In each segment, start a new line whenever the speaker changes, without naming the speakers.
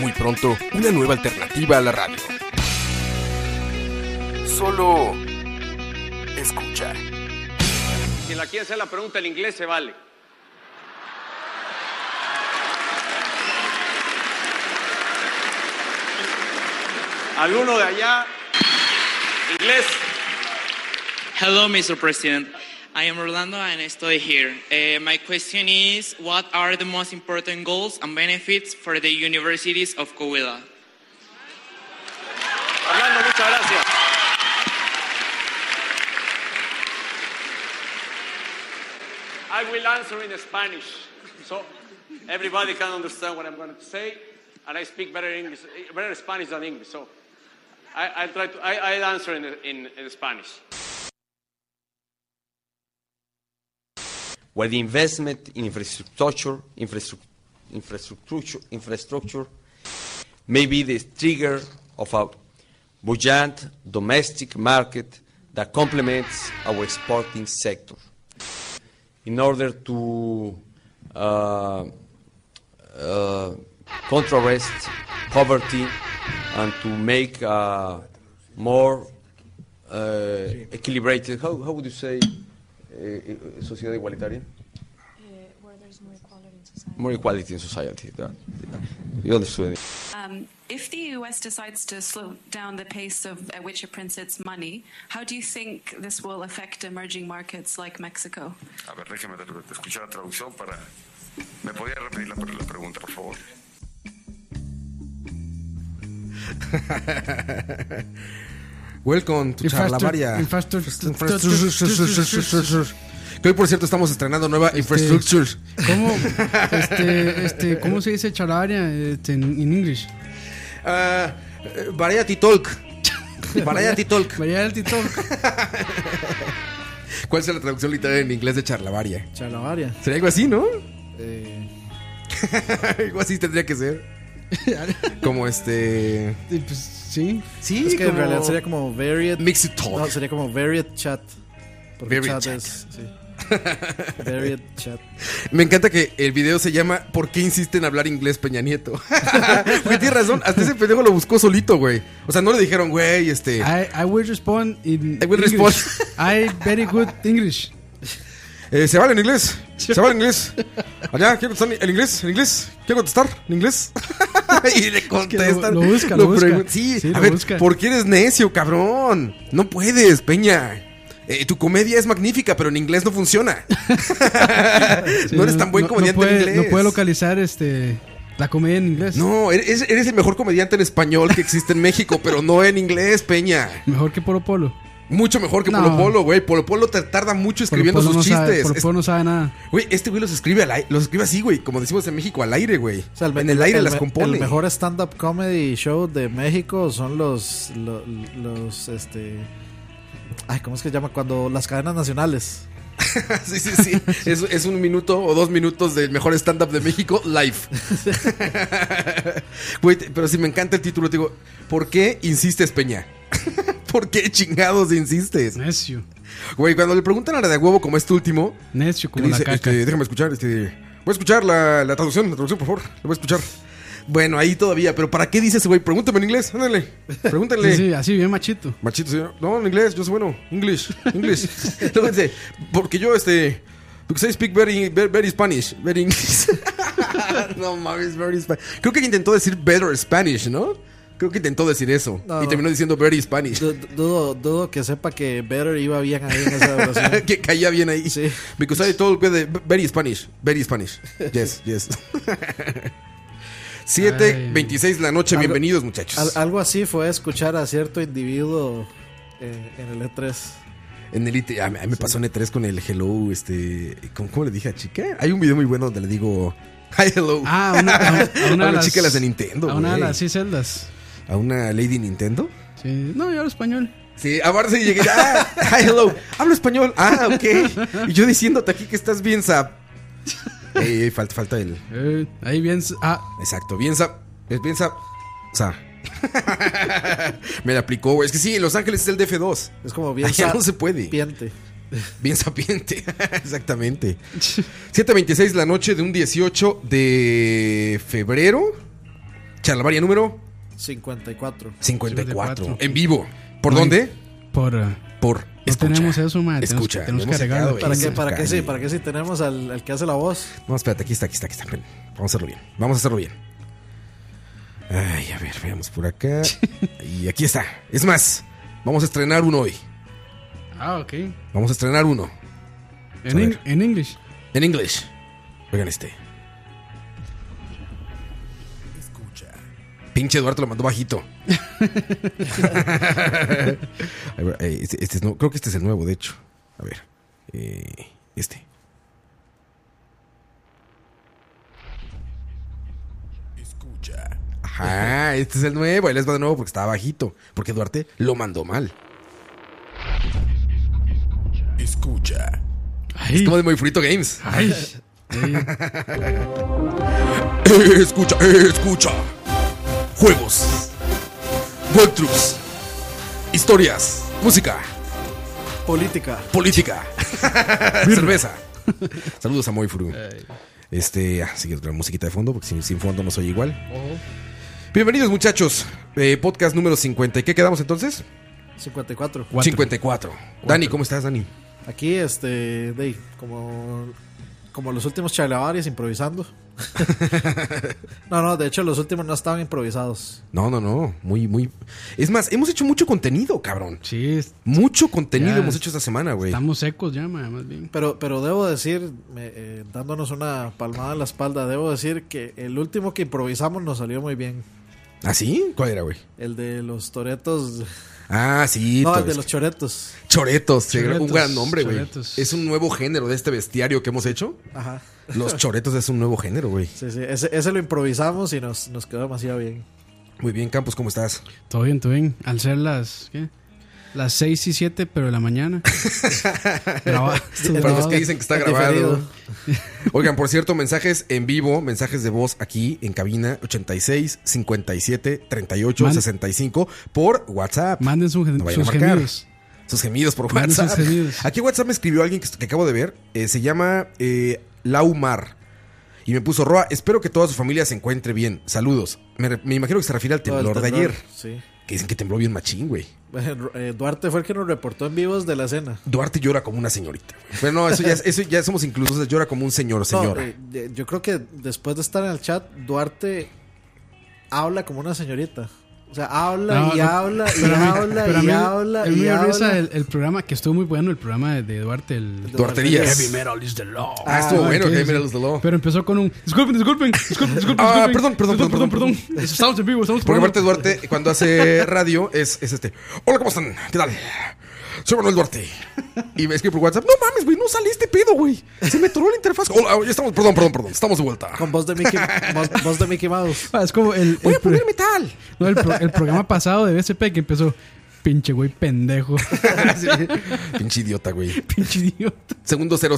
Muy pronto, una nueva alternativa a la radio. Solo escucha.
Si la quiere hacer la pregunta, el inglés se vale. ¿Alguno de allá? Inglés.
Hello, Mr. President. I am Rolando and I study here. Eh, my question is What are the most important goals and benefits for the universities of Coahuila?
Orlando, muchas gracias. I will answer in Spanish, so everybody can understand what I'm going to say, and I speak better English, better Spanish than English, so I, I'll try to. I, I'll answer in, in, in Spanish.
where the investment in infrastructure, infrastructure, infrastructure, infrastructure may be the trigger of a buoyant domestic market that complements our exporting sector. In order to uh, uh, contrarrest poverty and to make a more uh, equilibrated, how, how would you say? eh, eh, sociedad igualitaria?
where there's more equality in
Eh,
society.
More equality in society. that- You understood.
Um, if the US decides to slow down the pace of, at which it prints its money, how do you think this will affect emerging markets like Mexico?
A ver, déjeme dar- escuchar la traducción para... ¿Me podía repetir la, la pregunta, por favor?
Welcome to
Infrastructure-
Charlavaria.
infrastructure- este,
Infrastructure. Que hoy, por cierto, estamos estrenando nueva Infrastructure.
¿Cómo, este, este, ¿cómo se dice chararia este, en en inglés?
Ah, eh, variety Talk. Variety Talk.
Variety Talk.
¿Cuál es la traducción literaria en inglés de Charlavaria?
Charlavaria.
Sería algo así, ¿no?
Eh,
algo así tendría que ser. Como este.
y pues, sí.
Sí,
Es que en
como-
realidad sería como Varied.
Mixed Talk.
No, sería como Varied Chat. Porque
Varied
chat,
Chat.
es. Sí. Varied Chat.
Me encanta que el video se llama ¿Por qué insiste en hablar inglés Peña Nieto? güey, tienes razón, hasta ese pendejo lo buscó solito, güey. O sea, no le dijeron, güey, este.
I, I will respond in
I will
English.
respond.
I very good English.
eh, se vale en inglés, se vale en inglés. Allá, quiero contestar en inglés, en inglés, quiero contestar en inglés. y le contestan.
lo busca, lo busca.
pregun- Sí,
Sí,
a
lo
ver,
busca.
¿por qué eres necio, cabrón? No puedes, Peña. Eh, tu comedia es magnífica, pero en inglés no funciona.
Sí,
no eres tan buen comediante
puede,
en inglés.
No puede localizar este, la comedia en inglés.
No, eres, eres el mejor comediante en español que existe en México, pero no en inglés, Peña.
Mejor que Polo Polo.
Mucho mejor que
No.
Polo Polo, güey. Polo Polo te tarda
Polo
mucho escribiendo
Polo
sus
no sabe-
chistes.
Polo
Es-
Polo no sabe nada.
Güey, este güey los escribe, al ai- los escribe así, güey. Como decimos en México, al aire, güey.
O sea,
en el aire las
me-
compone.
El mejor stand-up comedy show de México son los. lo- Los. este. Ay, ¿cómo es que se llama? Cuando las cadenas nacionales.
sí, sí, sí. es, es un minuto o dos minutos del mejor stand-up de México, live. Güey, te- pero si me encanta el título, te digo, ¿por qué insistes, Peña? ¿Por qué chingados insistes?
Necio.
Güey, cuando le preguntan a la de huevo como este último,
Necio
Que
como la
dice,
caca.
este, déjame escuchar, este, voy a escuchar la, la traducción, la traducción, por favor, la voy a escuchar. Bueno, ahí todavía, pero ¿para qué dice ese güey? Pregúntame en inglés, ándale, pregúntale.
Sí, sí, así bien machito.
Machito, señor. No, en inglés, yo soy bueno, English, English. Luego dice, porque yo, este, because I speak very, very, very Spanish, very English. no mames, very Spanish. Creo que intentó decir better Spanish, ¿no? Creo que intentó decir eso.
No,
y
no.
terminó diciendo very Spanish.
Du- Dudo, dudo que sepa que Better iba bien ahí en esa oración.
que caía bien ahí.
Sí.
Because I told you the very Spanish. Very Spanish. Yes, yes. 7.26 de la noche,
Algo-
bienvenidos muchachos.
Al- algo así fue escuchar a cierto individuo eh, en el E3.
en el IT, a mí a mí me pasó en E3 con el hello, este, ¿cómo, cómo le dije a chica? Hay un video muy bueno donde le digo, Hi, hello.
Ah, una- a, a
A
una de
una
las
chica de las de Nintendo,
A una de
güey.
las sí, celdas.
¿A una Lady Nintendo?
Sí. No, yo hablo español.
Sí, aparte llegué. Ah, hi, hello. Hablo español. Ah, ok. Y yo diciéndote aquí que estás bien, Zap. Ey, ey, falta, falta el.
Eh, ahí bien. s- Ah,
Exacto, bien, Zap. Es bien, Zap. Zap. Me la aplicó, güey. Es que sí, Los Ángeles es el DF2.
Es como bien
Allá no se puede.
sapiente.
Bien sapiente, exactamente. 7.26 de la noche de un 18 de febrero. Charlavaria número
54.
54.
54.
En vivo. ¿Por
Ay.
dónde?
por. eh,
Por.
No tenemos eso, madre. Tenemos que- tenemos
hemos
que agregarlo.
sacado
¿Para
eso,
qué, para qué
Cari.
sí? ¿Para qué sí tenemos al, al que hace la voz?
No, espérate, aquí está, aquí está, aquí está. Ven, Vamos a hacerlo bien. Vamos a hacerlo bien. Ay, a ver, veamos por acá. y aquí está. Es más, vamos a estrenar uno hoy.
Ah, ok. En,
Vamos a estrenar uno.
ing-
ver.
en English.
En inglés. Oigan este. Pinche Eduardo lo mandó bajito. A ver, eh, este, este es nuevo. Creo que este es el nuevo, de hecho. A ver. eh, este. Escucha. Ajá, este es el nuevo. Él les va de nuevo porque estaba bajito. Porque Duarte lo mandó mal. Escucha. Es
Ay,
como de muy frito games.
ay.
Eh, escucha, eh, escucha. Juegos, walkthroughs, historias, música,
Política.
política, cerveza. Saludos a Moifuru. Este, ah, sigue la musiquita de fondo porque sin, sin fondo no soy igual. Bienvenidos muchachos, Eh, podcast número 50. ¿Y qué quedamos entonces?
54.
Cuatro.
54. Dani, ¿cómo estás, Dani?
Aquí, este, de, como, como los últimos charlavares improvisando. no, no, de hecho los últimos no estaban improvisados.
No, no, no, muy, muy... Es más, hemos hecho mucho contenido, cabrón.
Sí, es-
Mucho contenido
Ya,
hemos hecho esta semana, güey.
estamos secos ya, madre, más bien.
Pero, pero debo decir, me- eh, dándonos una palmada en la espalda, debo decir que el último que improvisamos nos salió muy bien.
¿Ah, sí? ¿Cuál era, güey?
El de los toretos.
Ah, sí.
No,
todo
el de
eso.
los choretos.
Choretos, sí,
Choretos,
un gran nombre, güey.
choretos.
Es un nuevo género de este bestiario que hemos hecho.
Ajá.
Los choretos es un nuevo género, güey.
Sí, sí. Ese, ese lo improvisamos y nos, nos quedó demasiado bien.
Muy bien, Campos, ¿cómo estás?
Todo bien, todo bien. Al ser las. ¿Qué? Las 6 y 7, pero de la mañana. Graba-
Para los
grabado.
que dicen que está
Es
grabado.
diferido.
Oigan, por cierto, mensajes en vivo, mensajes de voz aquí en cabina 86 57 38
Man-
65 por WhatsApp.
Manden sus,
No vayan a
sus
marcar.
gemidos.
Sus gemidos por
Manden sus
WhatsApp.
gemidos.
Aquí WhatsApp me escribió alguien que, que acabo de ver. eh, se llama eh, Laumar. Y me puso Roa. Espero que toda su familia se encuentre bien. Saludos. Me, re- me imagino que se refiere al
Todo el
temblor, de
temblor,
ayer.
Sí.
Que dicen que tembló bien machín, güey.
Bueno, eh, Duarte fue el que nos reportó en vivos de la escena.
Duarte llora como una señorita. güey. Pero no, eso ya, es- eso ya somos inclusos. o sea, Llora como un señor,
No,
señora.
eh, de- yo creo que después de estar en el chat, Duarte habla como una señorita. O sea, habla
No,
y
no,
habla y
pero a mí-
habla
pero a
y
mí- a
habla
mí me
y
dio risa
habla.
el, el programa que estuvo muy bueno, el programa de, de Duarte, el
Duarterías.
Heavy Metal is the Law.
Ah, estuvo bueno,
ok,
Heavy
sí.
Metal is the Law.
Pero empezó con un. Disculpen, disculpen, disculpen, disculpen.
Ah,
disculpen,
perdón, perdón, perdón,
disculpen,
perdón,
Estamos en vivo, estamos
Porque aparte
en vivo.
Duarte, cuando hace radio, es, es este. Hola, ¿cómo están? ¿Qué tal? Soy Manuel Duarte. Y me escribe por WhatsApp. No mames, güey, no salí este pedo, güey. Se me toró la interfaz. Hola, ah, ya estamos, perdón, perdón, perdón. Estamos de vuelta.
Con voz de Mickey, voz, voz de Mickey Mouse.
Ah, es como el,
Voy
el,
a poner
pro-
metal.
no, el pro- el programa pasado de BSP que empezó. Pinche güey pendejo.
Sí. Pinche idiota, güey.
Pinche idiota.
Segundo 0000.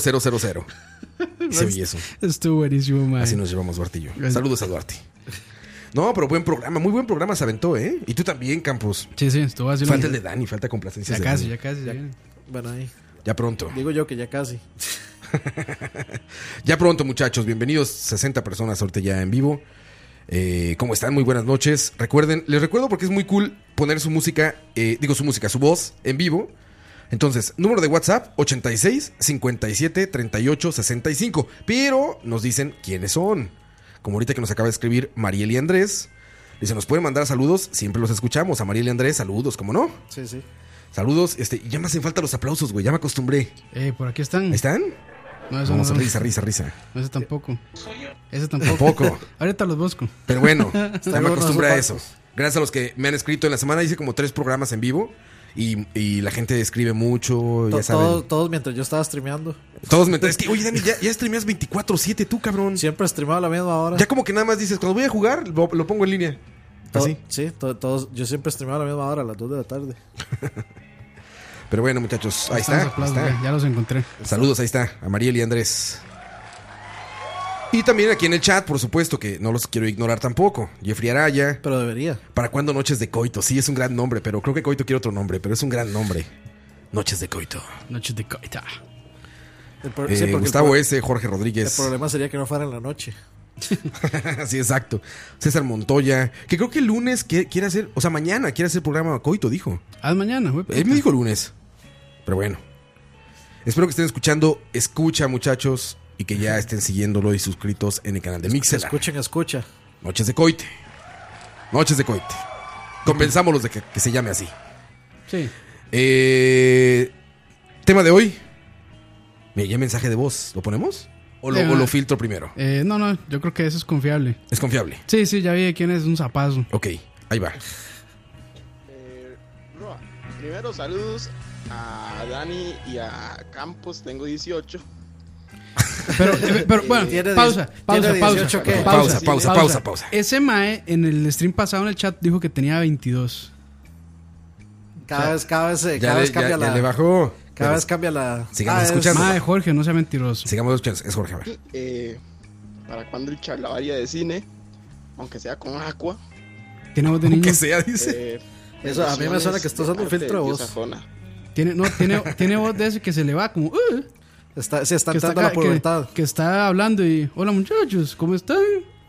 Y se oye eso.
Estuvo buenísimo, man.
Así nos llevamos Duarte y yo. Saludos a Duarte. No, pero buen programa, muy buen programa se aventó, ¿eh? Y tú también, Campos.
Sí, sí, estuvo así.
Falta el de Dani, falta complacencia.
Ya casi, ya casi. Ya.
Bueno, ahí.
ya pronto.
Digo yo que ya casi.
Ya pronto, muchachos. Bienvenidos, 60 personas ahorita ya en vivo. Eh, ¿Cómo están? Muy buenas noches. Recuerden, les recuerdo porque es muy cool poner su música, eh, digo su música, su voz en vivo. Entonces, número de WhatsApp 86 57 38 65. Pero nos dicen quiénes son. Como ahorita que nos acaba de escribir Mariel y Andrés. Dice, nos pueden mandar saludos, siempre los escuchamos. A Mariel y Andrés, saludos, ¿cómo no?
Sí, sí.
Saludos, este, ya me hacen falta los aplausos, güey, ya me acostumbré.
Eh, por aquí están.
¿Ahí ¿Están?
No, eso
Vamos,
no,
risa, risa, risa.
no, ese tampoco. Ese tampoco.
Tampoco.
Ahorita los busco.
Pero bueno, ya me
bueno,
acostumbré a
son
eso.
pasos.
Gracias a los que me han escrito en la semana, hice como tres programas en vivo Y, y la gente escribe mucho,
To-
Pues ya saben.
todos, todos mientras yo estaba streameando.
Todos me es que, oye, Dani, ya, ya streameas 24-7 tú, cabrón.
Siempre streameaba a la misma hora.
Ya como que nada más dices, cuando voy a jugar, lo, lo pongo en línea.
To-
Así.
Sí, to- todos, yo siempre streameaba a la misma hora, a las 2 de la tarde.
Pero bueno, muchachos, ahí
Estamos
está. ahí
aplausos,
está.
ya, ya los encontré.
Saludos, ahí está, a Mariel y Andrés. Y también aquí en el chat, por supuesto, que no los quiero ignorar tampoco. Jeffrey Araya.
Pero debería.
¿Para cuándo Noches de Coito? Sí, es un gran nombre, pero creo que Coito quiere otro nombre, pero es un gran nombre. Noches de Coito.
Noches de coita.
El pro-
Eh,
sí, porque el
Gustavo
pro-
S., Jorge
El
Rodríguez.
problema sería que no fuera en la noche.
sí, exacto. César Montoya. Que creo que el lunes que- quiere hacer, o sea, mañana quiere hacer programa Coito, dijo.
Haz mañana, güey.
Él me dijo lunes. Pero bueno. Espero que estén escuchando. Escucha, muchachos. Y que ya estén siguiéndolo y suscritos en el canal de Mixer.
Escuchen, escucha.
Noches de coite. Noches de coite. Convenzámoslos de que, que se llame así.
Sí.
Eh, Tema de hoy. Me ya mensaje de voz. ¿Lo ponemos? ¿O lo,
Eh,
o lo filtro primero?
Eh, no, no, yo creo que eso es confiable.
Es confiable.
Sí, sí, ya vi quién es un zapazo.
Ok, ahí va.
Roa, primero saludos a Dani y a Campos, tengo 18.
Pero, eh, pero bueno,
Tiene die-
pausa, pausa,
tiene
pausa,
18 ¿qué?
Pausa, pausa, pausa, pausa.
Ese Mae en el stream pasado en el chat dijo que tenía 22.
Cada vez, cada vez, eh,
Ya
cada
le,
vez
ya-
cambia
ya
la.
le bajó.
Cada
Pero
vez cambia la.
Sigamos
es-
escuchando.
Mae, Jorge, no sea mentiroso.
Sigamos escuchando. Es Jorge. a ver.
Eh, ¿Para cuando el charlavaria de cine? Aunque sea con agua.
Tiene voz de niño.
Aunque sea, dice.
Eh. Eso a mí me suena que está usando un filtro de voz.
Tiene, no, tiene, tiene voz de ese que se le va como. "Uh",
está, se está
que, está
entrando a
acá-
la pubertad.
que, que está hablando y. Hola muchachos, ¿cómo están?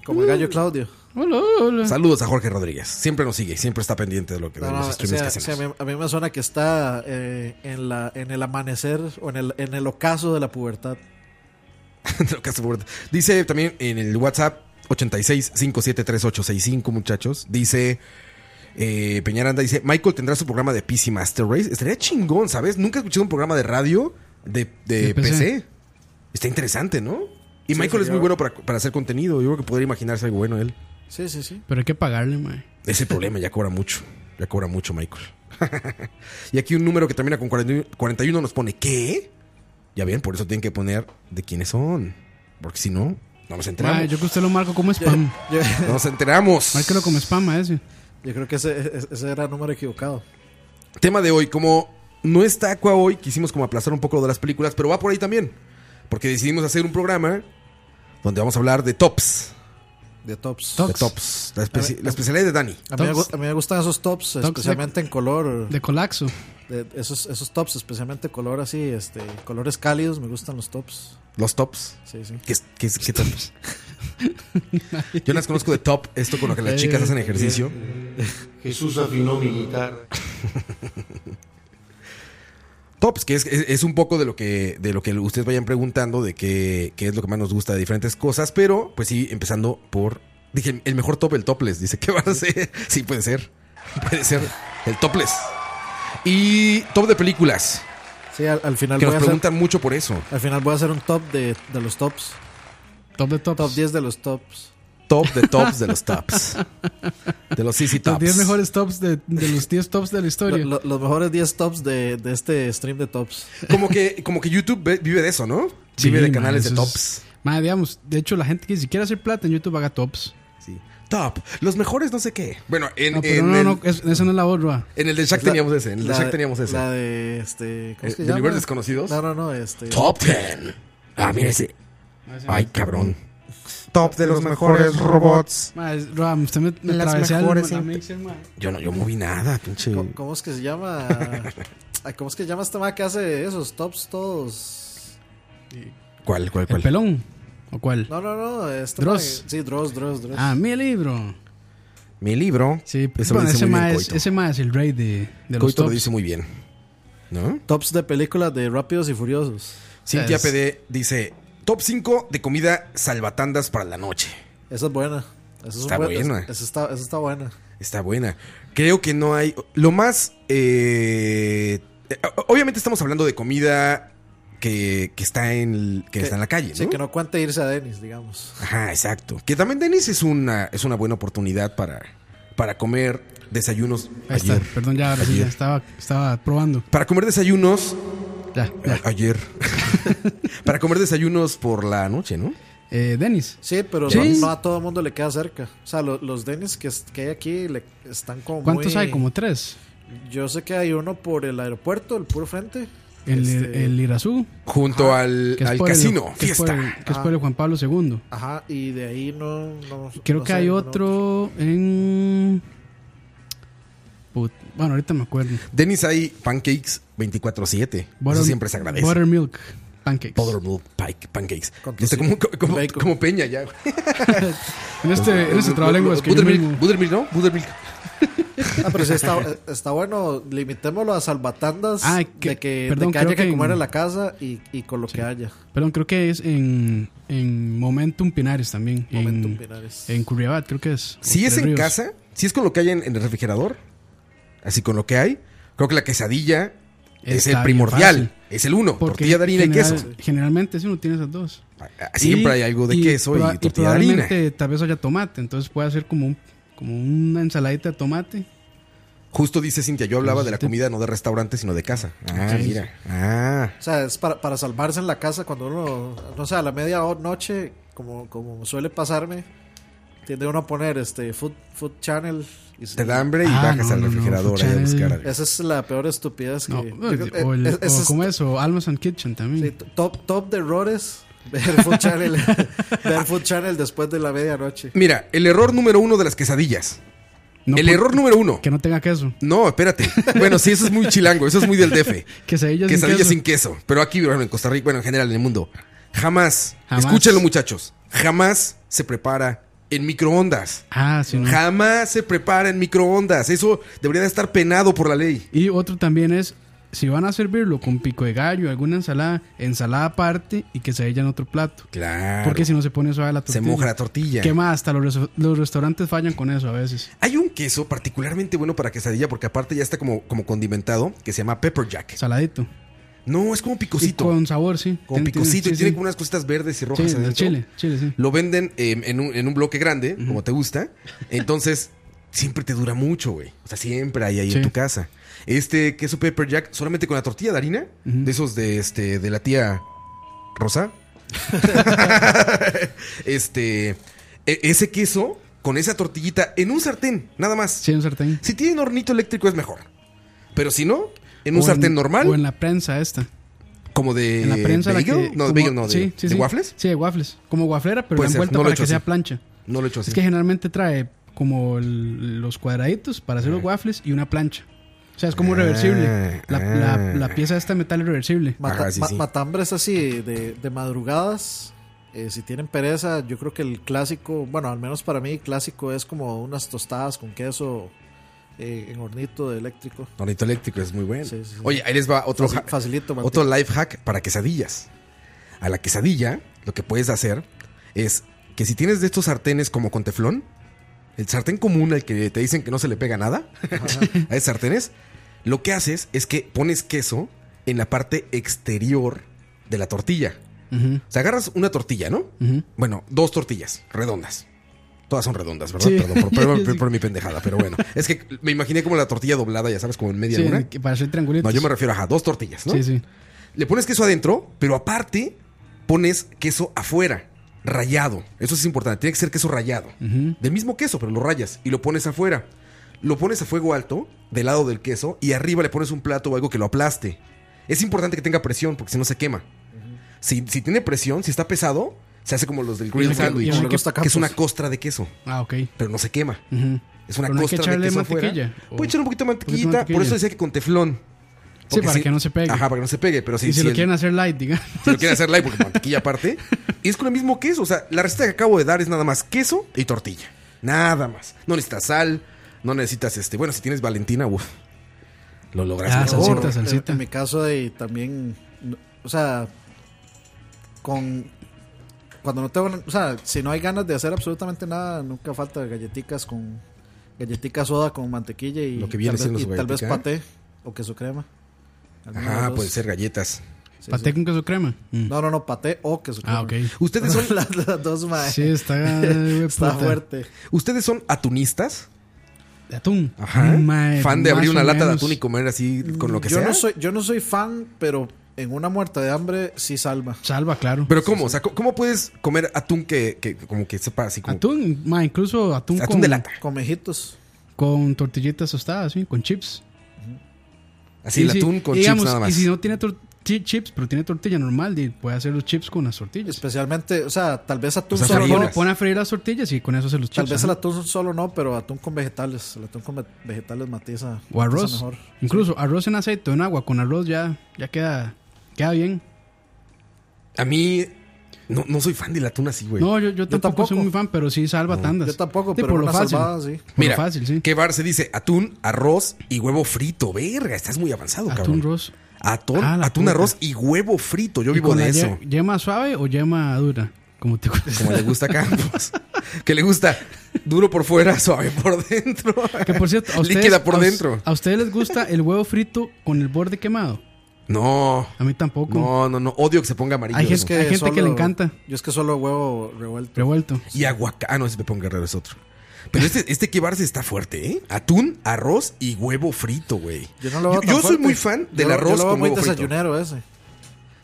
Como el gallo Claudio.
Hola, hola.
Saludos a Jorge Rodríguez. Siempre nos sigue, siempre está pendiente de lo que de
No, no,
los
o
streams
sea,
que
o sea, a,
hacemos.
mí, a mí me suena que está eh, en, la, en el amanecer o en el, en el ocaso de la pubertad.
Lo que hace Roberto. dice también en el WhatsApp 86573865, muchachos. Dice eh, Peñaranda, dice, Michael tendrá su programa de PC Master Race. Estaría chingón, ¿sabes? Nunca he escuchado un programa de radio de, de
De
PC.
PC.
Está interesante, ¿no? Y
Sí,
Michael es
sería-
muy bueno para, para hacer contenido. Yo creo que podría imaginarse algo bueno él.
Sí, sí, sí.
Pero hay que pagarle, Mae.
Ese es el problema, ya cobra mucho. Ya cobra mucho, Michael. y aquí un número que termina con 41 41 nos pone, ¿qué? Ya bien, por eso tienen que poner de quiénes son. Porque si no, no nos enteramos.
Mae, yo que usted lo marco como spam.
Yo,
No nos enteramos.
Márquelo como spam a ese.
yo creo que ese, ese- ese era el número equivocado.
Tema de hoy, como no está Aqua hoy, quisimos como aplazar un poco lo de las películas, pero va por ahí también. Porque decidimos hacer un programa donde vamos a hablar de tops.
De tops.
De
Tops.
tops. La, especi-
A ver,
la especialidad de Dani.
A mí, me,
Tops.
gu- a mí me gustan esos tops,
Tops de-
especialmente en color.
De colapso.
de- esos, esos tops, especialmente color así, este, colores cálidos, me gustan los tops.
Los tops.
Sí, sí.
¿Qué, es- qué, es- qué tops? Yo las conozco de top, esto con lo que las chicas hacen ejercicio.
Jesús afinó mi guitarra.
Tops, que es, es- es un poco de lo que de lo que ustedes vayan preguntando de qué, qué es lo que más nos gusta de diferentes cosas, pero pues sí, empezando por dije el mejor top el topless, dice, ¿qué van a hacer? Sí puede ser. Puede ser el topless. Y top de películas,
Sí, al, al final
que
voy
nos
a hacer,
preguntan mucho por eso.
al final voy a hacer un top de, de los tops.
Top de tops.
Top 10 de los tops.
Top de tops de los tops. De los easy
Los
tops.
10 mejores tops de, de los 10 tops de la
Lo-
historia.
lo- los mejores 10 tops de, de este stream de tops.
Como que como que YouTube ve- vive de eso, ¿no?
Sí,
vive de
man,
canales de
eso es-
tops.
Mae, digamos, de hecho, la gente que ni siquiera hace plata en YouTube haga tops.
Sí. Top, los mejores no sé qué. Bueno, en,
No, pero
en
no,
el,
no, es- esa no es la otra.
en el de Shaq
Es la-
teníamos ese, en el de
la
Shaq teníamos ese.
La de este. ¿Cómo
Eh,
es que
¿de
se llama?
Libres Desconocidos?
No, no, no. Este,
Top 10. Ah, mira ese. Ay, cabrón. Top de los mejores robots.
Mae, es- Roa, usted me, me
Las
atravesé al-
mejores
a
en-
Mixer, mae.
Yo no, yo moví nada, pinche.
¿cómo, cómo es que se llama? Ay, ¿Cómo es que se llama esta madre que hace esos tops todos?
¿Cuál, cuál,
¿El
cuál?
pelón? ¿O cuál?
No, no, no. Esta
Dross.
madre- Sí, Dross, Dross, Dross.
Ah, mi libro.
Mi libro.
Sí, pues,
Eso
bueno,
lo dice
ese
muy bien
mae es,
Coito.
ese mae es el rey de, de los
Coito lo
tops.
dice muy bien. ¿No?
Tops de películas de Rápidos y Furiosos.
Cintia
es-
PD dice: Top 5 de comida salvatandas para la noche.
Esa es buena. Esa es un
Está
buen-
buena.
es- Esa está, esa está buena.
Está buena. Creo que no hay. Lo más. eh, eh, Obviamente estamos hablando de comida que, que está en el- que, está en la calle, ¿no?
Sí, que no cuente irse a Denis, digamos.
Ajá, exacto. Que también Denis es una, es una buena oportunidad para, para comer desayunos.
Ahí está,
ayer.
perdón, ya, ahora sí, ya
Ayer.
estaba, estaba probando.
Para comer desayunos.
Ya,
A- Ayer. para comer desayunos por la noche, ¿no?
Eh, Denis.
Sí, pero
Sí.
No, no a todo el mundo le queda cerca. O sea, lo- los Denis que, es- que hay aquí le- están como.
¿Cuántos
muy-
hay? Como tres.
Yo sé que hay uno por el aeropuerto, el puro frente.
El,
Este-
el Irazú.
Junto al,
que es
al
por el-
casino,
que es por
fiesta.
el- que es por el Juan Pablo II.
Ajá, y de ahí no. no-
Creo
no
que
sé,
hay
no-
otro en. Put- Bueno, ahorita me acuerdo.
Denis hay pancakes 24-7. Eso
Butter-
siempre se agradece.
Buttermilk pancakes.
Buttermilk pike- pancakes.
Con
Yo sé como,
tocino.
como- como peña ya. güey.
En este, en este
Bu-
trabalenguas
bu-
que yo
Buttermilk,
mismo-
Buttermilk, ¿no? Buttermilk.
Ah, pero sí está, está bueno. Limitémoslo a salvatandas.
Ah,
de que,
perdón,
de que
creo
haya que
que
comer
en-
en la casa y, y con lo que haya.
Perdón, creo que es en, en Momentum Pinares también. Momentum en, Pinares. En Curriabat, creo que es. O
Si es
Tres
en
Ríos.
casa, si es con lo que hay en, en el refrigerador, así con lo que hay, creo que la quesadilla es
Está
el
bien
primordial.
fácil.
Es el uno,
Porque
tortilla de harina y
general-
queso. Ah,
Generalmente si uno este tiene esas dos.
siempre hay algo de queso y
proba-
tortilla de harina.
probablemente tal vez haya tomate, entonces puede hacer como, un- como una ensaladita de tomate.
Justo dice Cintia, yo hablaba de la
Este-
comida no de restaurante, sino de casa. Ah,
Sí.
mira. Ah.
O sea, es para, para salvarse en la casa cuando uno, no sé, a la media o- noche, como, como suele pasarme, tiende uno a poner este Food, food Channel. Y,
Te da hambre y
Ah,
bajas
no,
al
no, no,
refrigerador
Food
ahí a
Channel.
buscar algo.
Esa es la peor estupidez que.
No, pues,
yo
o
creo- eh,
el-
es-
o
es-
como eso, Almas and Kitchen también.
top, top de errores, ver Food Channel, ver Food Channel después de la medianoche.
Mira, el error número uno de las quesadillas. el error número uno.
Que no tenga queso.
No, espérate. Bueno, sí, eso es muy chilango, eso es muy del DF.
Quesadillas sin
Quesadillas
queso.
sin queso. Pero aquí, bueno, en Costa Rica, bueno, en general, en el mundo. Jamás,
Jamás.
escúchalo muchachos, jamás se prepara en microondas.
Ah, sí, no.
Jamás se prepara en microondas. Eso debería de estar penado por la ley.
Y otro también es, si van a servirlo con pico de gallo, alguna ensalada, ensalada aparte y que se en otro plato.
Claro.
Porque si no se pone suave la
Se
tortilla.
moja la tortilla.
¿Qué más? Hasta los, res- los restaurantes fallan con eso a veces.
Hay un queso particularmente bueno para quesadilla porque aparte ya está como, como condimentado que se llama pepper jack.
Saladito.
No, es como picosito.
Y con sabor, sí.
Como
Tiene-
picosito
tiene-
y
sí,
tiene
sí.
como unas cositas verdes y rojas
Sí, de
adentro.
chile, chile, sí.
Lo venden eh, en, un, en un bloque grande, como te gusta. Entonces, siempre te dura mucho, güey. O sea, siempre hay ahí
Sí.
en tu casa. Este queso pepper jack solamente con la tortilla de harina,
Ujú.
de esos de este de la tía Rosa. este e- ese queso con esa tortillita en un sartén, nada más.
Sí, un sartén.
Si tienen hornito eléctrico es mejor. Pero si no, en un
O
sartén normal,
O en la prensa esta.
como de
En la prensa la
bagel,
que-
no, de
como-
bagel no, de,
sí, sí,
de
sí.
waffles.
Sí, de waffles. Como wafflera, pero
Puede
la
ser,
envuelta
no lo he
para
hecho
que sea
así.
plancha.
No lo he hecho así.
Es que generalmente trae como el- los cuadraditos para hacer los waffles y una plancha. O sea, es como
Ah,
reversible. La, la-
ah.
la pieza de este metal es reversible.
Mata- ma- Matambres así de, de madrugadas. eh, si tienen pereza, yo creo que el clásico, bueno, al menos para mí, clásico es como unas tostadas con queso eh, en hornito de eléctrico.
Hornito eléctrico es muy bueno.
Sí, sí, sí.
Oye, ahí les va otro,
Facil-
hack-
facilito, Martín.
otro life hack para quesadillas. A la quesadilla, lo que puedes hacer es que si tienes de estos sartenes como con teflón, el sartén común al que te dicen que no se le pega nada, a esos sartenes, lo que haces es que pones queso en la parte exterior de la tortilla.
Ujú,
O sea, agarras una tortilla, ¿no?
ujú.
Bueno, dos tortillas redondas. Todas son redondas, ¿verdad?
Sí.
Perdón por, perdón
Sí.
por mi pendejada, pero bueno. Es que me imaginé como la tortilla doblada, ya sabes, como en media
Sí,
luna.
que para hacer triangulitos.
No, yo me refiero a dos tortillas, ¿no?
Sí, sí.
Le pones queso adentro, pero aparte pones queso afuera, rayado. Eso es importante, tiene que ser queso rayado.
Ujú.
Del mismo queso, pero lo rayas y lo pones afuera. Lo pones a fuego alto, del lado del queso, y arriba le pones un plato o algo que lo aplaste. Es importante que tenga presión, porque si no se quema. Si, si tiene presión, si está pesado, se hace como los del
Y
grill
no que- y
sandwich,
no hay
que
que-
es una costra de queso,
Ah, ok.
pero no se quema.
Ujú.
Es una
Pero no hay
costra
que
de
echarle
queso afuera.
mantequilla, o-
Puede echar un poquito de
poquito de
mantequillita, por eso
mantequilla.
decía que con teflón.
Sí,
Porque
para
si-
que no se pegue.
Ajá, para que no se pegue, pero si,
y si,
si
lo
el-
quieren hacer light, diga.
si lo quieren hacer live, porque mantequilla aparte. Y es con el mismo queso. O sea, la receta que acabo de dar es nada más queso y tortilla. Nada más. No necesitas sal, no necesitas este. Bueno, si tienes Valentina, uff. Lo logras
Ah,
mejor.
salsita,
En-
salsita.
En mi caso de también, no- o sea, con cuando no tengo, o sea, si no hay ganas de hacer absolutamente nada, nunca falta galletitas con galletitas soda con mantequilla y
Lo que viene
tal,
siendo
vez, y
su
tal vez
galletica.
paté o queso crema. Alguna de
Ajá,
dos.
pueden ser galletas.
Sí,
Paté
sí.
con queso crema. Mm.
No, no, no, paté o queso crema.
Ah, ok.
Ustedes son.
las, las dos, mae.
Sí, está- güey,
Está
puta.
fuerte.
¿Ustedes son atunistas?
de atún.
Ajá.
Mm,
Mae,
Fan de abrir
más
una
o
lata de
menos.
atún y comer así con lo que
Mm. yo
sea.
No soy, yo no soy fan, pero en una muerta de hambre sí salva.
Salva, claro.
Pero ¿cómo? O sea, ¿cómo- ¿cómo puedes comer atún que, que como que sepa así como...
Atún, mae, incluso atún,
Atún
con,
de lata.
Con mejitos.
Con tortillitas tostadas, sí, con chips.
Así,
Y
el
si-
atún con
y
chips
digamos,
nada más.
Y si no tiene tor- chi- chips, pero tiene tortilla normal, di, puede hacer los chips con las tortillas.
Especialmente, o sea, tal vez atún
Pues
O sea,
solo
pone-
no.
pone a freír las tortillas y con eso se los
Tal
chips.
vez
ajá.
el atún solo no, pero atún con vegetales. El atún con ve- vegetales matiza.
O arroz.
matiza mejor.
Incluso arroz en aceite o en agua. Con arroz ya, ya queda, queda bien.
A mí... No, no soy fan del atún así, güey.
No, yo, yo, tampoco, soy muy fan, pero sí salva tandas. Yo tampoco, por lo fácil. Por
Mira,
lo fácil.
que Bar se dice atún, arroz y huevo frito. Verga, estás muy avanzado, cabrón.
Atún, arroz.
Atón,
Ah, la
atún,
puta.
arroz y huevo frito. Yo
¿Y
vivo
con
de
la
eso.
ye- ¿Yema suave o yema dura? Como te gusta.
Como le gusta a Campos. que le gusta duro por fuera, suave por dentro.
Que por cierto, a ustedes,
Líquida por
a us-
dentro.
¿A ustedes les gusta el huevo frito con el borde quemado?
No.
A mí tampoco.
No, no, no. Odio que se ponga amarillo.
Hay gente-
eso.
hay gente que le encanta.
Yo es que solo huevo revuelto.
Revuelto.
Y aguacate. Ah, no, ese Pepón Guerrero es otro. Pero este, este que Barce está fuerte, ¿eh? Atún, arroz y huevo frito, güey.
Yo no lo
Yo-
veo tan
yo soy
fuerte.
muy fan del
Yo-
arroz
yo lo veo
con
muy
huevo frito.
desayunero ese.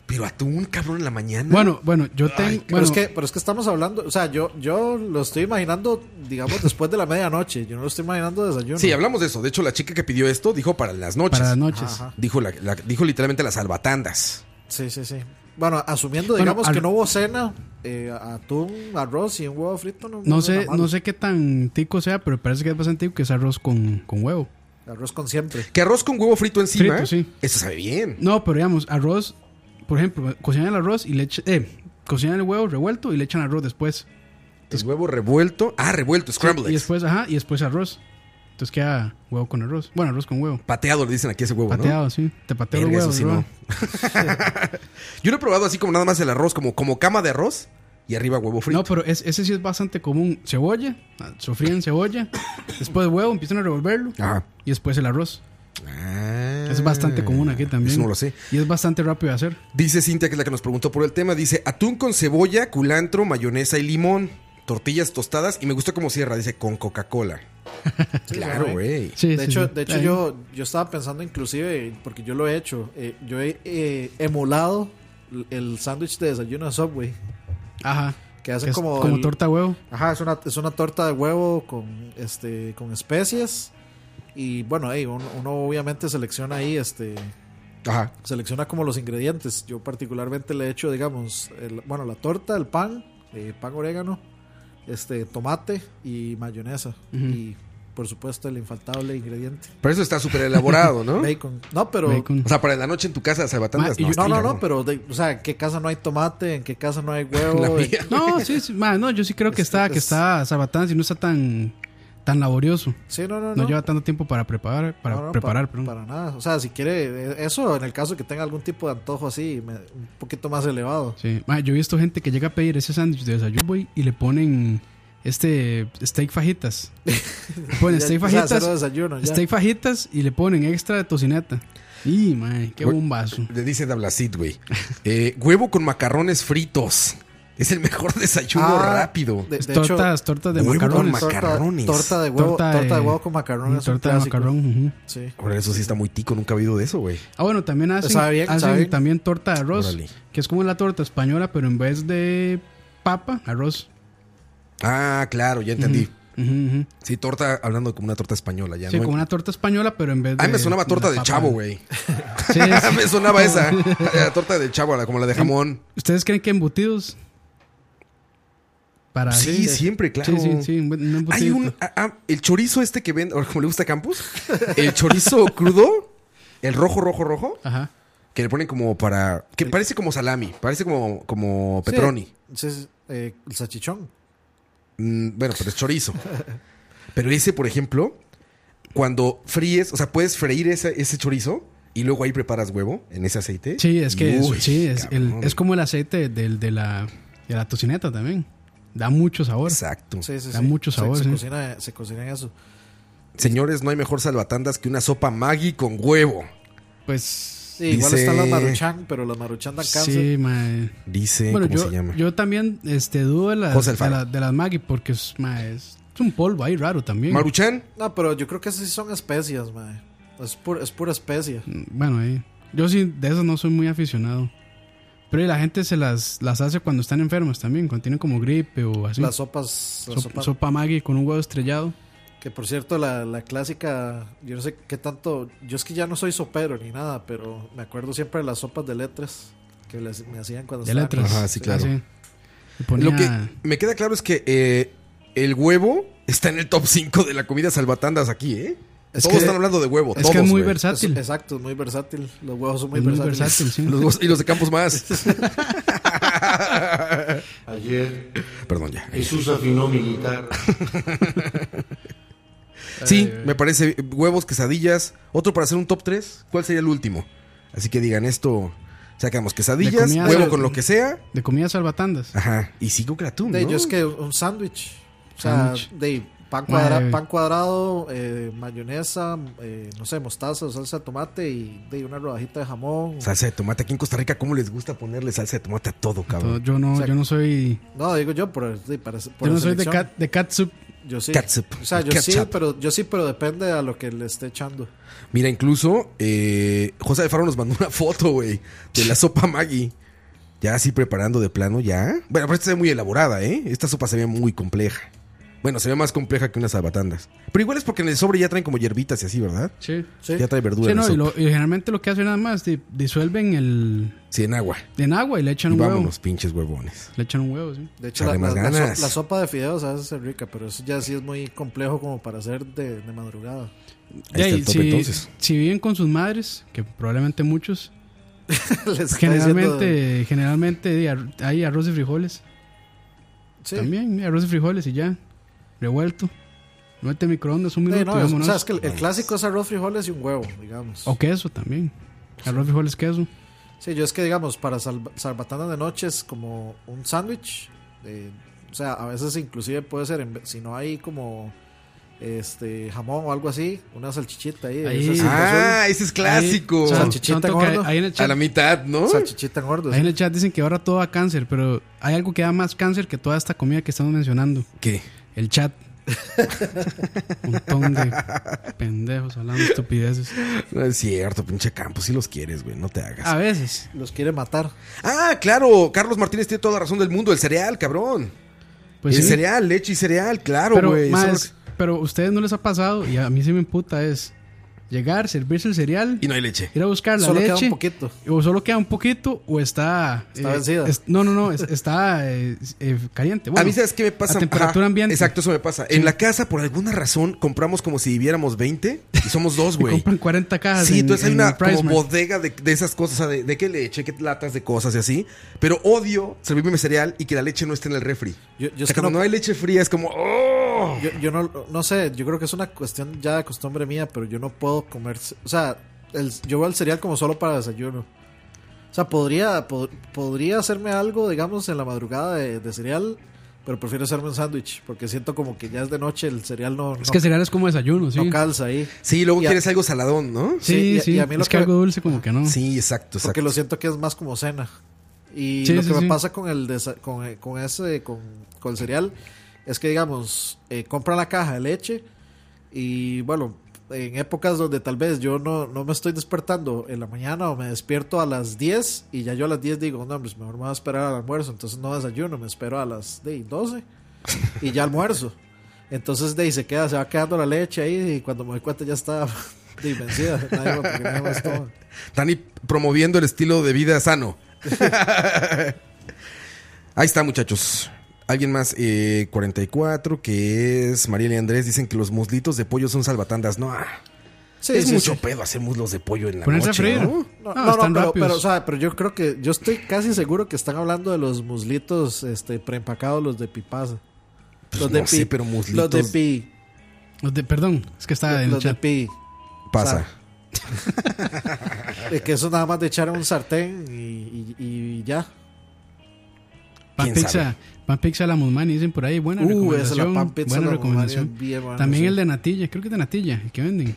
Pero atún, cabrón, en la mañana.
Bueno, bueno, yo tengo.
Pero,
bueno,
es que, pero es que estamos hablando, o sea, yo, yo lo estoy imaginando, digamos, después de la medianoche. Yo no lo estoy imaginando desayuno.
Sí, hablamos de eso. De hecho, la chica que pidió esto dijo para las noches.
Para las noches.
Ajá.
Dijo, la- la- dijo literalmente las albatandas.
Sí, sí, sí. Bueno, asumiendo,
Bueno,
digamos,
al-
que no hubo cena, eh, atún, arroz y un huevo frito. No,
no,
suena
sé,
mal.
no sé qué tan tico sea, pero parece que es bastante tico que es arroz con, con huevo.
Arroz con siempre.
Que arroz con huevo frito encima.
Frito, sí.
Eso sabe bien.
No, pero digamos, arroz, por ejemplo, cocinan el arroz y le echan. Eh, cocinan el huevo revuelto y le echan arroz después.
El huevo revuelto. Ah, revuelto, scrambled.
Y después, ajá, y después arroz. Entonces queda huevo con arroz. Bueno, arroz con huevo.
Pateado le dicen aquí a ese huevo,
Pateado,
¿no?
sí. Te pateo el
Verga, eso
huevo,
sí
bro.
no. Yo lo he probado así como nada más el arroz, como, como cama de arroz y arriba huevo frito.
No, pero es- ese sí es bastante común. Cebolla, ah, sofríen cebolla, después huevo, empiezan a revolverlo
Ajá.
y después el arroz.
Ah,
Es bastante común aquí también.
Eso no lo sé.
Y es bastante rápido de hacer.
Dice Cintia, que es la que nos preguntó por el tema, dice atún con cebolla, culantro, mayonesa y limón, tortillas tostadas y me gusta como cierra, dice con Coca-Cola. claro,
sí.
güey.
de hecho, de hecho yo, yo estaba pensando inclusive, porque yo lo he hecho, eh, yo he eh, emulado l- el sándwich de desayuno de Subway.
Ajá.
Que hacen
Es
como...
como
el-
torta de huevo.
Ajá, es una, es una torta de huevo con, este, con especias. Y bueno, ahí uno, uno obviamente selecciona ahí, este...
Ajá.
Selecciona como los ingredientes. Yo particularmente le he hecho, digamos, el- bueno, la torta, el pan, eh, pan orégano, este, tomate y mayonesa.
Ujú.
Y por supuesto el infaltable ingrediente.
Pero eso está súper elaborado,
¿Eh?
¿no?
Bacon. No, pero.
O sea, para la noche en tu casa de
Ah,
salvatandas, no. está
no, no,
cabrón.
no, pero, de- o sea, ¿en qué casa no hay tomate? ¿En qué casa no hay huevo?
La
¿En-
mía.
No, sí, sí, ma, no, yo sí creo que está, que está Sabatán, si no está tan, tan laborioso.
Sí, no, no,
no.
no.
lleva tanto tiempo para preparar, para
No, no,
preparar,
para,
perdón.
para nada. O sea, si quiere, eh, eso en el caso que tenga algún tipo de antojo así, me- un poquito más elevado.
Sí, ma, yo he visto gente que llega a pedir ese sándwich de desayuno güey, y le ponen este steak fajitas. Le ponen
Ya,
steak
o sea,
Pues, fajitas.
cero desayuno, ya.
steak fajitas y le ponen extra de tocineta. Y, mae, qué
Güey,
bombazo.
Le dice Dablacid, güey. Eh, huevo con macarrones fritos. Es el mejor desayuno
Ah,
rápido.
de- de
tortas, tortas de
huevo
macarrones.
con macarrones.
Torta, torta de huevo,
Torta
torta
de-
de, huevo con macarrones. es un
torta de
clásico.
macarrón, ujú.
Sí. Pues
Ahora, eso sí está muy tico, nunca he habido de eso, güey.
Ah, bueno, también hacen,
Sabe bien,
hacen
sabe bien.
también torta de arroz,
Órale.
que es como la torta española, pero en vez de papa, arroz.
Ah, claro, ya entendí.
Ujú, ujú.
Sí, torta, hablando como una torta española, ya
Sí,
no.
como una torta española, pero en vez de.
Ah, me sonaba torta
la
de
papa.
chavo, güey.
Sí, sí.
me sonaba esa. La torta de chavo, la- como la de jamón.
¿Ustedes creen que embutidos? Para
Sí, siempre, claro.
Sí, sí, Pues sí. Un buen- un
Hay
embutidito.
un. ah, ah, el chorizo este que vende. ahora, Como le gusta a Campus. El chorizo crudo. El rojo, rojo, rojo.
Ajá.
Que le ponen como para. Que parece como salami. Parece como, como pepperoni.
Sí, sí, eh, el salchichón.
Mm, bueno, pero es chorizo. Pero ese, por ejemplo, cuando fríes, o sea, puedes freír ese, ese chorizo y luego ahí preparas huevo en ese aceite.
Sí, es que es-
Uy,
sí, es, el-
cabrón.
es como el aceite del, de, la, de la tocineta también. Da mucho sabor.
Exacto.
Sí, sí,
Da
sí.
mucho
Se-
sabor,
Se,
sí.
cocina, se cocina en eso.
Señores, no hay mejor salvatandas que una sopa Maggi con huevo.
Pues.
Sí, igual
Dice-
están las maruchan, pero las maruchan dan cáncer.
Sí, mae.
Dice,
Bueno,
¿cómo
yo,
se llama?
yo también este, dudo de las,
José
de,
Alfaro.
la- de las Maggi porque es, mae, es- es un polvo ahí raro también.
No, pero yo creo que esas sí son especias, mae. Es, pur- es pura especia.
Mm, Bueno, ahí. Yo sí, de esas no soy muy aficionado. Pero y la gente se las, las hace cuando están enfermos también, cuando tienen como gripe o así.
Las sopas- las
Sop-
sopas.
Sopa Maggi con un huevo estrellado.
Que por cierto, la, la clásica, yo no sé qué tanto, yo es que ya no soy sopero ni nada, pero me acuerdo siempre de las sopas de letras que les- me hacían cuando
De
estaba-
letras.
Sí.
Ajá, sí, claro.
Y ponía-
Lo que me queda claro es que eh, el huevo está en el top 5 de la comida salvatandas aquí, ¿eh? todos están hablando de huevo. todos, güey.
Es- exacto, es muy versátil. Los huevos son muy
Es muy
versátiles.
versátil, sí. Los huevos- y los de Campos más.
Ayer.
Perdón, ya.
Eh,
Jesús afinó mi guitarra.
Sí, me parece huevos, quesadillas. Otro para hacer un top 3. ¿Cuál sería el último? Así que digan esto. Sacamos quesadillas,
comida-
huevo con lo que sea.
De comida salvatandas.
Ajá. Y sigo que atún, ¿no?
De, Yo es que un sándwich. O sea,
Sándwich.
de pan, cuadra-
Mae.
pan cuadrado, eh, mayonesa, eh, no sé, mostaza, salsa de tomate y de una rodajita de jamón.
Salsa de tomate. Aquí en Costa Rica, ¿cómo les gusta ponerle salsa de tomate a todo,
Todo-
cabrón?
Yo no, yo no soy.
No, digo yo, por, sí, para- por
Yo no
la
soy de,
selección.
cat, de catsup.
Yo sí.
Catsup.
O sea, yo sí,
Ketchup.
pero yo sí, pero depende a lo que le esté echando.
Mira, incluso eh, José de Faro nos mandó una foto, güey, de la sopa Maggi. Ya así preparando de plano, ya. Bueno, pero esta se ve muy elaborada, ¿eh? Esta sopa se ve muy compleja. Bueno, se ve más compleja que unas salvatandas. Pero igual es porque en el sobre ya traen como hierbitas y así, ¿verdad?
Sí.
Ya trae verdura.
Sí,
en la
no, y,
sopa.
lo- y generalmente lo que hacen nada más di- disuelven el.
Sí, en agua.
En agua y le echan
Y
un huevo.
vámonos, pinches huevones.
Le echan un huevo, sí.
De hecho, la,
Sale más
la- la so-
ganas.
la sopa de fideos a veces es rica, pero eso ya sí es muy complejo como para hacer de, de madrugada.
Ya, y si, si viven con sus madres, que probablemente muchos,
Les está
generalmente,
diciendo-
generalmente di, ar- hay arroz y frijoles.
Sí.
También arroz y frijoles y ya, revuelto. Mete este microondas un
Sí,
minuto y
no, es- o
vámonos.
sea, es que el, el clásico es arroz, frijoles y un huevo, digamos.
O queso también. Arroz, frijoles, queso.
Sí, yo es que, digamos, para salva- salvatana de noche es como un sándwich. eh, o sea, a veces inclusive puede ser, en ve- si no hay como este jamón o algo así, una salchichita ahí.
Ahí.
esa
Ah,
azul.
ese es clásico.
Ahí,
Son-
Salchichita
son toca-
gordo.
ahí en el chat- A la
mitad, ¿no?
Salchichita gordo.
Ahí en el chat dicen que ahora todo da cáncer, pero hay algo que da más cáncer que toda esta comida que estamos mencionando.
¿Qué?
El chat. Un montón de pendejos hablando estupideces.
No es cierto, pinche campo. Si los quieres, güey, no te hagas.
A veces.
Los quiere matar.
Ah, claro, Carlos Martínez tiene toda la razón del mundo. El cereal, cabrón.
Pues
el
sí.
cereal, leche y cereal, claro,
Pero,
güey. Eso
más,
es lo
pero a ustedes no les ha pasado, y a mí sí me emputa, es llegar, servirse el cereal.
Y no hay leche.
Ir a buscar la
Solo
leche.
queda un poquito.
O solo queda un poquito, o está. eh,
Está vencida.
es- no, no, no, es- está eh, eh, caliente.
a
Bueno,
mí, ¿sabes qué me pasa?
A temperatura
Ajá,
ambiente.
Exacto, eso me pasa. En la casa, por alguna razón, compramos como si viviéramos 20 y somos dos, güey.
Compran 40 cajas.
Sí,
en-
entonces hay
en
una
Ah, Price
como
Mart.
bodega de, de esas cosas, o sea, de, de qué leche, qué latas de cosas y así. Pero odio servirme mi cereal y que la leche no esté en el refri. O
Yo, yo es
sea,
que
cuando
no-
no hay leche fría es como, ¡oh!
Yo, yo no, no sé, yo creo que es una cuestión ya de costumbre mía, pero yo no puedo comer. O sea, el- yo veo el cereal como solo para desayuno. O sea, podría, pod- podría hacerme algo, digamos, en la madrugada de, de cereal, pero prefiero hacerme un sándwich, porque siento como que ya es de noche, el cereal no.
Es que el cereal es como desayuno, sí.
No calza ahí.
Sí, luego
Y a-
quieres algo saladón, ¿no?
Sí,
y- y
sí.
a mí lo
es que,
que-
algo dulce como que no.
Sí, exacto, exacto.
Porque lo siento que es más como cena. Y
Sí,
lo que
sí,
me
sí.
pasa con el desa- con, eh, con ese con, con el cereal es que digamos eh, compra la caja de leche y bueno en épocas donde tal vez yo no, no me estoy despertando en la mañana o me despierto a las 10 y ya yo a las 10 digo, no, pues mejor me voy a esperar al almuerzo, entonces no desayuno, me espero a las de, 12 y ya almuerzo. Entonces de ahí se queda, se va quedando la leche ahí y cuando me doy cuenta ya está de, vencida. Nadie, porque nadie más toma.
Dani promoviendo el estilo de vida sano. Ahí está, muchachos. Alguien más, eh, 44, que es Mariela y Andrés, dicen que los muslitos de pollo son salvatandas. No, ah.
Sí,
es
sí,
mucho
sí.
pedo hacer muslos de pollo en la
Ponerse a
noche,
freír.
¿no?
No,
No,
no,
están
no, pero,
rápidos.
pero, o sea, pero yo creo que yo estoy casi seguro que están hablando de los muslitos este, preempacados, los de pipaza.
Pues
los de
no sé, pero muslitos-
Los de pi.
Los de- perdón, es que
Ah,
estaba en el
Los de
chat.
pi.
Pasa.
Es Eh, que eso nada más de echar en un sartén y, y- y ya.
Pan
¿Quién
pizza,
sabe?
pan pizza a la Musmani, dicen por ahí. Buena
Uh, esa
recomendación.
la pan pizza a
buena
la Musmani
recomendación.
es bien buena,
También
sí.
el de natilla, creo que es de natilla, el que venden.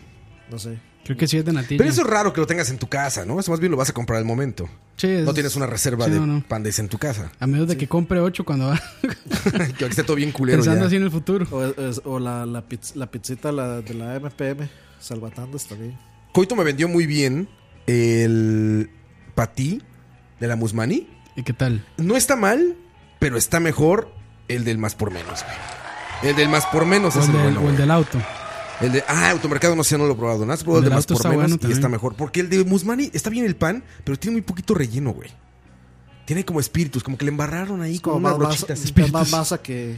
No sé.
Creo que sí es de natilla.
Pero eso es raro que lo tengas en tu casa, ¿no? Eso más bien lo vas a comprar al momento.
Sí, es-
no tienes una reserva
sí,
de
no, no.
pandes en tu casa.
A menos de que compre 8 cuando va.
que ahorita todo bien culero
Pensando
ya.
así en el futuro.
O, es- o la, la, piz- la pizzita la, de la MPM, Salvatando está bien.
Coito me vendió muy bien el patí de la Musmani.
¿Y qué tal?
No está mal, pero está mejor el del más por menos, güey. El del más por menos
O
es
el,
el
del-
bueno.
o el
güey.
del auto.
El de, ah, automercado no sé, no lo he probado. No has probado el
El
de
del
más
auto
por
está
menos
bueno
y
también.
está mejor. Porque el de Musmani está bien el pan, pero tiene muy poquito relleno, güey. Tiene como espíritus, como que le embarraron ahí con
Como
una
más, más-
brochita. así.
más masa que.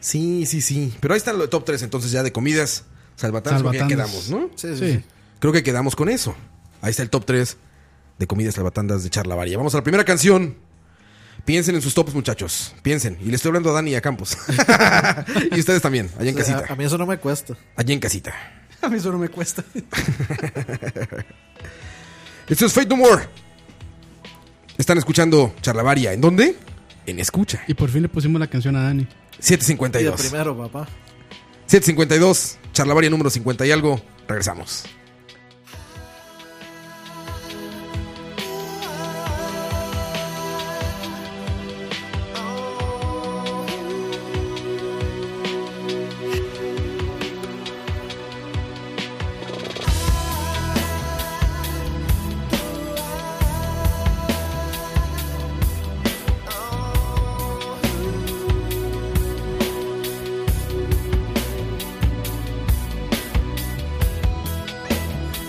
Sí, sí, sí. Pero ahí están los top 3 entonces ya de comidas. Salvatanas, porque ya
Salvatandas.
quedamos, ¿no?
Sí, sí, Sí. sí.
Creo que quedamos con eso. Ahí está el top 3 de comidas salvatandas de charla varia. Vamos a la primera canción. Piensen en sus tops, muchachos. Piensen. Y le estoy hablando a Dani y a Campos. y ustedes también, allá en
O sea,
casita.
a- a mí eso no me cuesta.
ah,
Allí en casita.
A mí eso no me cuesta.
Esto es Fate No More. Están escuchando Charlavaria. ¿En dónde? En Escucha.
Y por fin le pusimos la canción a Dani.
Pide
752.
primero, papá.
752. Charlavaria número 50 y algo. Regresamos.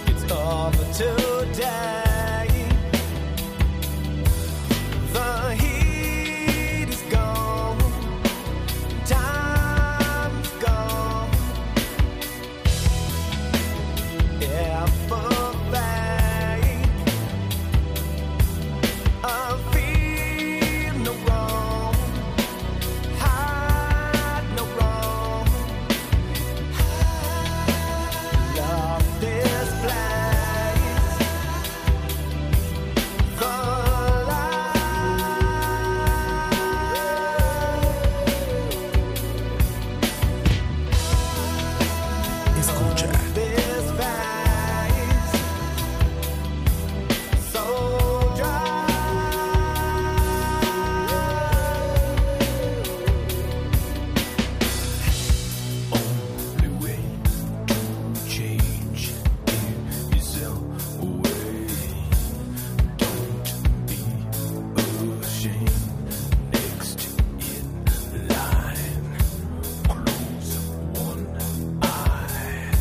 It's over today. The heat is gone. Time is gone. Effort fade. I feel no wrong. Hide no wrong. Love this place. The light. Love this place. So dry. Only way change is away. Don't be ashamed. Next in line, close one eye.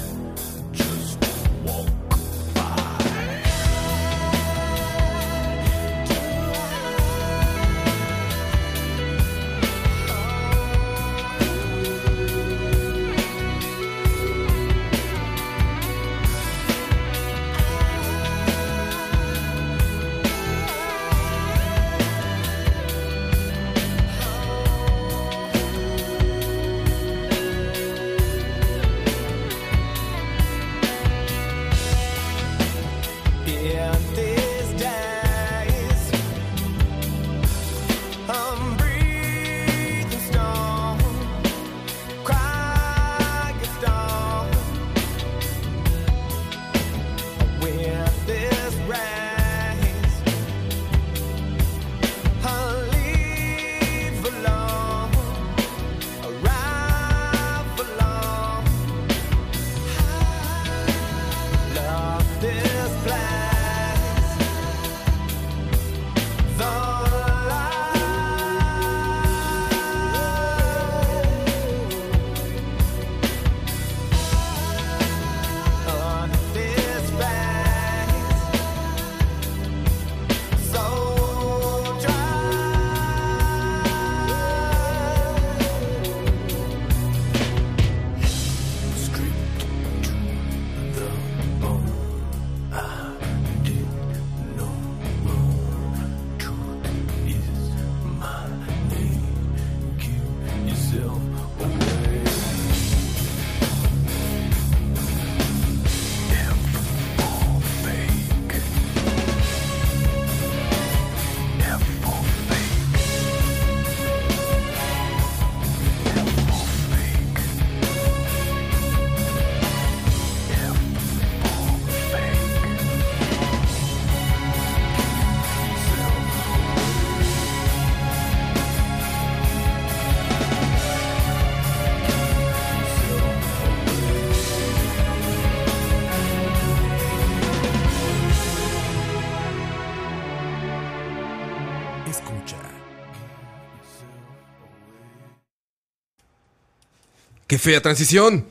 ¡Qué fea transición!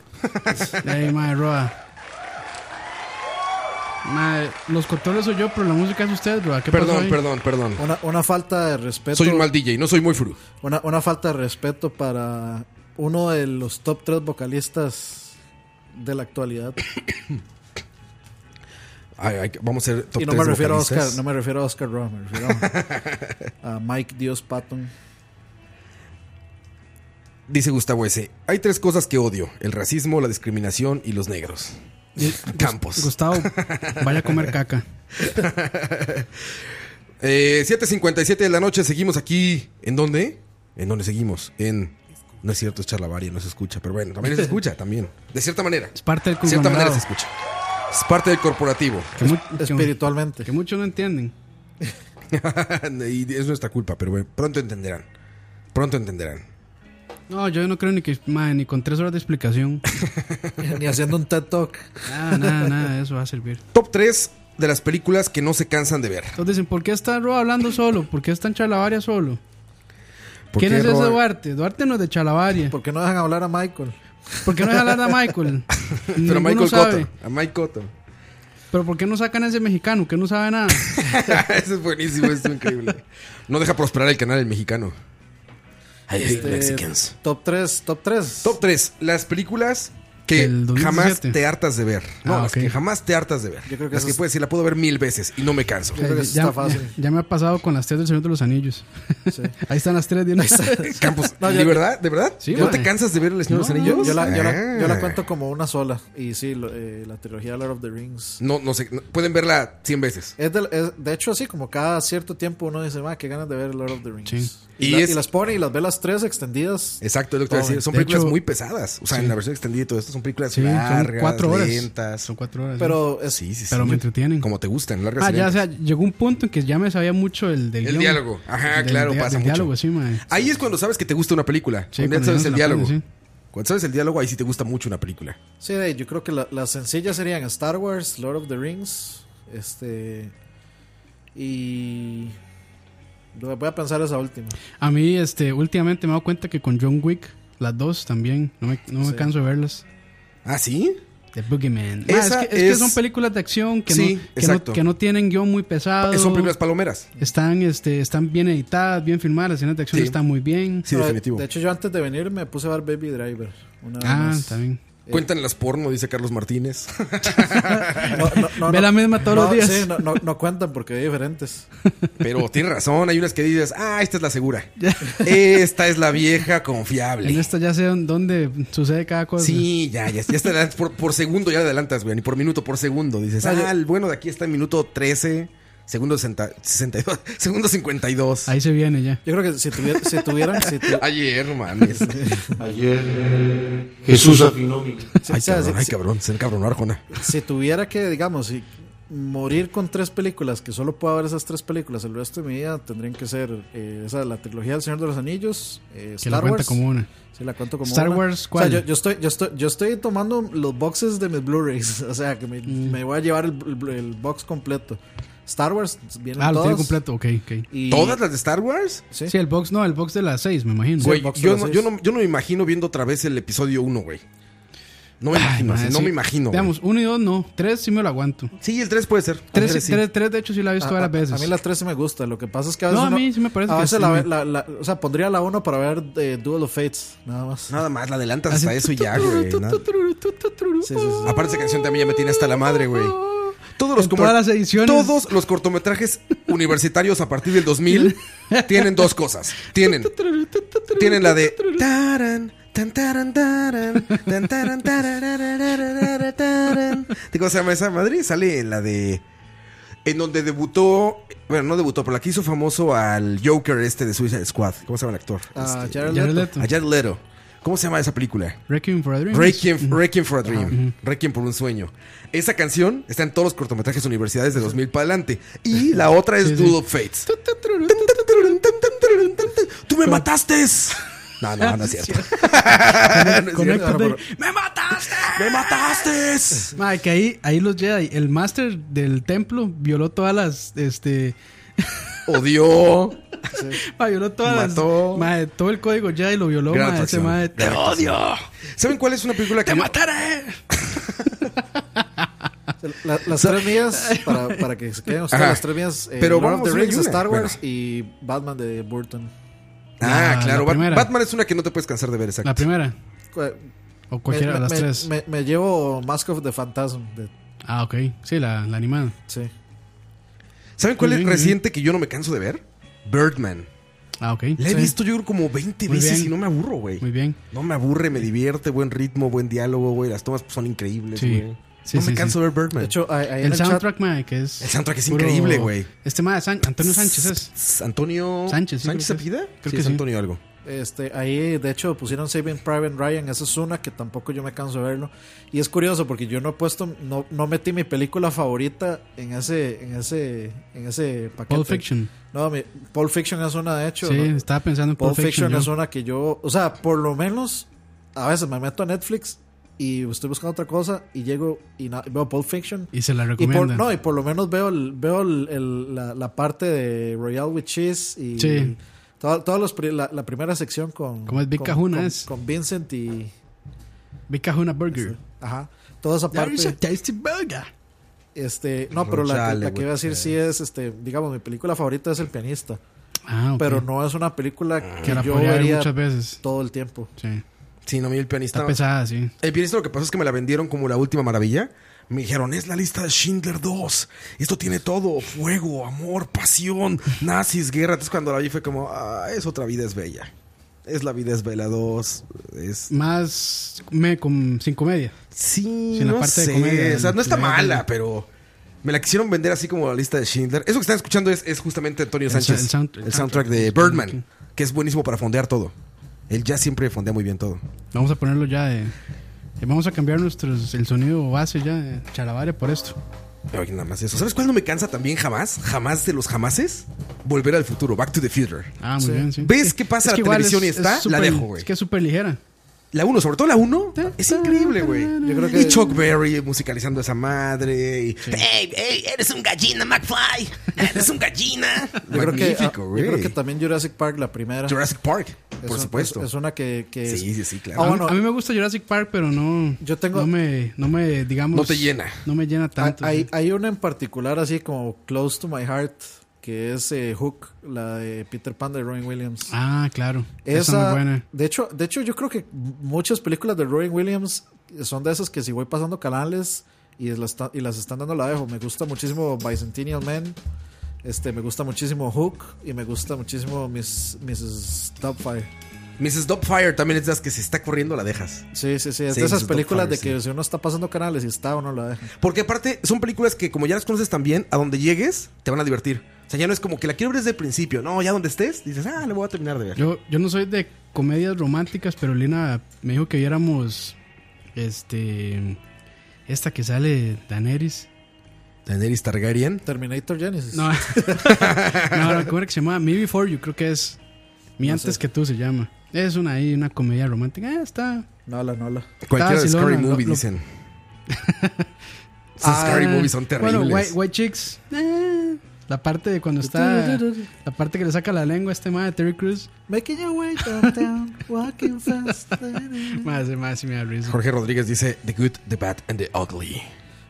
Ey, madre, Roa. Madre, los controles soy yo, pero la música es usted, Roa. ¿Qué pasó ahí?
perdón.
Una, una falta de respeto.
Soy un mal DJ, no soy muy fru.
Una, una falta de respeto para uno de los top tres vocalistas de la actualidad.
Ay, ay, vamos a ser top
y no me
tres
refiero a
vocalistas.
Oscar, no me refiero a Oscar Roa, me refiero a, a Mike Dios Patton.
Dice Gustavo S. Hay tres cosas que odio: el racismo, la discriminación y los negros. Campos.
Gustavo, vaya a comer caca.
Eh, 7.57 de la noche, seguimos aquí. ¿En dónde? ¿En dónde seguimos? En. No es cierto, es charlavaria, no se escucha, pero bueno, también se escucha, también. De cierta manera. Es
parte del
De cierta manera
conglomerado.
se escucha. Es parte del corporativo.
Espiritualmente.
Que muchos no entienden.
y es nuestra culpa, pero bueno, pronto entenderán. Pronto entenderán.
No, yo no creo ni que, madre, ni con tres horas de explicación.
ni haciendo un TED Talk.
Nada, nada, nada, de eso va a servir.
Top 3 de las películas que no se cansan de ver.
Entonces dicen, ¿por qué está Roa hablando solo? ¿Por qué está en Chalabaria solo?
¿Por
¿Quién
qué
es
Roa-
ese Duarte? Duarte no es de Chalabaria.
¿Por qué no dejan hablar a Michael?
¿Por qué no dejan hablar a Michael?
Pero a
Ninguno
Michael
sabe.
Cotton. A Mike Cotton.
¿Pero por qué no sacan a ese mexicano que no sabe nada?
Eso es buenísimo, es increíble. No deja prosperar el canal el mexicano. I hate
Este,
Mexicans.
Top 3, top 3.
Top 3, las películas que
Del 2017.
jamás te hartas de ver. No,
Ah,
las
ok.
que jamás te hartas de ver.
Yo creo que
las
eso
que
es-
puedes decir, la puedo ver mil veces y no me canso.
ya, ya- ya me ha pasado con las tres del Señor de los Anillos. Ahí están las tres de una
Campos, ¿de verdad? ¿De verdad?
Sí,
¿No
madre.
te cansas de ver El Señor de los
No, no,
Anillos?
Yo la, yo,
Ah.
la, yo la cuento como una sola. Y sí, lo- eh, la trilogía Lord of the Rings.
No, no sé. no- Pueden verla 100 veces.
Es de, es- de hecho, así como cada cierto tiempo uno dice, ma, qué ganas de ver Lord of the Rings. Y,
Y
la-
es-
y las pone y las ve las tres extendidas.
Exacto, es lo que te iba a
Todo.
decir. Son
De
películas
hecho-
muy pesadas. O sea,
Sí.
en la versión extendida y todo esto, son películas
Sí, son
largas,
cuatro horas.
lentas. eh,
Son cuatro horas.
Pero, es-
Sí, sí, sí.
pero me entretienen.
Como te gustan, largas
Ah,
y
ya, o
lentas.
sea, llegó un punto en que ya me sabía mucho el del
El
guión.
diálogo. Ajá,
Del-
claro,
del-
pasa
del
mucho.
diálogo, sí, mae.
Ahí es cuando sabes que te gusta una película. cuando
Sí,
ya
cuando
sabes
ya
el
se la
diálogo.
ponen,
Cuando sabes el diálogo, ahí sí te gusta mucho una película.
Sí, de- yo creo que la- las sencillas serían Star Wars, Lord of the Rings, este y lo- voy a pensar esa última.
A mí, este, últimamente me he dado cuenta que con John Wick, las dos también, no me, no me
Sí.
canso de verlas.
¿Ah, sí?
The Boogeyman. Ma, es,
Esa
que, es que
es-
son películas de acción que,
Sí,
no, que, no,
exacto.
que no tienen guión muy pesado.
Son películas palomeras.
Están, este, están bien editadas, bien filmadas, las escenas de acción
Sí.
están muy bien.
Sí,
No,
definitivo.
De hecho, yo antes de venir me puse a ver Baby Driver. Una vez
Ah,
más.
está bien.
Cuentan las porno, dice Carlos Martínez.
No, no, no,
Ve
no.
la misma todos
No,
los días.
sí, no, no- no cuentan porque hay diferentes.
Pero tienes razón, hay unas que dices, ah, esta es la segura. Esta es la vieja
En este
confiable.
esta ya sé dónde- dónde sucede cada cosa.
Sí, ya, ya, ya está, adelant- por, por segundo ya la adelantas, güey, ni por minuto, por segundo. Dices,
Ah,
ah,
yo-
el bueno de aquí está en minuto 13, segundo 60 62, segundo 52.
Ahí se viene ya.
Yo creo que si, tuviera, si tuvieran. Si tu-
Ayer, mames.
Ayer Jesús afinó mi
Sí,
Ay,
o sea,
cabrón,
sí,
ay,
sí.
cabrón, ser cabrón, Arjona.
si tuviera que, digamos, si morir con tres películas, que solo pueda ver esas tres películas el resto de mi vida, tendrían que ser eh, esa, la trilogía del Señor de los Anillos,
Que
eh, Star
la cuenta
Wars.
como una.
Sí, la cuento como
Star
una.
Wars,
O sea,
¿cuál?
yo, yo estoy, yo, estoy, yo estoy tomando los boxes de mis Blu-rays. O sea, que me,
Mm.
me voy a llevar el, el- el box completo. Star Wars viene
Ah, lo tiene
todas.
completo, ok, ok.
Y-
¿Todas las de Star Wars?
Sí, el box no, el box de las 6, me imagino.
Güey, yo, no, yo, no, yo no me imagino viendo otra vez el episodio 1, güey. No me
Ah,
imagino, así,
Madre,
no
sí.
me imagino. güey.
Digamos, 1 y 2 no, 3 sí me lo aguanto.
Sí, el 3 puede ser.
3,
Tres, sí.
de hecho sí la he visto
A-
varias
a-
veces.
A mí las tres sí me gusta. Lo que pasa es que a
No,
veces.
a mí sí me parece
a
que
veces
sí
la,
me-
la- la- O sea, pondría la uno para ver eh, Duel of Fates. Nada más.
Nada más, la adelantas
Así,
hasta eso y ya, güey. nada. Aparte, esa canción también ya me tiene hasta la madre, güey. Todos los,
En
como-
todas las ediciones.
todos los cortometrajes universitarios a partir del 2000 tienen dos cosas. Tienen, tienen la de Taran, tan, taran, taran, tan, taran, tarararararara, taran. ¿De cómo se llama esa madre? Sale la de. En donde debutó. Bueno, no debutó, pero la que hizo famoso al Joker este de Suicide Squad. ¿Cómo se llama el actor?
A
Este,
Jared
Jared
Leto.
Leto.
a Jared Leto. ¿Cómo se llama esa película?
Requiem for a Dream.
Requiem, Requiem for a Dream. Requiem por un sueño. Esa canción está en todos los cortometrajes universidades de 2000 para adelante. Y la otra es
Sí, sí.
Duel of Fates. ¡Tú me mataste! No, no, no es cierto. No es cierto.
Conéctate.
¡Me mataste! ¡Me mataste!
Ma, que ahí, ahí los Jedi, el máster del templo violó todas las, este...
Odió.
Ma, violó todas las-
Mató.
ma, todo el código ya y lo violó.
Gran
ma, ese
actuación.
ma-
Gran actuación. ¿Saben cuál es una película que. ¡Te mataré!
La- las tres mías, para, para que se queden ustedes,
Ajá.
las tres mías: eh,
Pero
Lord of
vamos
the
una y
Rings,
una.
Star Wars y Batman de Burton.
Ah,
La-
claro.
la
Bat-
primera.
Batman es una que no te puedes cansar de ver, exacto.
La primera.
Cu- eh,
O cualquiera de
me-
las
me-
tres.
Me, me llevo Mask of the Phantasm. de-
Ah, ok. Sí, la, la animada.
Sí.
¿Saben cuál
Muy
es
bien,
reciente que yo no me canso de ver? Birdman.
Ah, ok.
La he
Sí.
visto yo creo como 20
Muy
veces
bien.
y no me aburro, güey.
Muy bien.
No me aburre, me divierte, buen ritmo, buen diálogo, güey. Las tomas pues, son increíbles,
Sí.
güey.
Sí,
no
sí,
me canso
sí.
de ver Birdman.
De hecho, ahí- ahí en
el
el chat-
soundtrack, ma, que es.
El soundtrack es
puro-
increíble, güey.
Este ma, San- Antonio Sánchez es.
Antonio.
Sánchez, sí,
¿Sánchez
creo
se
que es.
pide? Sí,
Creo que
es
sí.
Antonio algo.
Este, ahí de hecho pusieron Saving Private Ryan, esa es una que tampoco yo me canso de verlo. Y es curioso porque yo no he puesto, no, no metí mi película favorita en ese, en ese, en ese paquete.
Pulp Fiction.
No, mi, Pulp Fiction es una de hecho.
Sí,
¿no?
estaba pensando en Pulp Fiction
es
yo.
una que yo, o sea, por lo menos a veces me meto a Netflix y estoy buscando otra cosa y llego y na- veo Pulp Fiction.
Y se la
Y por,
recomienda.
no, y por lo menos veo, el- veo el- el- la, la parte de Royal with Cheese y
Sí.
todo- todos los pri- la, la primera sección con,
¿Cómo es? Big
con,
Cajuna
con-
es.
con Vincent y este,
Big Cajuna Burger.
ajá, toda esa
There
parte.
is a tasty burger.
Este, no, pero la, que-
Rochale,
la que iba a decir
güey. pues, eh.
sí es, este, digamos, mi película favorita es El Pianista.
Ah, ok. Ah.
Pero no es una película que
Que la
yo
podría ver
vería
muchas veces.
todo el tiempo.
Sí.
Sí, no, a mí el pianista.
Está pesada, sí.
El pianista lo que pasó es que me la vendieron como la última maravilla. Me dijeron, es la lista de Schindler 2. Esto tiene todo: fuego, amor, pasión, nazis, guerra. Entonces, cuando la vi, fue como, ah, es otra vida, es bella. Es la vida es bella 2. Es.
Más me, con, sin comedia.
Sí,
Sin la
no
parte
sé,
de comedia.
o sea, no está
del-
mala, pero me la quisieron vender así como la lista de Schindler. Eso que están escuchando es, es justamente Antonio
El
Sánchez,
sa-
el,
el sound- el
soundtrack de Birdman, que es buenísimo para fondear todo. Él ya siempre fondea muy bien todo.
Vamos a ponerlo ya de. eh, Vamos a cambiar nuestros, el sonido base ya de Charabare por esto.
Pero oye, nada más eso. ¿Sabes cuál no me cansa también jamás? Jamás de los jamases. Volver al futuro, Back to the Future.
Ah, muy bien, sí.
¿Ves qué pasa
Es que
la
igual
televisión
es-
y está?
es
la
súper-
dejo, güey.
Es que es súper ligera.
La 1, sobre todo la 1, es increíble, güey. Y Chuck Berry musicalizando a esa madre. y- ¡Ey, ey, eres un gallina, McFly! ¡Eres un gallina!
Yo creo, que, ah,
Magnífico,
yo
güey.
creo que también Jurassic Park, la primera.
Jurassic Park, por
un-
supuesto.
Es, es una que. que
Sí, sí, sí, claro.
Ah, bueno,
a mí me gusta Jurassic Park, pero no. Yo tengo. No me, no me digamos.
No te llena.
No me llena tanto.
hay, hay una en particular, así como Close to My Heart, que es eh, Hook, la de Peter Pan de Robin Williams.
Ah, claro. Esa,
Esa,
muy buena.
De hecho, de hecho, yo creo que muchas películas de Robin Williams son de esas que si voy pasando canales y las, está- y las están dando la dejo. Me gusta muchísimo Bicentennial Man. Este, me gusta muchísimo Hook y me gusta muchísimo Miss, Mrs. Doubtfire.
Mrs. Doubtfire también es de las que se está corriendo, la dejas.
Sí, sí, sí. Es
Sí,
de esas
Mrs.
películas de
Doubtfire,
que si uno está pasando canales y está uno la deja.
Porque aparte, son películas que como ya las conoces también, a donde llegues, te van a divertir. O sea, ya no es como que la quiero ver desde el principio. No, ya donde estés, dices, ah, le voy a terminar de ver.
Yo, yo no soy de comedias románticas, pero Lina me dijo que viéramos. Este. Esta que sale Daenerys.
Daenerys Targaryen.
Terminator Genesis.
No. no, no, ¿cómo era que se llama? Me Before You, creo que es. Mi
No
Antes
sé.
que tú se llama. Es una ahí, una comedia romántica. Ah, está.
No la, no la.
Cualquiera de
Está
Scary
vacilona, lo-
Movie,
lo-
dicen. Esas Scary Movies son terribles.
Ah, Bueno, White, White Chicks.
Ah,
eh, la parte de cuando está. La parte que le saca la lengua a este madre de Terry Cruz.
Making your way downtown, walking fast.
Más, más, sí me da risa.
Jorge Rodríguez dice, The Good, The Bad and The Ugly.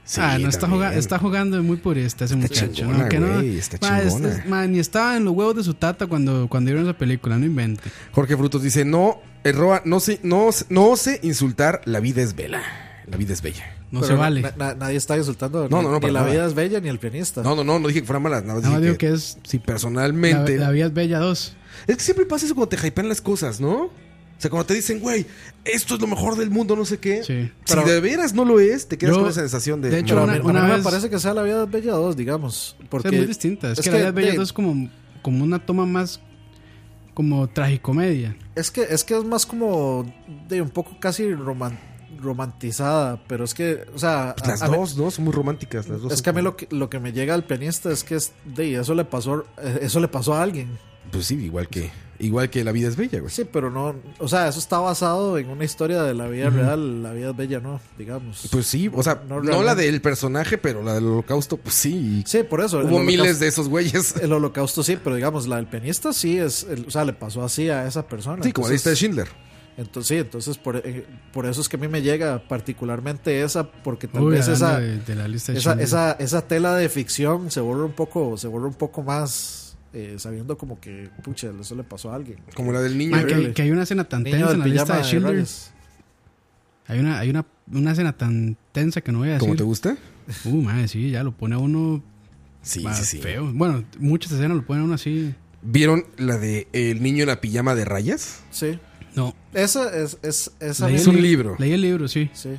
Sí,
ah, no, está,
también.
juga- está jugando muy purista ese muchacho.
chingona,
¿no? Que no-
güey, está
Ma, es-
chingona.
es- ma, ni estaba en los huevos de su tata cuando, cuando vieron esa película, no invente.
Jorge Frutos dice, no, eh, Roa, no sé, no, sé- no sé insultar, la vida es bella. La vida es bella.
No
Pero
se vale.
na- na- nadie está insultando.
No,
ni-
no, no,
Ni
para
la
nada.
vida es bella ni el pianista.
No, no, no, no dije que fuera mala. Nada más
Nada más
dije
digo que es
si
la,
personalmente...
la vida es bella 2.
Es que siempre pasa eso cuando te hypean las cosas, ¿no? O sea, cuando te dicen, güey, esto es lo mejor del mundo, no sé qué.
Sí.
Si
Pero-
de veras no lo es, te quedas
Yo-
con esa sensación de...
de hecho,
no,
una-
no,
Bueno,
una
a mí
vez-
me parece que sea la vida es bella 2, digamos. Porque
es muy distinta. Es, que, la vida es bella
de-
2 es como, como una toma más como tragicomedia.
Es que, es que es más como de un poco casi roman- romantizada, pero es que, o sea,
pues
a-
las
a mí-
dos, ¿no? Son muy románticas las dos.
es
son
que a mí
como-
lo que, lo que me llega al pianista es que es de eso le pasó, eh, eso le pasó a alguien.
Pues sí, igual que, igual que la vida es bella, güey.
Sí, pero no, o sea, eso está basado en una historia de la vida
Ujú.
real, la vida es bella, ¿no? Digamos.
Pues sí, o sea, no, la
realmente.
del personaje, pero la del holocausto, pues sí.
Sí, por eso.
Hubo
el
miles
holocausto-
de esos güeyes.
El holocausto sí, pero digamos, la del pianista sí es, el- o sea, le pasó así a esa persona.
Sí, como la lista de Schindler.
Entonces, sí, entonces por, eh, por eso es que a mí me llega particularmente esa, porque tal
Uy,
vez esa,
hablando de- de la lista de
esa,
Schindler.
esa, esa tela de ficción se borra un poco, se borra un poco más eh, sabiendo como que, pucha, eso le pasó a alguien.
Como la del
Ma, que, que hay una escena tan tensa en la lista de Schindler.
Schindler
hay una, hay una, una escena tan tensa que no voy a decir.
¿Cómo te gusta?
Uh, madre, sí, ya lo pone a uno.
Sí,
ma,
sí, sí.
Feo. Bueno, muchas escenas lo ponen a uno así.
¿Vieron la de El niño en la pijama de rayas?
Sí.
No.
Esa es, es, esa
Leí
misma-
Es un libro.
Leí el libro, sí.
Sí.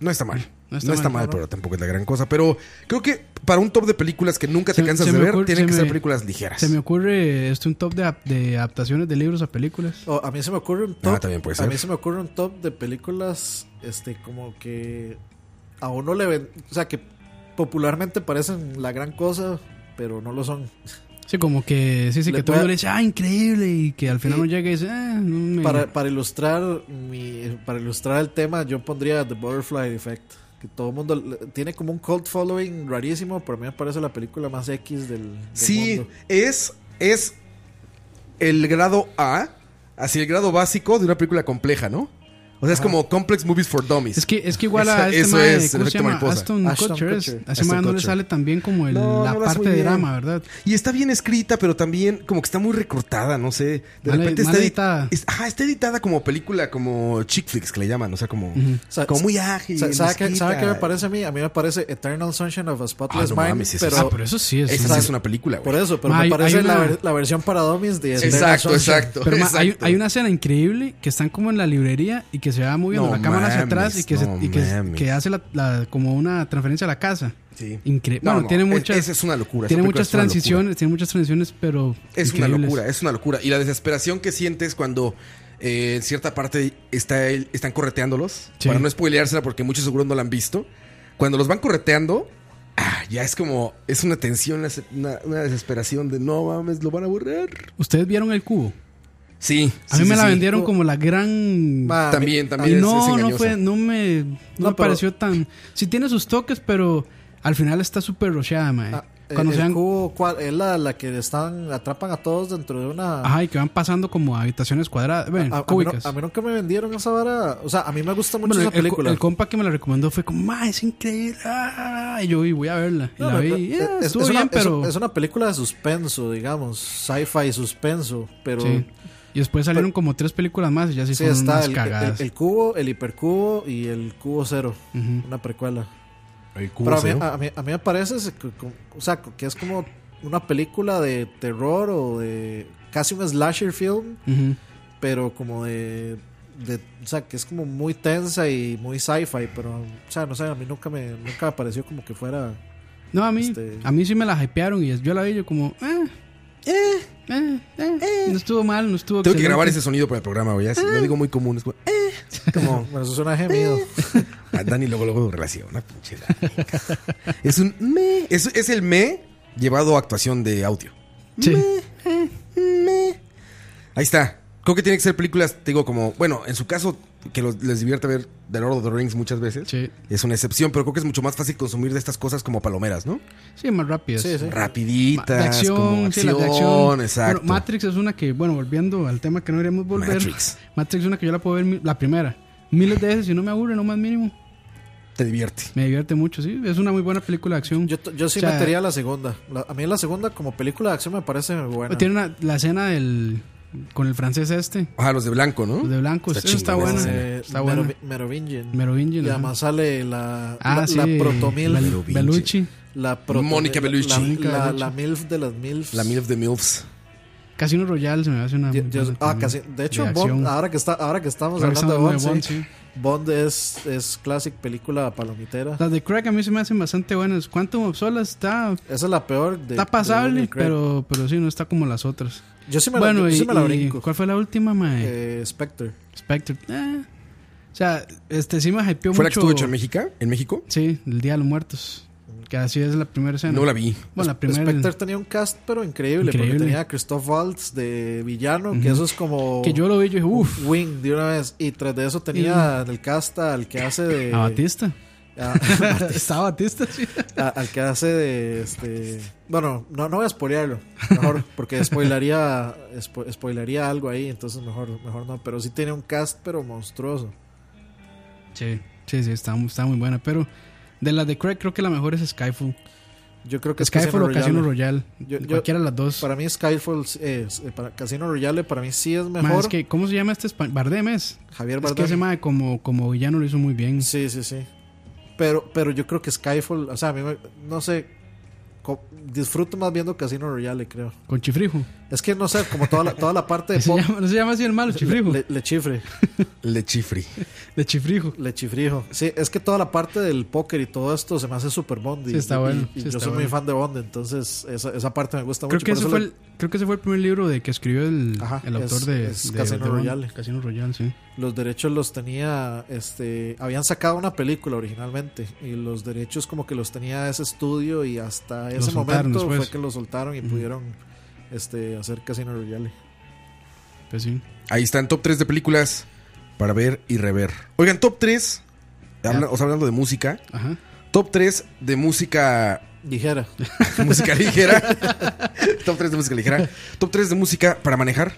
No está mal. No
No
está,
está
mal,
mal, ¿no?
pero tampoco es la gran cosa. Pero creo que para un top de películas que nunca te cansas de ver, tienen que ser películas ligeras.
Se me ocurre este un top de, ap- de adaptaciones de libros a películas.
O Oh, a mí se me ocurre un top.
Ah, también puede
A
ser.
mí se me ocurre un top de películas, este, como que a uno le ven, o sea, que popularmente parecen la gran cosa, pero no lo son.
Sí, como que sí, sí,
Le
que todo el
puede-
mundo le dice, ah, increíble, y que al final
Y-
no llega y dice, ah, no me...
Para, para ilustrar mi, para ilustrar el tema, yo pondría The Butterfly Effect, que todo el mundo le- tiene como un cult following rarísimo, pero a mí me parece la película más X del, del
Sí,
mundo.
es, es el grado A, así el grado básico de una película compleja, ¿no? O sea, es como Complex Movies for Dummies.
Es que, es que igual
Eso-
a este
eso es
mae,
el
¿cómo se
efecto
llama?
mariposa.
Aston
Ashton
Kutcher, es-
Kutcher.
a ese mae
Ashton
no le
Kutcher.
sale también como el-
Este No,
la
no lo hace
parte
muy
de
bien.
drama, ¿verdad?
Y está bien escrita, pero también como que está muy recortada, no sé. De
Mal-
repente
mal
está editada. ajá, está editada como película, como chick flicks que le llaman, o sea, como, como muy ágil.
Sa- ¿Sabe qué,
mezquita.
sabe qué me parece a mí? A mí me parece Eternal Sunshine of a
Ah,
Spotless
no
Mind.
mames, esa
pero,
es- ah, pero eso sí es- esa sí es una película, güey.
Por eso, pero
Ma, hay-
me parece
hay una-
la, ver- la versión para dummies de Eternal
Exacto,
Sunshine.
exacto.
Pero mae, hay, hay una escena increíble que están como en la librería y que se va moviendo
No
la cámara hacia
mames,
atrás y que,
no
se, y que,
mames.
que hace la, la- como una transferencia a la casa.
Sí.
Increíble.
No,
bueno,
no,
tiene
es-
muchas.
esa es una locura, esa
Tiene
película
muchas
es una locura.
transiciones, tiene muchas transiciones, pero.
Es una
increíbles.
locura, es una locura. Y la desesperación que sientes cuando eh, en cierta parte está el- están correteándolos.
Sí.
Para no spoileársela, porque muchos seguro no la han visto. Cuando los van correteando, ah, ya es como. Es una tensión, es una, una desesperación de no mames, lo van a borrar.
¿Ustedes vieron el cubo?
Sí.
A mí me la vendieron como la gran.
Ma, También, a- también
Y
es-
no,
es engañosa.
no fue, no
eh,
me, no
No,
me
pero-
pareció tan. Sí tiene sus toques, pero al final está súper rocheada, mae. Cuando
ah, el
se dan,
cubo, ¿cuál? es la, la que están atrapan a todos dentro de una.
ajá, y que van pasando como a habitaciones cuadradas, bueno,
a, a mí no-
cúbicas.
a mí nunca me vendieron esa vara. O sea, a mí me gusta mucho
Bueno,
esa
el- el,
película.
el compa que me la recomendó fue como, ma, es increíble. ah", y yo "Y voy a verla. Y
No,
la
no,
vi.
no,
y,
es-
"Ah,
es,
estuvo
es
bien,
una, es-
pero.
es una película de suspenso, digamos. Sci-fi suspenso. Pero.
sí. Y después salieron como tres películas más y ya se
Sí,
fueron
está
unas
el, el-
cagadas.
el cubo, el hipercubo y el cubo cero. Una precuela.
El
cubo
Pero a mí-
cero.
A, mí, a mí me parece ese que- como- o sea, que es como una película de terror o de casi un slasher film,
Ujú.
pero como de, de- O sea, que es como muy tensa y muy sci-fi, pero... O sea, no sé, a mí nunca me, nunca me pareció como que fuera...
No, a mí,
este-
a mí sí me la hypearon y yo la vi yo como, "Ah, eh, eh, eh". No estuvo mal, no estuvo
Tengo que grabar ese
excelente.
sonido para el programa, güey. ya sé, Lo digo muy común. Es como. eh, como
Bueno, eso suena gemido.
a Dani luego luego relaciona. pinche Dani. Es un me. Es, es el me llevado a actuación de audio.
Sí.
Ahí está. Creo que tiene que ser películas, te digo, como, bueno, en su caso, que los- les divierte ver The Lord of the Rings muchas veces. Es una excepción, pero creo que es mucho más fácil consumir de estas cosas como palomeras, ¿no?
Sí, más rápido.
Rapiditas,
De acción,
como
sí, las de
acción,
acción.
exacto.
Bueno, Matrix es una que, bueno, volviendo al tema que no deberíamos volver.
Matrix.
Matrix es una que yo la puedo ver mi- la primera. Miles de veces y no me aburre, no más mínimo.
Te divierte.
Me divierte mucho, sí. Es una muy buena película de acción. Yo,
Yo sí metería la segunda. La- a mí la segunda como película de acción me parece buena.
Tiene una- la escena del, con el francés este.
Ajá, los de blanco, ¿no?
Los de blanco, eso está
chingón
buena.
esa escena.
Eh,
Está
Mero-
buena.
Merovingian.
Merovingian,
Y
ajá.
además sale la,
Ah,
la,
sí,
la protomil.
Bel- Merovingian. Bellucci.
La protomil-
Mónica Bellucci.
la-
Mónica
La,
Bellucci.
la MILF de las MILFs.
La MILF de MILFs.
Casino Royale se me hace una. muy buena
Ah,
también.
casi. De hecho,
acción.
Bond, ahora, que está, ahora que estamos
Ahora que
hablando
estamos
de Bond,
hablando
sí. Bond es, es classic película palomitera.
Las de Craig a mí se me hacen bastante buenas. Quantum of Solace está.
Esa es la peor. De,
Está
de
pasable,
Daniel Craig.
pero, pero sí, no está como las otras.
Yo sí me la-
bueno,
yo
y,
sí me la
y
brinco.
¿Cuál fue la última, mae?
Eh, Spectre.
Spectre. eh. O sea, este sí me hypeó
¿Fue la que
mucho.
estuvo hecho en México? ¿En México?
Sí, el Día de los Muertos.
que así es la primera escena.
No la vi.
Bueno, la primera.
Spectre tenía un cast, pero increíble,
Increíble.
porque tenía a Christoph Waltz de villano, que
Ujú.
eso es como.
Que yo lo vi, yo dije, uff.
Wing de una vez. Y tras de eso tenía del cast al que hace de.
A Batista.
Ah.
A-
Está Batista, sí.
a- al que hace de. Este, bueno, no, no voy a spoilearlo. Mejor, porque spoilaría, spo- spoilaría algo ahí, entonces mejor, mejor no. Pero sí tiene un cast, pero monstruoso.
Sí, sí, sí, está, mu- está muy buena. Pero de las de Craig, creo que la mejor es Skyfall.
Yo creo que es
Skyfall o Casino
Royale.
Royale.
Yo- yo-
cualquiera de las dos.
Para mí, Skyfall es. eh, para Casino Royale, para mí sí es
Más
mejor.
es que, ¿Cómo se llama este español? Bardem es.
Javier
Es que
Bardem.
ese mae como, como villano lo hizo muy bien.
Sí, sí, sí. Pero, pero yo creo que Skyfall, o sea, a mí me- no sé. co- Disfruto más viendo Casino Royale, creo.
Con Chifrijo.
Es que no sé, como toda la, toda la parte de.
Se
pop-
llama- no se llama así el malo, Chifrijo.
Le, le chifre.
Le chifri.
Le chifrijo.
Le chifrijo. Sí, es que toda la parte del póker y todo esto se me hace super Bond. y-
Sí, está
y-
bueno,
y
sí,
yo
está
soy muy
bueno.
fan de Bond, entonces esa, esa parte me gusta
Creo
mucho.
que,
por
ese
eso
fue
le-
el, creo que ese fue el primer libro de que escribió el,
Ajá,
el autor
es-
de,
es
de-
Casino
de Bond.
Royale.
Casino Royale, sí.
los derechos los tenía, este, habían sacado una película originalmente y los derechos como que los tenía ese estudio y hasta ese
soltaron
momento
después.
fue que los soltaron y
Ujú.
pudieron este, hacer Casino Royale.
Pues sí.
Ahí están top 3 de películas para ver y rever. Oigan, top 3, habla- o sea, hablando de música. Top 3 de música.
Ligera.
música ligera. top 3 de música ligera. Top 3 de música para manejar.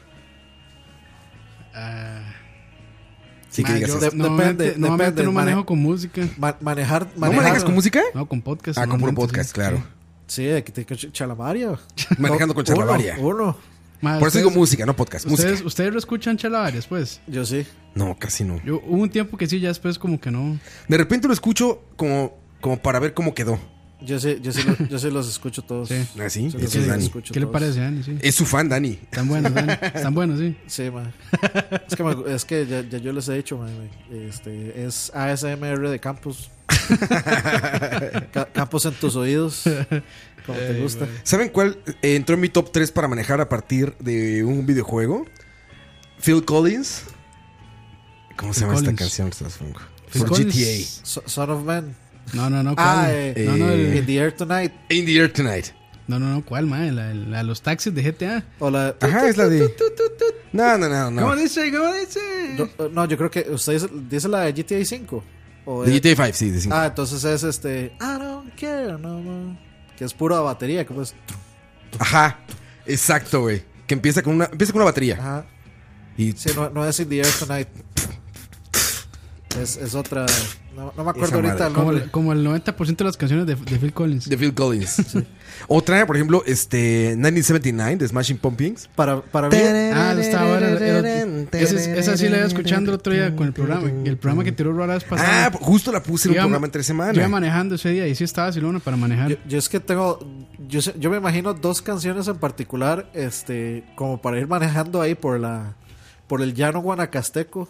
Sí, que
Mae,
digas
Ah, yo-
eso.
no, normalmente- normalmente no manejo con música.
manejar, este
¿No manejas con música?
No, con podcast.
Ah, con puro
normalmente,
podcast,
sí.
claro.
Sí, aquí te Chalamaria.
Manejando con
Uno,
Charlavaria.
Uno.
Mae,
Por eso
ustedes-
digo música, no podcast.
¿Ustedes,
Música.
¿Ustedes lo escuchan Chalabar después?
Yo sí.
No, casi no.
Yo, hubo un tiempo que sí, ya después como que no.
De repente lo escucho como, como para ver cómo quedó.
Yo sí, yo sí, lo- yo sí los escucho todos.
¿Ah, sí?
Yo los
Ese es Dani.
escucho
¿Qué le
todos.
parece, Dani? Sí.
Es su fan, Dani.
Están buenos, Dani. Están buenos, sí.
Sí, ma. Es que, me- es que ya, ya yo les he dicho, ma, me- este, es ASMR de Campos. Ca- Campos en tus oídos, como te gusta.
¿Saben cuál eh, entró en mi top 3 para manejar a partir de un videojuego? Phil Collins. ¿Cómo se
Phil
llama esta
Collins.
canción? Estás franco.
Phil
Por
Collins.
GTA.
So- Son of Man.
No, no, no. ¿cuál?
Ah, eh,
no, no,
In
el-
the Air Tonight.
In the Air Tonight.
no, no, no, ¿cuál, mae? La, la- los taxis de GTA.
O la-
Ajá, es la de. No, no, no, no.
¿Cómo dice? ¿Cómo dice?
Yo- no, yo creo que usted dice, dice la de GTA 5. O
De
de-
GTA 5, sí, de cinco.
Ah, entonces es este. I don't care no more. Que pues, es pura batería, como es.
Ah, Ajá. Exacto, güey. Que empieza con una, empieza con una batería.
Ajá.
Y
Sí, no, no es In the Air Tonight. Es, es otra. No, no me acuerdo ahorita el
Como,
nombre.
el- como el 90% de las canciones de, de Phil Collins.
de Phil Collins. Otra, por ejemplo, este 1979 de Smashing Pumpkins.
Para, para
mí.
Ah, está bueno. el- el- esa es- Esa sí la iba escuchando el otro día con el programa. El programa que tiró Rara vez pasada.
Ah, justo la puse en un
Iba-
programa entre semana.
Yo iba manejando ese día y sí estaba Silona para manejar.
Yo es que tengo. Yo, sé- yo me imagino dos canciones en particular, este, como para ir manejando ahí por la. Por el llano guanacasteco.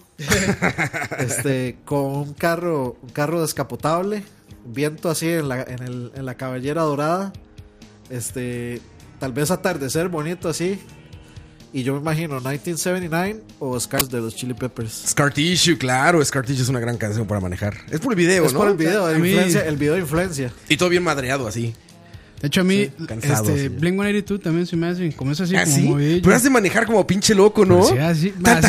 este, con un carro, un carro descapotable. Viento así en la, en el- en la cabellera dorada. Este. Tal vez atardecer bonito así. Y yo me imagino 1979 o Scars de los Chili Peppers.
Scar Tissue, claro. Scar Tissue es una gran canción para manejar. Es por el video,
es
¿no?
por el video,
A
de
mí-
influencia, el video de influencia.
Y todo bien madreado así.
De hecho, a mí,
cansado,
este,
sí.
Blink 182 también se me hace como es así,
¿Ah,
como
sí?
movidillo.
Pero has de manejar como pinche loco, ¿no?
Sí, así, ma, así-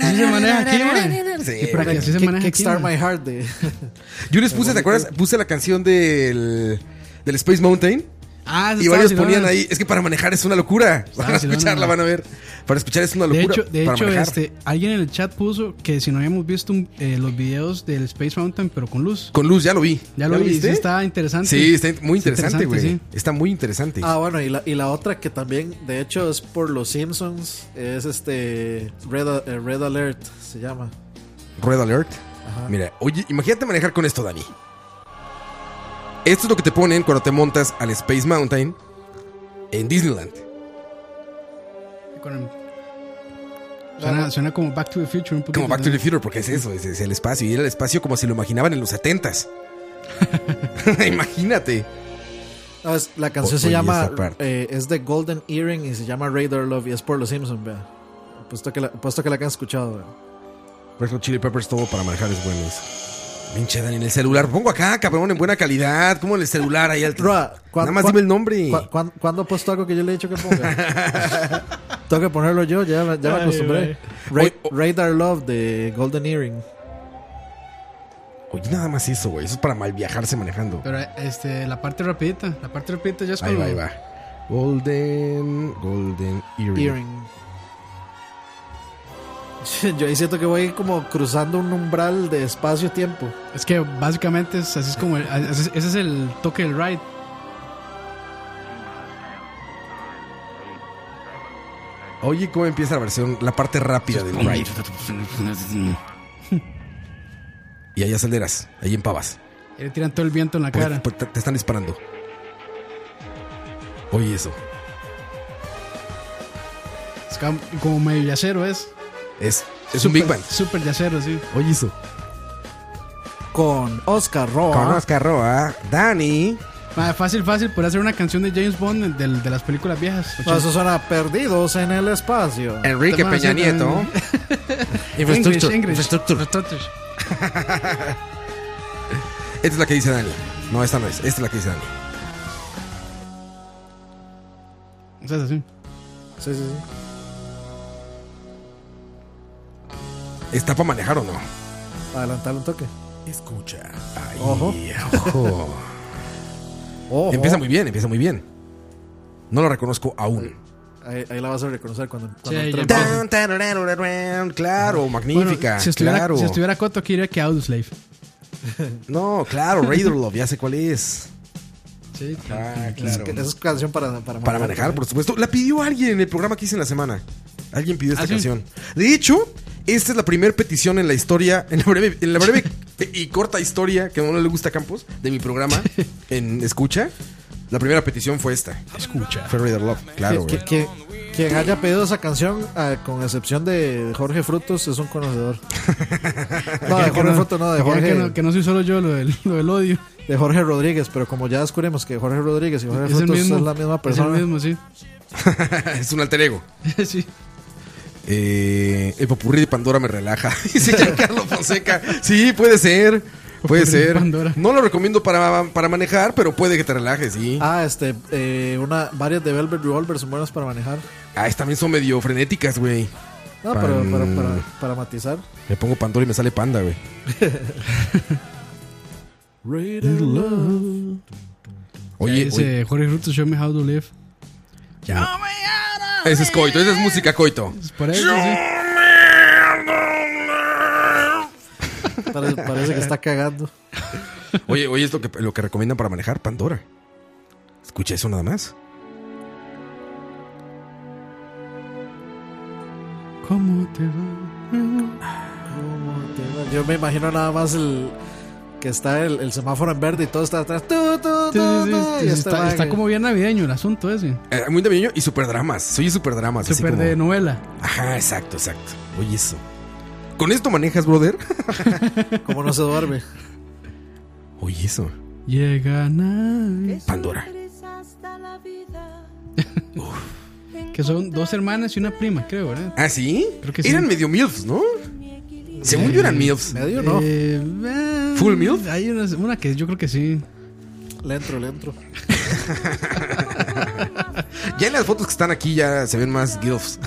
así se maneja aquí, man.
Sí,
Sí, pero aquí así se
Kick-
maneja aquí,
Kickstart
man.
My Heart de.
Yo les puse, ¿te acuerdas? Puse la canción del, del Space Mountain.
Ah,
Y varios ponían ahí. Es que para manejar es una locura. Van a
sí, no, no,
escucharla,
no.
van a ver. Para escuchar es una
De
locura.
hecho, de
para
hecho
manejar.
este, alguien en el chat puso que si no habíamos visto un- eh, los videos del Space Mountain, pero con luz.
Con luz, ya lo vi.
Ya lo vi, sí está interesante.
Sí, está muy interesante,
Interesante,
güey.
sí.
Está muy interesante.
Ah, bueno, y la, y la otra que también, de hecho, es por los Simpsons, es este Red, A- eh, Red Alert, se llama.
Red Alert.
Ajá.
Mira, oye, imagínate manejar con esto, Dani. Esto es lo que te ponen cuando te montas al Space Mountain en Disneyland.
Con- Suena, suena como Back to the Future un poquito.
Como Back to the Future, porque es eso, es, es el espacio. Y era el espacio como se lo imaginaban en los 70s. Imagínate.
No, es- la canción
O-
se
oye,
llama,
esa parte.
eh, es de Golden Earring y se llama Radar Love y es por los Simpsons, vea. Pues Puesto que la, puesto que la que han escuchado, vea.
Por eso Chili Peppers todo para manejar es bueno. eso. Pinche Dani, en el celular. Pongo acá, cabrón, en buena calidad. ¿Cómo en el celular ahí al
¿Cuán-
Nada más
cuán-
dime el nombre.
¿cuán- cuán- ¿Cuándo he puesto algo que yo le he dicho que ponga? Tengo que ponerlo yo, ya, me- ya me
Ay,
acostumbré.
güey.
Ra- Radar Love de Golden Earring.
Oye, nada más eso, güey. Eso es para mal viajarse manejando.
Pero este, la parte rapidita, la parte rapidita ya es
Ahí
cuando-
va, ahí
Mm.
va. Golden, Golden Earring.
Earring. Yo ahí siento que voy como cruzando un umbral de espacio-tiempo.
Es que básicamente es, así es como el- así es- ese es el toque del ride.
Oye, ¿cómo empieza la versión? La parte rápida del ride. Y ahí aceleras, ahí empavas.
Y le tiran todo el viento en la
Porque-
cara.
porque te, te están disparando. Oye, eso.
Es ca- como medio yacero es.
Es, es un Big Bang.
Super yacero, sí.
Oye, eso.
Con Oscar Roa.
Con Oscar Roa, Dani.
Ma, fácil, fácil, por hacer una canción de James Bond del- de, las películas viejas.
No, eso suena a perdidos en el espacio.
Enrique
Tema, sí,
Peña Nieto.
Infrastructure.
Infrastructure. Esta es la que dice Dani. No, esta no es. Esta es la que dice Dani.
O sea, es así.
Sí, sí, sí.
¿Está para manejar o no?
Adelantar un toque.
Escucha. Ahí,
Ojo.
ojo.
Ojo.
Empieza muy bien, empieza muy bien. No lo reconozco aún.
Ahí, ahí la vas a reconocer cuando, cuando
Sí,
entre
ya
el-
empieza.
Claro, magnífica.
Bueno, si estuviera,
claro.
si estuviera Coto aquí diría que Audioslave.
No, claro, Raider Love, ya sé cuál es.
Sí,
Ah,
Es, que- esa es canción para, para
Para manejar, por supuesto. La pidió alguien en el programa que hice en la semana. Alguien pidió esta
¿Ah, sí?
canción. De hecho, esta es la primera petición en la historia, en la breve, en la breve y corta historia que no le gusta a Campos de mi programa en Escucha. La primera petición fue esta.
Escucha.
Fue Raider Love, claro,
Que-
güey.
que- que- quien haya pedido esa canción, ah, con excepción de Jorge Frutos, es un conocedor. No, de
Aquel que
Jorge Frutos, no, de
aquel
Jorge.
Que no, que no soy solo yo lo del, lo del odio.
De Jorge Rodríguez, pero como ya descubrimos que Jorge Rodríguez y Jorge
Es el
Frutos
mismo,
es la misma
es el
persona.
mismo, sí.
es un alter ego.
sí.
Eh, el popurrí de Pandora me relaja. Dice Giancarlo Fonseca. Sí, puede ser. Puede
Popurrí de
ser.
Pandora.
No lo recomiendo para, para manejar, pero puede que te relajes, sí.
Ah, este, eh, una, varias de Velvet Revolver son buenas para manejar.
Ah, es- también son medio frenéticas, güey.
No, pero
Pan-
para, para, para matizar.
Me pongo Pandora y me sale panda, güey. Oye,
Ese Jorge Frutos, Show Me How to Live.
oye, ese es coito, esa es música coito.
Por eso, sí.
Pare- parece que está cagando.
Oye, oye, es lo que, lo que recomiendan para manejar, Pandora. Escucha eso nada más.
¿Cómo te va?
¿Cómo te va? Yo me imagino nada más el que está el, el semáforo en verde y todo está atrás. Tu, tu, tu,
Sí, sí, sí,
tu,
sí,
y este
está,
va
está
que-
como bien navideño el asunto ese.
Eh, muy de niño y superdramas. Soy superdramas. así
Super
como-
de novela.
Ajá, exacto, exacto. Oye, eso. ¿Con esto manejas, brother?
Como no se duerme.
Oye, eso.
Llega Navidad.
Pandora.
Que son dos hermanas y una prima, creo, ¿verdad?
¿Ah, sí?
Creo que sí.
eran medio MILFs, ¿no? Según yo eran MILFs.
Medio no.
Eh, eh,
¿Full milf?
Hay una, una que yo creo que sí.
Le entro, le entro.
Ya en las fotos que están aquí ya se ven más GILFs.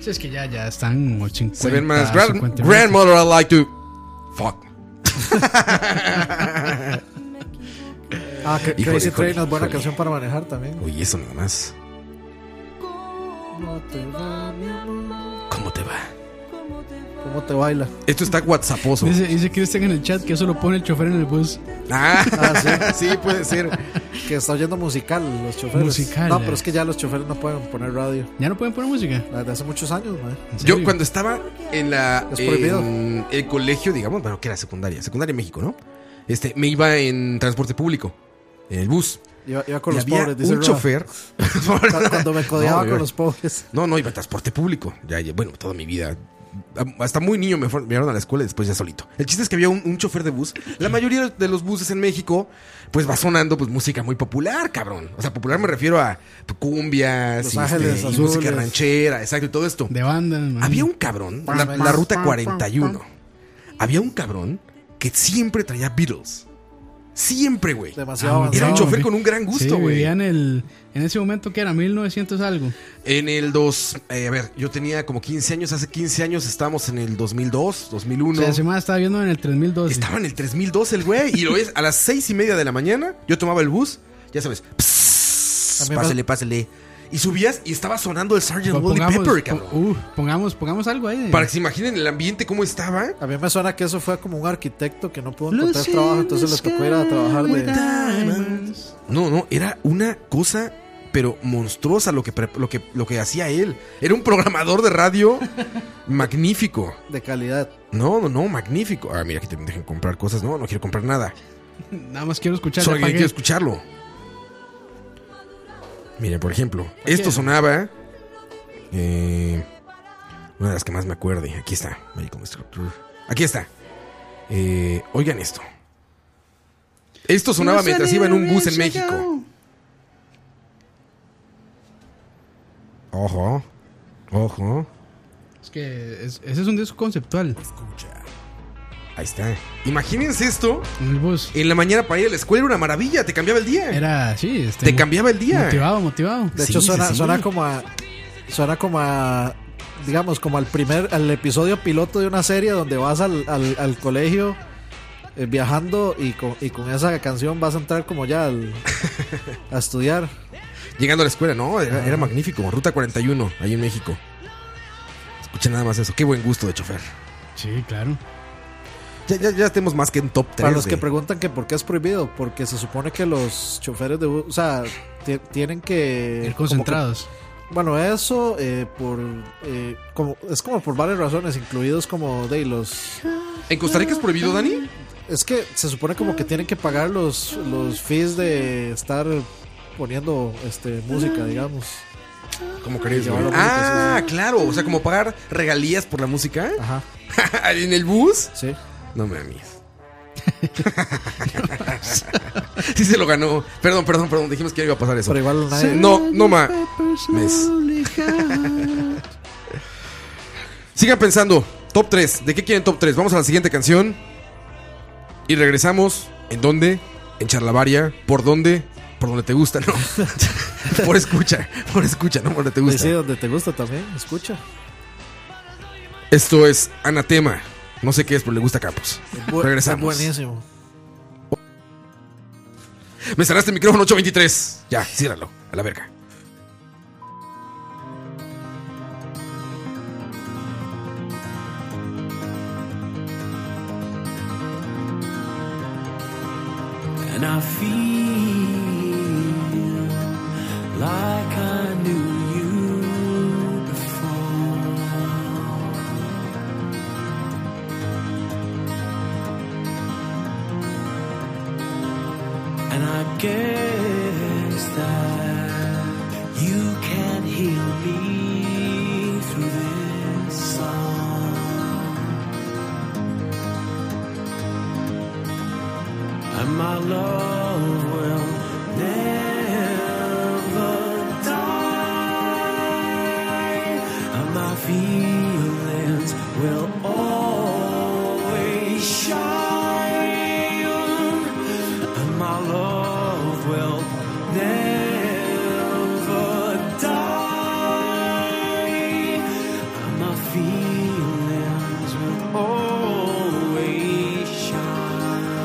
Sí, es que ya, ya están como 50.
Se ven más. Grand-
50.
grandmother, I like to. Fuck.
Ah, que-
Híjole,
Crazy
híjole,
Train es buena
híjole.
canción para manejar también.
Oye, eso nada más. ¿Cómo te va?
¿Cómo te baila?
Esto está WhatsApposo.
Dice, dice Cristian en el chat que eso lo pone el chofer en el bus.
Ah,
Ah,
sí. puede ser.
Que está oyendo musical los choferes.
Musical,
No,
eh.
pero es que ya los choferes no pueden poner radio.
¿Ya no pueden poner música?
Desde hace muchos años, madre.
Yo cuando estaba en la
Es prohibido.
en el colegio, digamos, bueno, que era secundaria, secundaria en México, ¿no? Este, me iba en transporte público, en el bus.
Iba, iba con
Y
los
había
pobres, dice
un
Roa.
chofer.
Cu- Cuando me codeaba
No,
con
yo-
los pobres.
No, no, iba en transporte público. Ya, ya, bueno, toda mi vida. A- Hasta muy niño me fueron- me llevaron a la escuela y después ya solito. El chiste es que había un, un chofer de bus. La mayoría de los buses en México, pues va sonando pues música muy popular, cabrón. O sea, popular me refiero a pues, cumbias,
Los
y,
Ángeles
y
Azules.
música ranchera, exacto, y todo esto.
De banda.
Había un cabrón, la, la ruta 41. había un cabrón que siempre traía Beatles. Siempre, güey.
Demasiado
Era un
avanzado,
chofer
güey.
con un gran gusto,
Ah, Sí,
güey.
vivía en, el, en ese momento que era 1900 algo.
En el 2, a ver, yo tenía como 15 años, hace 15 años estábamos en el 2002, 2001.
O sea, semana estaba viendo en el 3012.
Estaba en el 3002 el güey y lo ves a las 6 y media de la mañana, yo tomaba el bus, ya sabes, pss,
También
pásale, pásale. Y subías y estaba sonando el Sgt.
Po-
Wally
Pues pongamos-
Pepper, cabrón.
po- uh, pongamos, pongamos algo ahí. de-
Para que se imaginen el ambiente, cómo estaba.
A mí me suena que eso fue como un arquitecto que no pudo encontrar
Lucy
trabajo, entonces le tocó ir a trabajar de.
No, no, era una cosa, pero monstruosa lo que, pre- lo que, lo que hacía él. Era un programador de radio magnífico.
De calidad.
No, no, no, magnífico. Ah, mira, aquí te dejan comprar cosas. No, no quiero comprar nada.
Nada más quiero escuchar.
Solo
ya pagué.
quiero escucharlo. Mira, por ejemplo, esto sonaba. eh, una de las que más me acuerde. Aquí está. Magical Mystery Tour. Aquí está. Eh, oigan esto. Esto sonaba mientras iba en un bus en México. Ojo. Ojo.
Es que es- ese es un disco conceptual.
Ahí está. Imagínense esto.
En el bus.
En la mañana para ir a la escuela era una maravilla. Te cambiaba el día.
Era, sí. Este,
Te cambiaba el día.
Motivado, motivado.
De hecho, suena, suena como a. Suena como a. Digamos, como al primer. Al episodio piloto de una serie donde vas al, al, al colegio eh, viajando y con, y con esa canción vas a entrar como ya al- a estudiar.
Llegando a la escuela, no, era, era magnífico. Ruta 41, ahí en México. Escuchen nada más eso. Qué buen gusto de chofer.
Sí, claro.
Ya, ya, ya estemos más que en top 3.
Para los que preguntan que por qué es prohibido, porque se supone que los choferes de bus, o sea, ti- tienen que
Ir
como que-
concentrados.
bueno, eso eh, por eh, como es como por varias razones, incluidos como de los.
¿En Costa Rica es prohibido, Dani?
Es que se supone como que tienen que pagar los los fees de estar poniendo este música, digamos.
¿Cómo crees,
Llevar
güey?
la música,
Ah, claro. O sea, como pagar regalías por la música.
Ajá.
¿En el bus?
Sí.
No me sí se lo ganó. Perdón, perdón, perdón. Dijimos que ya iba a pasar eso.
Pero igual nadie-
No, no, ma. Mes. Sigan pensando. Top 3. ¿De qué quieren top 3? Vamos a la siguiente canción. Y regresamos. ¿En dónde? En Charlavaria. ¿Por dónde? Por donde te gusta, ¿no? por escucha. Por escucha, no por donde te gusta.
Pues Sí, donde te gusta también, escucha.
Esto es Anatema. No sé qué es, pero le gusta a Campos.
Bu-
Regresamos.
Buenísimo.
Me cerraste el micrófono 823. Ya, ciérralo. A la verga.
And I feel like I knew you before. And I guess that you can heal me through this song. and my love will never die, and my feelings will always shine, and my love will never die, and my feelings will always shine.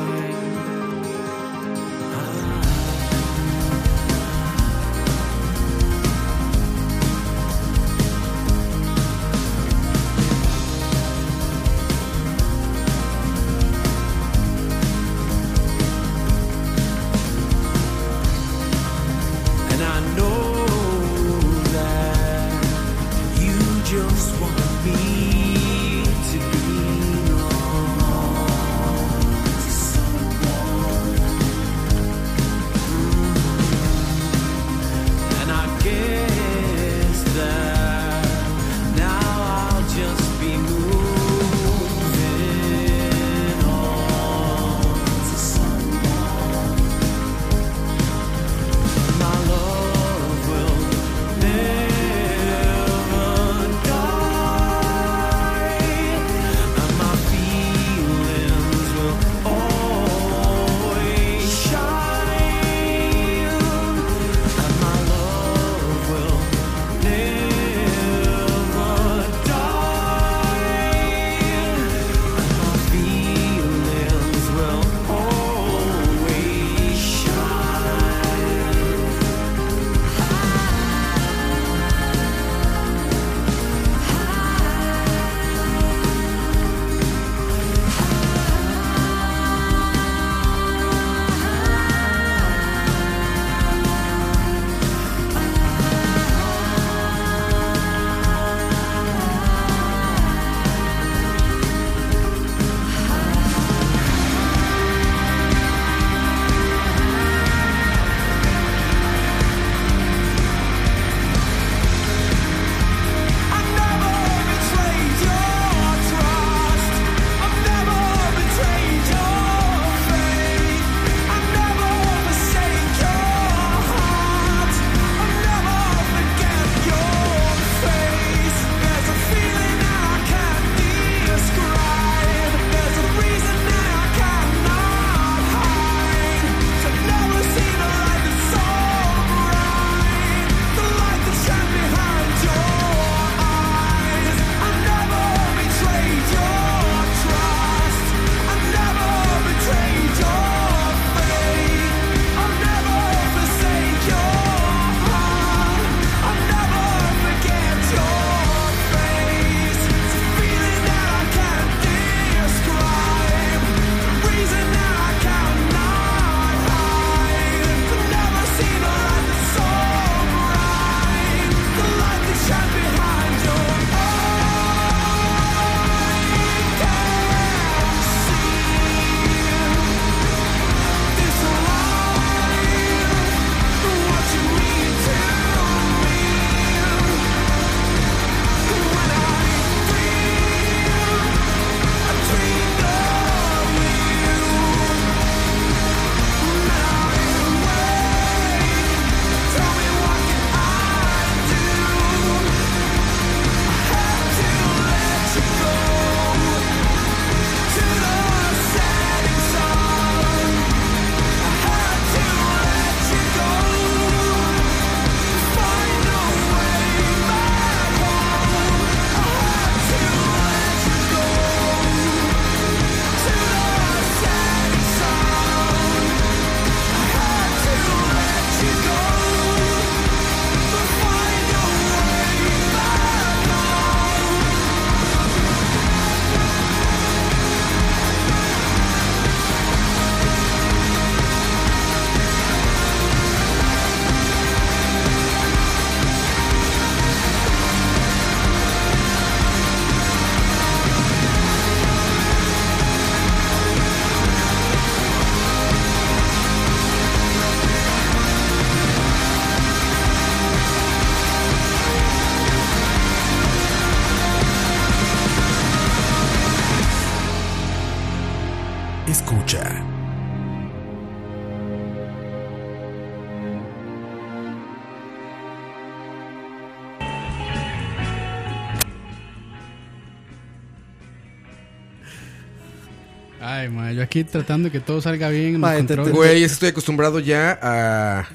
Ay, ma, yo aquí tratando que todo salga bien. en los controles.
Güey, es que estoy acostumbrado ya a.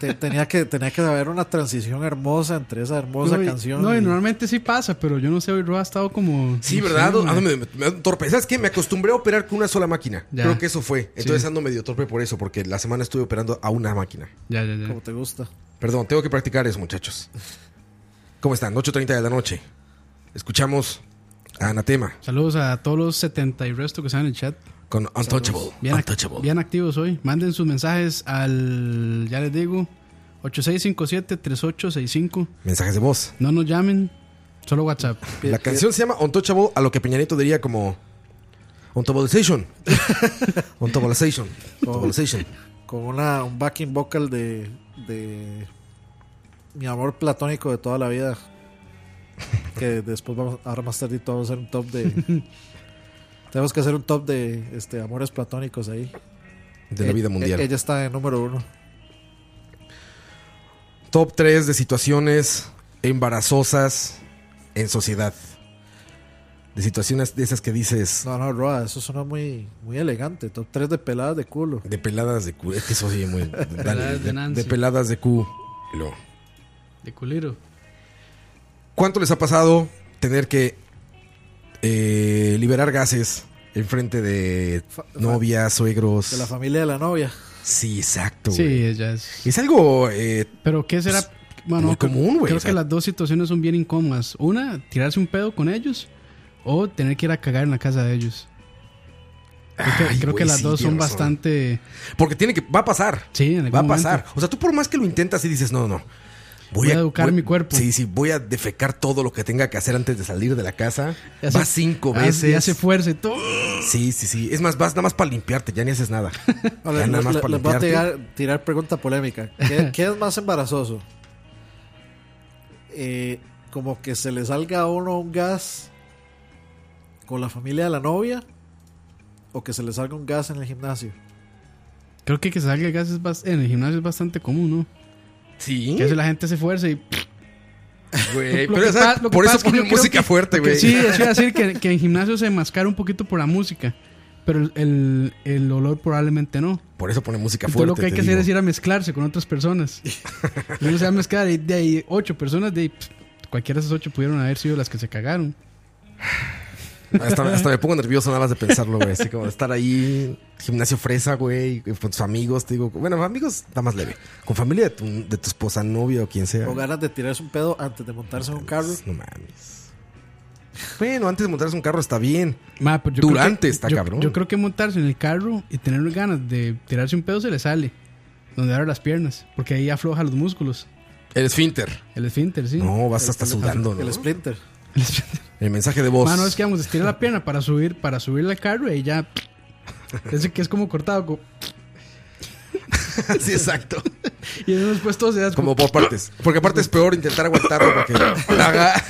Te- tenía, que, tenía que haber una transición hermosa entre esa hermosa
No, y-
canción.
No, y
y-
normalmente sí pasa, pero yo no sé, hoy Roa ha estado como.
Sí,
no
¿verdad?
sé, ma.
Ando medio- medio torpe. ¿Sabes qué? Me acostumbré a operar con una sola máquina.
Ya.
Creo que eso fue. Entonces
Sí.
ando medio torpe por eso, porque la semana estuve operando a una máquina.
Ya, ya, ya.
Como te gusta.
Perdón, tengo que practicar eso, muchachos. ¿Cómo están? 8.30 de la noche. Escuchamos a Anatema
Saludos a todos los 70 y resto que están en el chat.
con Untouchable.
Bien, act-
Untouchable.
bien activos hoy. Manden sus mensajes al, ya les digo, 8657-3865.
Mensajes de voz.
No nos llamen, solo WhatsApp.
La canción se llama Untouchable, a lo que Peñanito diría como Untouchabilization. Untouchabilization.
Oh.
Untouchabilization.
Con una, un backing vocal de, de mi amor platónico de toda la vida. Que después vamos, ahora más tardito vamos a hacer un top de. tenemos que hacer un top de este, amores platónicos ahí.
De la
Eh,
vida
E-
mundial.
e- Ella está en número uno.
Top 3 de situaciones embarazosas en sociedad. De situaciones de esas que dices
No, no, Roa, eso suena muy, muy elegante. Top 3 de peladas de culo.
de peladas de cu. Es que eso sí, muy. dale,
Peladas de
de,
Nancy.
de peladas de cu. Lo-
De culiro.
¿Cuánto les ha pasado tener que eh, liberar gases en frente de novias, suegros?
De la familia de la novia.
Sí, exacto.
Sí,
güey.
ella es.
Es algo. eh,
Pero ¿qué será?
pues,
Bueno,
muy común, güey.
Creo
o sea,
que las dos situaciones son bien incómodas. Una, tirarse un pedo con ellos o tener que ir a cagar en la casa de ellos. Creo que,
Ay,
creo
güey,
que las
sí,
dos son
tienes razón.
bastante...
Porque tiene que. Va a pasar.
Sí, en algún
Va a
momento.
pasar. O sea, tú por más que lo intentas y dices, no, no.
Voy a educar mi cuerpo.
Sí, sí, voy a defecar todo lo que tenga que hacer antes de salir de la casa.
Ya
vas
se-
cinco
ya-
veces.
ya se fuerza y todo.
Sí, sí, sí. Es más, vas nada más para limpiarte, ya ni haces nada.
A
ya
ver,
nada
les,
más
les-
para
les voy a
limpiarte.
tirar, tirar pregunta polémica. ¿Qué, qué es más embarazoso? Eh, como que se le salga a uno un gas con la familia de la novia o que se le salga un gas en el gimnasio.
Creo que que se salga el gas es bas- en el gimnasio es bastante común, ¿no?
Sí.
Que a veces la gente se fuerza y...
Güey,
Lo
pero
que
esa-
pa- lo que
por eso
pasa es que
ponen
yo creo
música
que-
fuerte,
que
güey.
Sí, eso iba a decir que, que en gimnasio se mascara un poquito por la música, pero el, el, el olor probablemente no.
Por eso ponen música
Entonces
fuerte.
lo que hay
te
que hacer
digo.
es ir a mezclarse con otras personas. y uno se va a mezclar y de ahí ocho personas, de ahí, pff, cualquiera de esas ocho pudieron haber sido las que se cagaron.
Hasta, hasta me pongo nervioso nada más de pensarlo, güey. Así como estar ahí, gimnasio fresa, güey, con tus amigos, te digo. Bueno, amigos está más leve. Con familia de tu, de tu esposa, novia o quien sea.
O ganas de tirarse un pedo antes de montarse en un carro.
No mames. Bueno, antes de montarse un carro está bien.
Ma, pero yo creo
Durante
que-
está
yo-
cabrón.
Yo creo que montarse en el carro y tener ganas de tirarse un pedo se le sale. Donde abre las piernas, porque ahí afloja los músculos.
El esfínter.
El esfínter, sí.
No, vas hasta sudando, ¿no?
El splinter.
El mensaje de voz.
Mano, es que vamos a estirar la pierna para subir, para subirle al carro y ya. Ese que es como cortado. como-
sí, exacto.
Y eso después todo se da
Como por partes. Porque aparte es peor intentar aguantarlo porque la ga-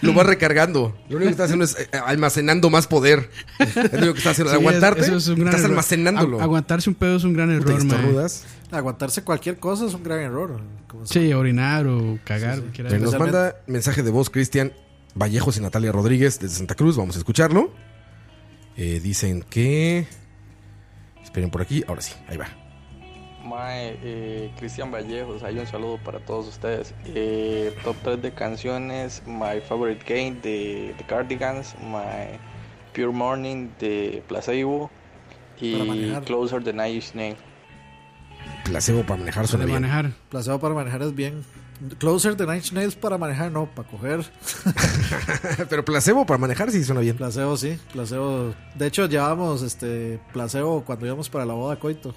lo vas recargando. Lo único que estás haciendo es eh, almacenando más poder. Es lo único que estás haciendo.
Sí, es-
Aguantarte,
eso es un gran
estás
error.
almacenándolo.
A- aguantarse un pedo es un gran error, man.
Aguantarse cualquier cosa es un gran error. Como se-
Sí, orinar o cagar. cualquiera de
Nos
esas.
manda mensaje de voz Cristian Vallejos y Natalia Rodríguez desde Santa Cruz. Vamos a escucharlo. Eh, dicen que. Esperen por aquí. Ahora sí, ahí va.
Mae, eh, Cristian Vallejos, hay un saludo para todos ustedes. Eh, top 3 de canciones, My Favorite Game de The Cardigans, My Pure Morning de Placebo
Para
y
manejar.
Closer de Nine Inch Nails.
Placebo para manejar suena bien.
Placebo para manejar es bien. Closer de Nine Inch Nails para manejar, no, para coger.
Pero placebo para manejar sí suena bien.
Placebo, sí, placebo. De hecho, llevamos este placebo cuando íbamos para la boda coito.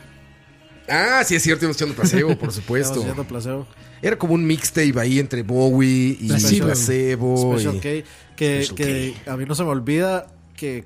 Ah, sí, es cierto, hemos echando placebo, por supuesto.
Íbamos yendo placebo.
Era como un mixtape ahí entre Bowie y
Placebo.
placebo.
Special
y-
K, que,
Special
que a mí no se me olvida que,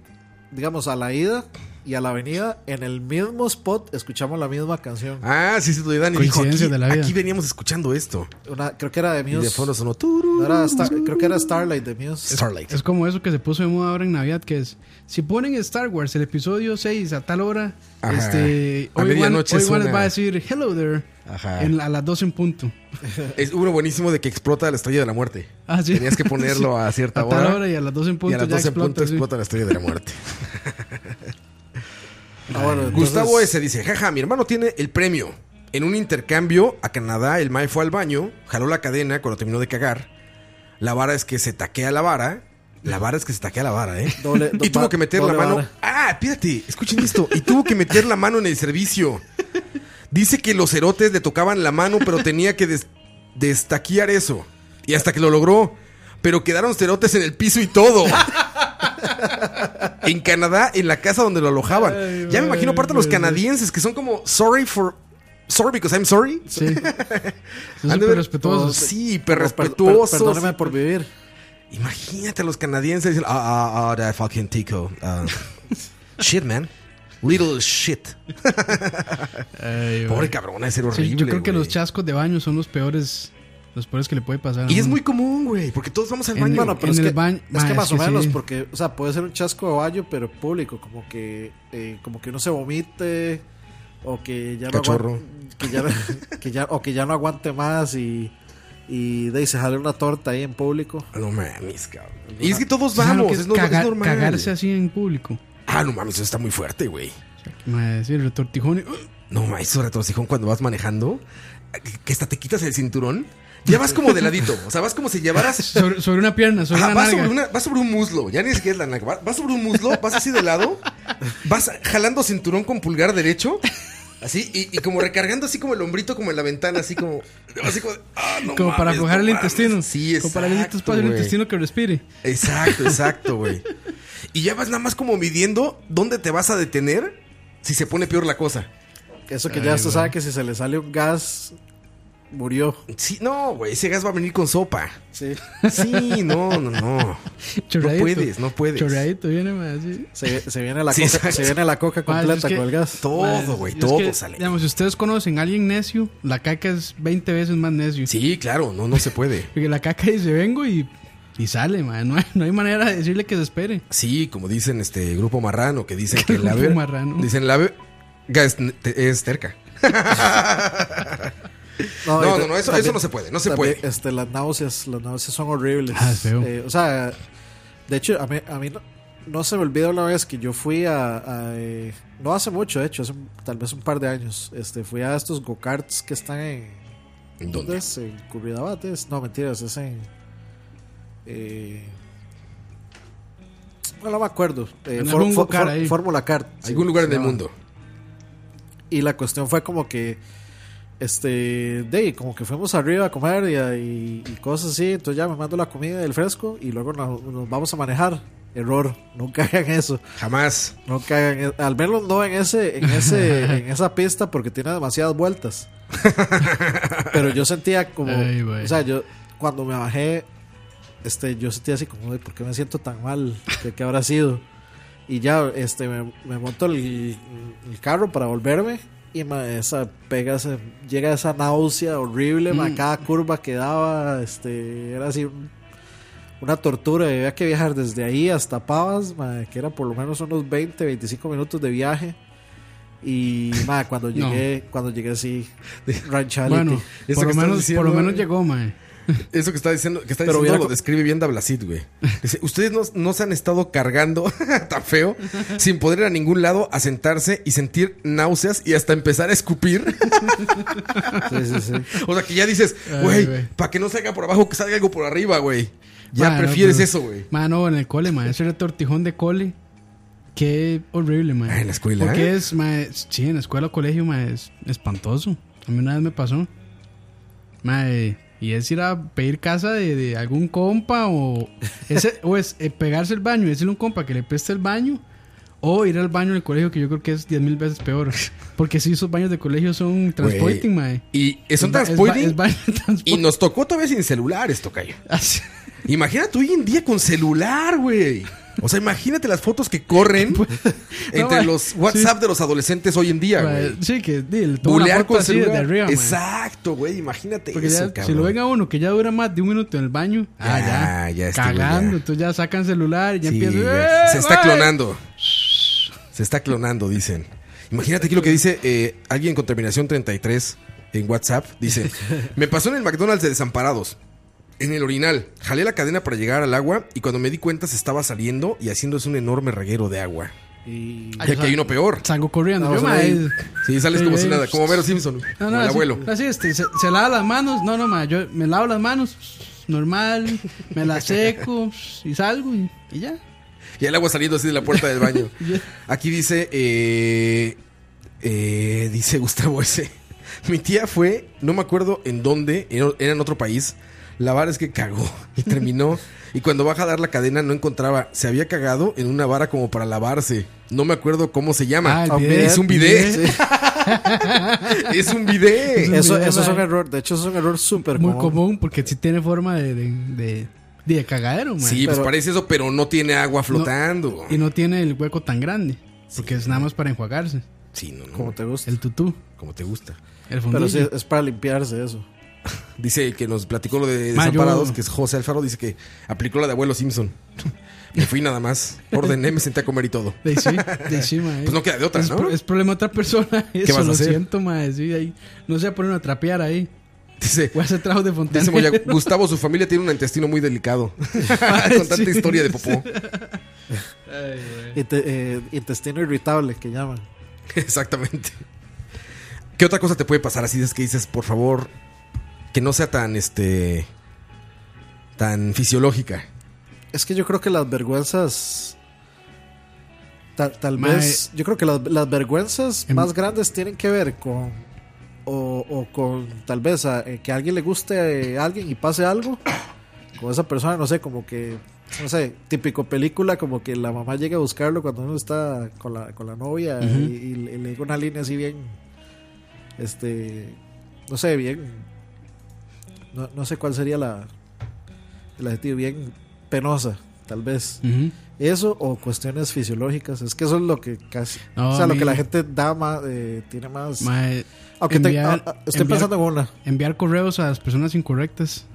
digamos, a la ida y a la avenida, en el mismo spot, escuchamos la misma canción.
Ah, sí, sí, Dani dijo aquí,
Coincidencia de la vida.
aquí veníamos escuchando esto.
Una- creo que era de
Y
Muse.
de fondo sonó
No era Star- creo que era Starlight de Muse.
Starlight.
Es como eso que se puso de moda ahora en Navidad, que es, si ponen Star Wars el episodio 6 a tal hora,
Ajá.
este,
A
hoy igual
medianoche
les
suena.
va a decir, hello there,
Ajá.
en la- a las 12 en punto.
Es uno buenísimo de que explota la estrella de la muerte.
Ah, sí.
Tenías que ponerlo
Sí.
a cierta
A tal
hora.
hora y a las 12 en punto
Y a las
ya
12 en punto
explota, sí.
explota la estrella de la muerte.
Ah, bueno, entonces-
Gustavo S. dice: Jaja, mi hermano tiene el premio. En un intercambio a Canadá, el Mae fue al baño, jaló la cadena cuando terminó de cagar. La vara es que se taquea la vara. La vara es que se taquea la vara, ¿eh?
Doble-
y
doble-
tuvo que meter la
doble
mano.
vara.
Ah, espérate, escuchen esto. Y tuvo que meter la mano en el servicio. Dice que los cerotes le tocaban la mano, pero tenía que des- destaquear eso. Y hasta que lo logró. Pero quedaron cerotes en el piso y todo. en Canadá, en la casa donde lo alojaban. ya me imagino aparte los canadienses que son como sorry for sorry because I'm sorry.
Sí.
Han de
súper
ver-
respetuosos.
Sí, hiper
Per- per-
respetuosos.
perdóname por vivir.
Imagínate a los canadienses dicen, ah, ah, ah, that fucking tico. Ah, shit, man. Little shit. Pobre cabrón, es ser
Sí,
horrible.
yo creo que
güey.
los chascos de baño son los peores, los peores que le puede pasar.
Y es
¿no?
muy común, güey, porque todos vamos al
En
baño.
el-
Bueno, pero
en
es,
el
que,
baño-
es que
ma,
más
es
o
que
menos,
sí.
porque, o sea, puede ser un chasco de baño, pero público, como que, eh, como que uno se vomite, o que ya no
Cachorro.
aguan- que ya, no- que ya- o que ya no aguante más y, y de ahí se jale una torta ahí en público.
No mames, cabrón. Y es que todos
¿Saben Pues, lo
vamos,
que
es, norma- es
cagar-
normal.
Cagarse así en público.
Ah, no mames, eso está muy fuerte, güey.
Ma, sí, el retortijón. ¡uh!
No mames, eso retorcijón cuando vas manejando, que hasta te quitas el cinturón, ya vas como de ladito. O sea, vas como si llevaras
Sobre, sobre una pierna, sobre
Ajá,
una
vas,
nalga.
sobre una- vas sobre un muslo, ya ni siquiera es la nalga. va- Vas sobre un muslo, vas así de lado, vas jalando cinturón con pulgar derecho, así, y, y como recargando así como el hombrito, como en la ventana, así como. Así como, ah, no
como para
mames,
aflojar
no
el
mames.
intestino.
Sí, exacto.
Como para abrir espacio el
güey.
intestino que respire.
Exacto, exacto, güey. Y ya vas nada más como midiendo dónde te vas a detener si se pone peor la cosa.
Eso que ya usted sabe que si se le sale un gas, murió.
Sí, no, güey, ese gas va a venir con sopa.
Sí.
Sí, no, no, no.
Chorreadito.
No puedes, no puedes.
Chorreadito viene ma, así.
Se, se viene la
Sí,
coca,
exacto.
se viene la coca
Ma,
completa
es que-
con el gas.
Todo, güey,
Es
todo
que,
sale.
Digamos, si ustedes conocen a alguien necio, la caca es 20 veces más necio.
Sí, claro, no, no se puede.
Porque la caca dice, vengo y, y sale, ma. No hay, no hay manera de decirle que se espere.
Sí, como dicen este grupo marrano, que dicen que la
Grupo
ver-
marrano.
Dicen la ver- ga- es, es terca.
y
No,
te-
no, no, eso- eso no se puede, no se
también,
puede.
Este, las náuseas, las náuseas son horribles.
Ah, es feo.
Eh, o sea, de hecho, a mí, a mí no, no se me olvida una vez que yo fui a, a, eh, no hace mucho, de hecho, hace un- tal vez un par de años, este, fui a estos go-karts que están en,
¿Dónde?
es? En Curridabates, no, mentiras, es en, eh, no, no me acuerdo, Eh,
En
for-
algún
for-
go-kart
for-
ahí.
Fórmula Kart. sí,
Algún lugar
se
en el
llama.
mundo.
Y la cuestión fue como que. Este. De ahí, como que fuimos arriba a comer y, y- y cosas así. Entonces ya me mando la comida del fresco y luego nos, nos vamos a manejar. Error. Nunca hagan eso.
Jamás.
Nunca hagan e- Al menos no en, ese, en, ese, en esa pista porque tiene demasiadas vueltas. Pero yo sentía como.
Ay, güey.
o sea, yo. Cuando me bajé. Este, yo sentía así como, "Uy, ¿por qué me siento tan mal? ¿Qué, qué habrá sido? Y ya, este, me, me monto el, el carro para volverme. Y me, esa pega, ese- llega esa náusea horrible,
Mm.
ma, cada curva que daba, este, era así un- una tortura. y Había que viajar desde ahí hasta Pavas, ma, que era por lo menos unos 20, 25 minutos de viaje. Y ma, cuando
No.
llegué, cuando llegué así, Ranchality.
Bueno,
Eso
por
que
lo,
estás
menos,
diciendo,
por lo menos
eh.
llegó, ma.
Eso que está diciendo, que está
Pero
diciendo
hubiera
lo
co-
describe bien Dablacid, güey. Dice, ustedes no, no se han estado cargando tan feo, sin poder ir a ningún lado, a sentarse y sentir náuseas y hasta empezar a escupir.
Sí, sí, sí.
O sea que ya dices,
Ay,
güey,
güey.
para que no salga por abajo, que salga algo por arriba, güey. Ya
Ma, no,
prefieres
pero-
eso, güey.
Ma, no, en el cole, ma. Ese retortijón de cole. Qué horrible, ma.
Ah, en la escuela,
Porque
¿eh?
es, ma, es- sí, en la escuela o colegio, ma, es espantoso. A mí una vez me pasó. Ma, eh, y es ir a pedir casa de, de algún compa o... ese- o es eh, pegarse el baño, decirle a un compa que le preste el baño. O ir al baño del colegio, que yo creo que es 10 mil veces peor. Porque sí, esos baños de colegio son transporting, ma. eh.
Y eh, son
Es ba- es ba- Ah,
transporting.
es baño
Y nos tocó todavía sin celulares, tocayo.
Así.
Imagínate hoy en día con celular, güey. O sea, imagínate las fotos que corren entre
ma,
los WhatsApp
Pues, sí.
de los adolescentes hoy en día,
Ma,
güey.
Sí, que di, le toma una
Bulear
foto
con
así
celular.
de arriba, ma.
Exacto, güey. Imagínate
Porque
eso,
ya, si lo
cabrón.
ven a uno que ya dura más de un minuto en el baño, ah, ya,
Ah, ya este güey
cagando, entonces ya sacan celular y ya
Sí,
empiezan.
ya.
"Eh,
Se está
güey".
clonando. Se está clonando, dicen. Imagínate aquí lo que dice eh, alguien con terminación 33 en WhatsApp. Dice, me pasó en el McDonald's de Desamparados. En el orinal, jalé la cadena para llegar al agua y cuando me di cuenta se estaba saliendo y haciéndose un enorme reguero de agua.
Y
Ya que hay uno peor.
Salgo corriendo.
No, o
yo,
sea,
ma,
ahí-
es-
sí, sales como
eh,
si nada, como Homero Simpson, como el
así-
abuelo.
Así, este, se, se lava las manos. No, no, ma, yo me lavo las manos, normal, me las seco y salgo y, y ya.
Y el agua saliendo así de la puerta del baño. Aquí dice, eh, eh, dice Gustavo S. Mi tía fue, no me acuerdo en dónde, era era en otro país. La vara es que cagó y terminó. Y cuando baja a dar la cadena no encontraba. Se había cagado en una vara como para lavarse. No me acuerdo cómo se llama.
Ah, el bidet.
es un bidet.
Bidet,
es un bidet.
Eso, eso es un error. De hecho, es un error súper
Muy
común.
común porque sí tiene forma de, de, de, de cagadero, ma.
Sí, pues
Pero-
parece eso, pero no tiene agua flotando.
Y no tiene el hueco tan grande. Porque es nada más para enjuagarse.
Sí, no, no.
Como te gusta.
El tutú.
Como te gusta.
El
Pero
fundillo.
sí, es para limpiarse eso.
Dice el que nos platicó lo de
Ma, yo-
Desamparados, que es José Alfaro, dice que aplicó la de abuelo Simpson. Me fui nada más. Ordené, me senté a comer y todo.
De sí, de sí, ma, eh.
Pues no queda de otra,
es,
¿no?
pro- Es problema de otra persona. Eso
vas a
lo
hacer?
siento, ma. Sí, ahí. No se va a poner a trapear ahí.
Dice.
Voy a hacer trabajo de
Dice
fontanero.
Moya, Gustavo, su familia tiene un intestino muy delicado. Con tanta
Sí.
historia de popó.
Inte- eh, intestino irritable, que llaman.
Exactamente. ¿Qué otra cosa te puede pasar así es que dices, por favor, que no sea tan este tan fisiológica?
Es que yo creo que las vergüenzas. Tal, tal
Mae.
vez. Yo creo que las, las vergüenzas
Em-
más grandes tienen que ver con. O, o con tal vez a- eh, que a alguien le guste a alguien y pase algo con esa persona, no sé, como que. No sé, típico película, como que la mamá llega a buscarlo cuando uno está con la, con la novia
Ujú.
y, y le- le diga una línea así bien. Este. No sé, bien. No, no sé cuál sería la, el adjetivo bien penosa, tal vez.
Ujú.
Eso o cuestiones fisiológicas. Es que eso es lo que casi.
No,
o sea,
a
lo
mí-
que la gente da más, eh, tiene más.
Ma,
Aunque te-
enviar-
ah, ah, estoy
enviar-
pensando en una.
Enviar correos a las personas incorrectas.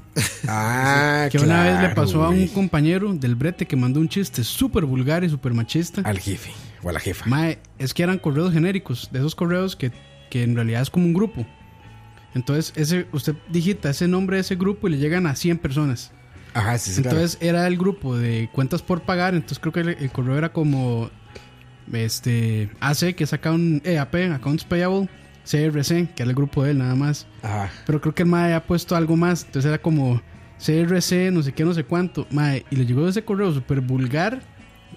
Ah,
Que una vez le
claro,
pasó a un
güey.
compañero del brete que mandó un chiste súper vulgar y súper machista.
Al jefe o a la jefa.
Mae, es que eran correos genéricos, de esos correos que, que en realidad es como un grupo. Entonces, ese, usted digita ese nombre de ese grupo y le llegan a 100 personas.
Ajá, sí, sí, claro.
Entonces era el grupo de cuentas por pagar, entonces creo que el, el correo era como este AC que saca un EAP, Accounts Payable, CRC, que era el grupo de él nada más. Pero creo que el MAE ha puesto algo más, entonces era como CRC, no sé qué, no sé cuánto, mae, y le llegó ese correo súper vulgar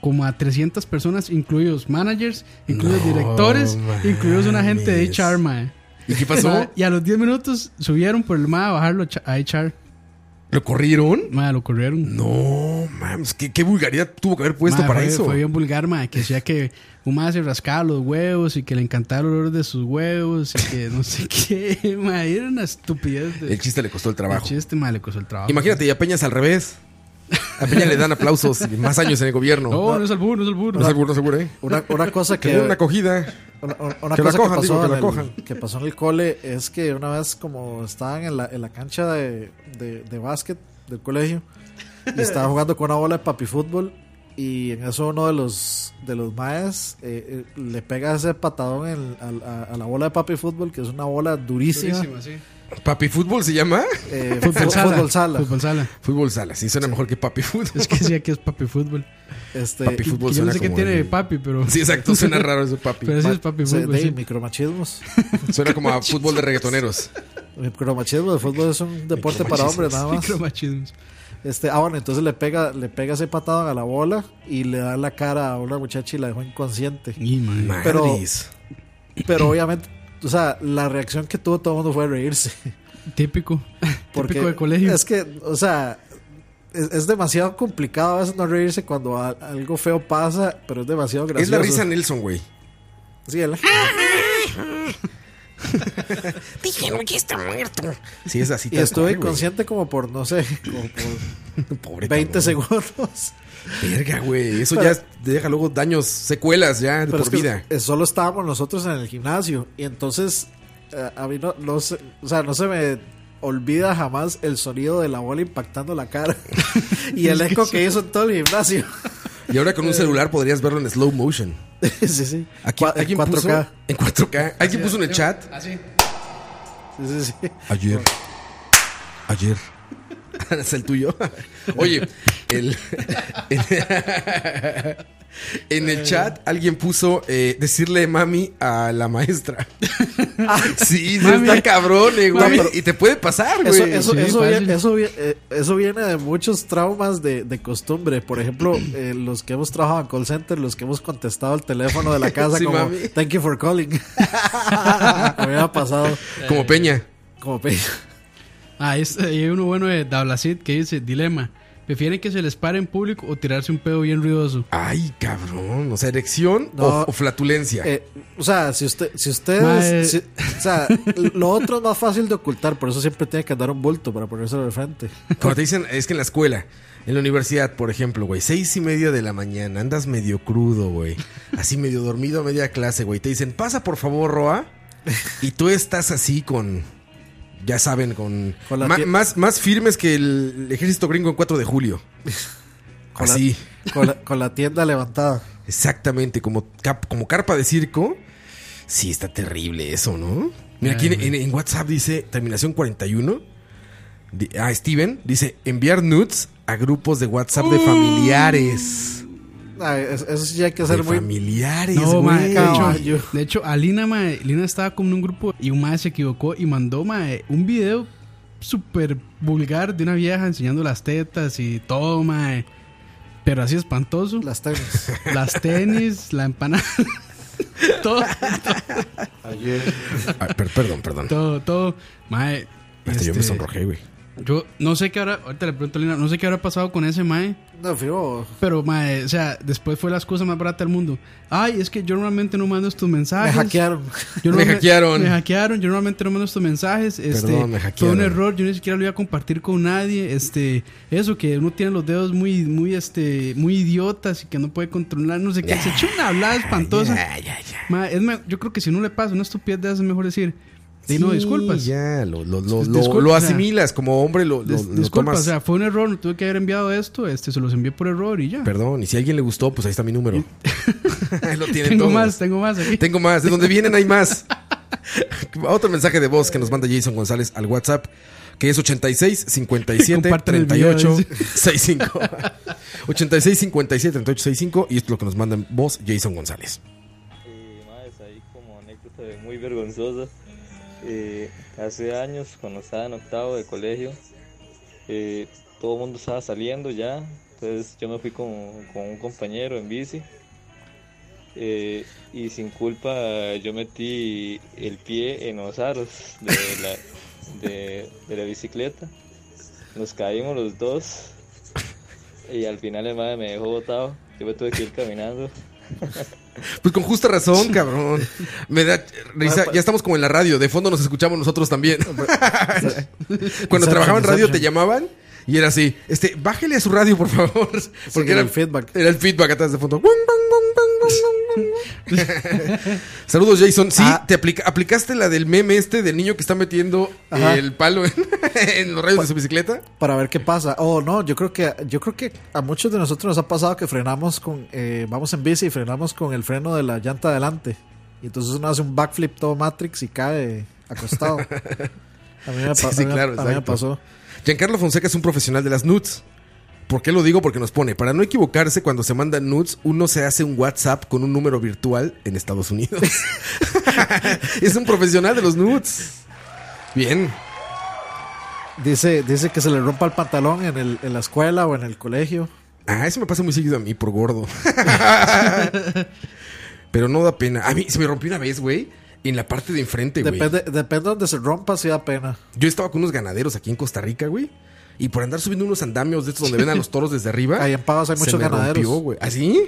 como a 300 personas, incluidos managers, incluidos
No
directores, incluidos un agente de
mames.
HR, mae.
¿Y qué pasó?
Mae, Y a los 10 minutos subieron por el MAE a bajarlo a cha- a HR.
¿Lo corrieron?
Mae, lo corrieron.
No, mames, ¿qué, qué vulgaridad tuvo que haber puesto
Mae,
para
fue,
eso.
Fue bien vulgar, mae, que decía que un mae se rascaba los huevos y que le encantaba el olor de sus huevos y que no sé qué, mae, era una estupidez. de-
El chiste le costó el trabajo.
El chiste, mae, le costó el trabajo.
Imagínate, y a Peña es al revés. A Peña le dan aplausos y más años en el gobierno.
No, no, es albur, no es albur.
No es albur, no es albur, ¿eh?
Una, una cosa
Que
que.
den una acogida.
Una, una
Que la
cosa
cojan,
que,
digo,
pasó
que la
en
cojan.
el, que pasó en el cole es que una vez, como estaban en la, en la cancha de, de, de básquet del colegio, y estaba jugando con una bola de papi fútbol. Y en eso uno de los de los maes eh, eh, le pega ese patadón en- al- a, a la bola de papi fútbol, que es una bola durísima.
Durísima, sí.
¿Papi fútbol se llama?
Eh, Fútbol fútbol sala. sala.
Fútbol sala.
Fútbol sala, sí, suena mejor que papi fútbol.
Es que sí, aquí es papi fútbol.
Este,
Papi
Que-
fútbol
que yo
suena
no sé qué
como
tiene
el-
de papi, pero.
Sí, exacto, suena raro eso, papi.
Pero sí es
Pa-
papi
se-
fútbol.
de-
sí.
micromachismos.
Suena como a fútbol de reggaetoneros.
Micromachismo de fútbol es un deporte para hombres nada más.
Micromachismos.
Este, ah, bueno, entonces le pega, le pega ese patado a la bola y le da en la cara a una muchacha y la dejó inconsciente.
madre.
Pero,
Madres.
pero obviamente, o sea, la reacción que tuvo todo el mundo fue reírse.
Típico. Típico de colegio.
Es que, o sea, es, es demasiado complicado a veces no reírse cuando a- algo feo pasa, pero es demasiado gracioso.
Es la risa Nelson, güey.
Sí, el-
Dígelo, ya está muerto. Sí, es así.
Y estuve inconsciente como por, no sé, como por 20 segundos.
Verga, güey. Eso
Pero-
ya deja luego daños, secuelas ya de
Pero
por
es que
vida.
es- solo estábamos nosotros en el gimnasio. Y entonces, eh, a mí no, no se, o sea, no se me olvida jamás el sonido de la bola impactando la cara. y el eco que hizo en todo el gimnasio.
Y ahora con un celular podrías verlo en slow motion.
sí, sí.
Aquí,
Eh. Cua- eh, en
alguien
4K.
puso- en 4K. Alguien
Así,
puso en el
así.
chat.
Así.
Sí, sí, sí.
Ayer. Ayer. es el tuyo. Oye, el- en, en el chat alguien puso eh, decirle mami a la maestra.
Ah,
sí, sí,
Mami.
está cabrón, eh, güey.
No, pero-
y te puede pasar, güey.
Eso, eso, eso viene, eso vi- eh, eso viene de muchos traumas de, de costumbre. Por ejemplo, eh, los que hemos trabajado en call center, los que hemos contestado el teléfono de la casa
Sí,
como
mami.
thank you for calling. A mí me ha pasado.
Como Peña.
Como Peña.
Ah, es- hay uno bueno de Dablacid que dice: Dilema. ¿Prefieren que se les pare en público o tirarse un pedo bien ruidoso?
Ay, cabrón. O sea, erección
No.
o, o flatulencia.
Eh, o sea, si usted, si
Mae.
ustedes, si- o sea, lo otro es más fácil de ocultar, por eso siempre tiene que andar un bulto para ponérselo de frente.
Cuando te dicen, es que en la escuela, en la universidad, por ejemplo, güey, seis y media de la mañana, andas medio crudo, güey. Así medio dormido a media clase, güey. Te dicen, pasa por favor, Roa. Y tú estás así con. Ya saben, con.
Con la
ma-
tie-
más, más firmes que el, ejército gringo en 4 de julio.
Con la-
así.
con, la, con la tienda levantada.
Exactamente, como, cap- como carpa de circo. Sí, está terrible eso, ¿no? Mira, aquí en, en- en WhatsApp dice terminación 41. Di- ah, Steven dice enviar nudes a grupos de WhatsApp
Mm.
de familiares.
Ay, es- eso sí hay que ser
De
muy
familiares,
No, ma, de,
Caballo.
hecho, de hecho, Alina, ma, Alina estaba como en un grupo y un mae se equivocó y mandó ma, un video súper vulgar de una vieja enseñando las tetas y todo, ma, pero así espantoso.
Las tenis.
Las tenis, la empanada. todo,
Ayer.
Ah, per- perdón, perdón.
todo, todo. Mae,
Hasta yo me
este,
sonrojé, güey.
yo no sé qué habrá, ahorita le pregunto a Alina, no sé qué habrá pasado con ese mae.
No, fijo.
Pero, mae, o sea, después fue la excusa más barata del mundo. Ay, es que yo normalmente no mando estos mensajes.
Me hackearon.
Yo
Me
normalme-
hackearon.
Me hackearon. Yo normalmente no mando estos mensajes. Este,
Perdón, me
Fue
hackearon.
un error. Yo ni siquiera lo iba a compartir con nadie. Este, eso que uno tiene los dedos muy, muy, este, muy idiotas y que no puede controlar, no sé qué. Se echó una hablada espantosa. Mae, es me- yo creo que si no le pasa una estupidez de esas, es mejor decir, "Di, no,
Sí,
disculpas.
Ya, lo, lo- lo-
Dis-
lo-
disculpas,
lo
o sea,
asimilas como hombre, lo, lo-
Dis-
lo
disculpa,
tomas.
o sea, fue un error, no tuve que haber enviado esto, este, se los envié por error y ya.
Perdón, y si a alguien le gustó, pues ahí está mi número. Ahí lo tienen
tengo
todos.
más, tengo más aquí.
Tengo más. De donde vienen hay más. Otro mensaje de voz que nos manda Jason González al WhatsApp, que es 86 57
Compartan el
38
video,
65. 86 57 38 65. Y esto es lo que nos manda en voz Jason González.
Eh, más ahí como anécdota de- muy vergonzosa. Eh, hace años, cuando estaba en octavo de colegio, eh, todo el mundo estaba saliendo ya. Entonces yo me fui con, con un compañero en bici. eh, y sin culpa yo metí el pie en los aros de la, de- de la bicicleta. Nos caímos los dos. Y al final el madre me dejó botado. Yo me tuve que ir caminando.
Pues con justa razón, cabrón. Me da risa. Ya estamos como en la radio. De fondo nos escuchamos nosotros también. Cuando
Inception,
trabajaba en radio
Inception.
te llamaban y era así. Este, bájele a su radio, por favor. Porque era
era el feedback.
Era el feedback atrás de fondo. Bum, bum, bum, bum, bum, bum, bum. Saludos, Jason. Sí,
Ah.
te aplica- aplicaste la del meme este del niño que está metiendo
Ajá.
el palo en, en los rayos de su bicicleta.
para ver qué pasa. Oh, no, yo creo que yo creo que a muchos de nosotros nos ha pasado que frenamos con eh, vamos en bici y frenamos con el freno de la llanta adelante. Y entonces uno hace un backflip todo Matrix y cae acostado. A mí me, pa-
Sí,
a
sí,
mí me-
claro,
a mí me
exacto.
pasó.
Giancarlo Fonseca es un profesional de las nudes. ¿Por qué lo digo? Porque nos pone, para no equivocarse, cuando se mandan nudes, uno se hace un WhatsApp con un número virtual en Estados Unidos. es un profesional de los nudes. Bien.
Dice, dice que se le rompa el pantalón en, el, en la escuela o en el colegio.
Ah, eso me pasa muy seguido a mí por gordo. Pero no da pena. A mí se me rompió una vez, güey, en la parte de enfrente, güey.
Depende, depende donde se rompa, si da pena.
Yo estaba con unos ganaderos aquí en Costa Rica, güey. Y por andar subiendo unos andamios de estos donde ven a los toros desde arriba.
Ahí en Pavas hay
se
muchos
me
ganaderos.
rompió, güey. ¿Ah, sí?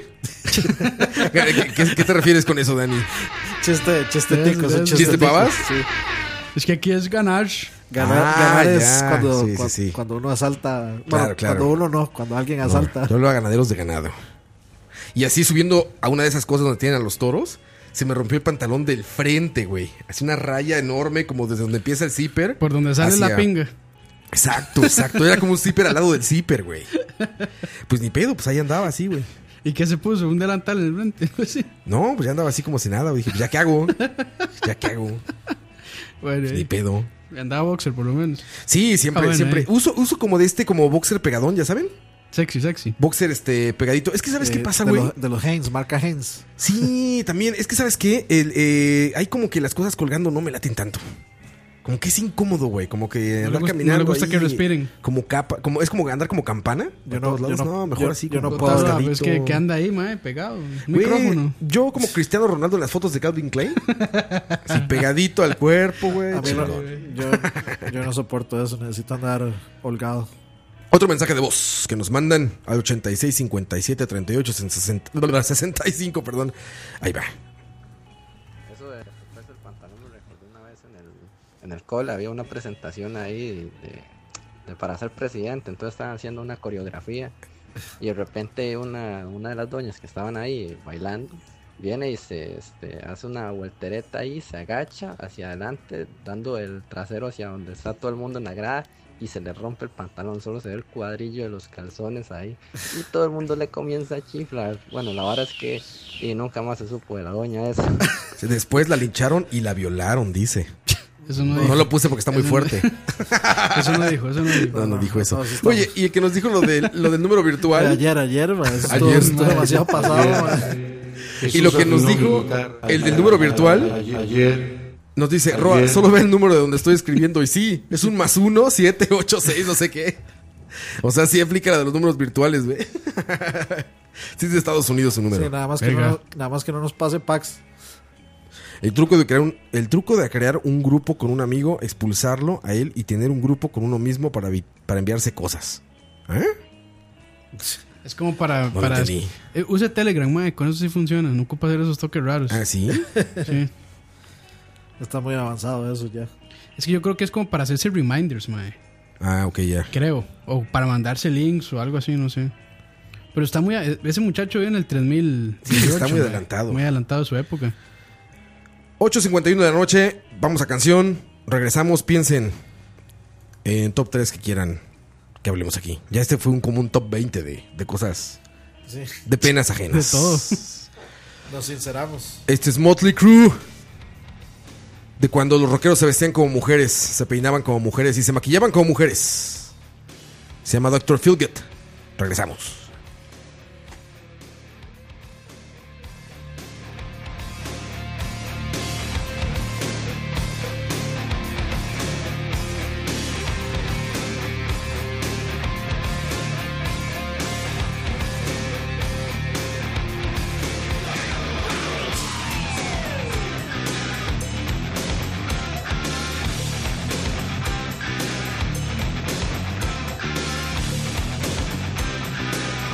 ¿Qué, qué, qué te refieres con eso, Dani?
Chiste, chiste tico, son
¿Chiste
tico.
pavas?
Sí.
Es que aquí es ganar.
Ganar,
Ah,
ganar es
ya,
cuando,
sí, sí,
cuando,
sí.
cuando uno asalta. Bueno,
Claro, claro.
Cuando uno no, cuando alguien asalta.
Yo hablo a ganaderos de ganado. Y así subiendo a una de esas cosas donde tienen a los toros, se me rompió el pantalón del frente, güey. Así una raya enorme, como desde donde empieza el zipper.
Ah, Por donde sale la pinga.
Exacto, exacto. Era como un zipper al lado del zipper, güey. Pues ni pedo, pues ahí andaba así, güey.
¿Y qué se puso? ¿Un delantal en el frente? Pues sí.
No, pues ya andaba así como si nada, güey. Dije, pues ya qué hago, ya qué hago.
Bueno,
Ni pedo.
andaba boxer por lo menos.
Sí, siempre,
Ah, bueno,
siempre.
ahí.
Uso, uso como de este, como boxer pegadón, ¿ya saben?
Sexy, sexy.
Boxer este pegadito. Es que sabes qué
Eh,
pasa,
de
güey.
los- De los Heinz, marca Heinz.
Sí, también. Es que, ¿sabes qué? El, eh, hay como que las cosas colgando no me laten tanto. Como que es incómodo, güey. Como que
le
andar
gusta-
caminando.
no le gusta
ahí,
que respiren.
Como capa, como, es como andar como campana.
Yo
Yo
no-
no,
yo no-
no, mejor
yo-
así.
yo
como
no puedo.
Ah,
acostadito.
pues que, que anda ahí, mae, pegado. Un
Güey,
Micrófono.
Yo como Cristiano Ronaldo en las fotos de Calvin Klein. así pegadito al cuerpo, güey.
A mí no-
chingón.
yo, yo no soporto eso, necesito andar holgado.
Otro mensaje de voz que nos mandan al 86 57 38 60, no, no, 65, perdón. Ahí va.
Eso de romperse el pantalón me recordó una vez en el, en el cole, había una presentación ahí de, de- para ser presidente, entonces estaban haciendo una coreografía y de repente una, una de las doñas que estaban ahí este, bailando viene y se este, hace una voltereta ahí, se agacha hacia adelante, dando el trasero hacia donde está todo el mundo en la grada y se le rompe el pantalón, solo se ve el cuadrillo de los calzones ahí y todo el mundo le comienza a chiflar. Bueno, la vara es que y nunca más se supo de pues, la doña esa.
Después la lincharon y la violaron, dice.
Eso no
no,
dijo.
lo puse porque está muy
Eso no-
fuerte.
Eso no dijo, eso no dijo.
No, no dijo eso.
no, sí estamos. Ah,
Oye, y el que nos dijo lo, del- lo del número virtual.
De ayer, ayer, ma, eso
Ayer.
estuvo- estuvo demasiado pasado, pues. ma.
Y lo que nos dijo el del número virtual. Nos dice, Roa,
Ayer.
solo ve el número de donde estoy escribiendo. Y sí, es un más uno, siete, ocho, seis, no sé qué. O sea, sí aplica la de los números virtuales, güey. Sí, es de Estados Unidos su número.
Sí, nada más, que
Verga.
no, nada más que no nos pase Pax.
El truco de crear un, el truco de crear un grupo con un amigo, expulsarlo a él y tener un grupo con uno mismo para, vi- para enviarse cosas. ¿Eh?
Es como para.
No lo
para
entendí.
Eh, use Telegram, mae, con eso sí funciona. No ocupa hacer esos toques raros.
Ah, sí.
Sí.
Está muy avanzado eso ya.
Es que yo creo que es como para hacerse reminders, mae.
Ah, ok, ya.
Creo. O para mandarse links o algo así, no sé. Pero está muy. a- e, Ese muchacho vive en el 3000.
está muy adelantado.
Muy adelantado a su época.
8.51 de la noche, vamos a canción, regresamos, piensen en top 3 que quieran que hablemos aquí. Ya este fue un como un top 20 de, de cosas,
Sí.
de penas ajenas.
De todo. Nos sinceramos.
Este es Motley Crue, de cuando los rockeros se vestían como mujeres, se peinaban como mujeres y se maquillaban como mujeres. Se llama Dr. Philgett. Regresamos.
Thank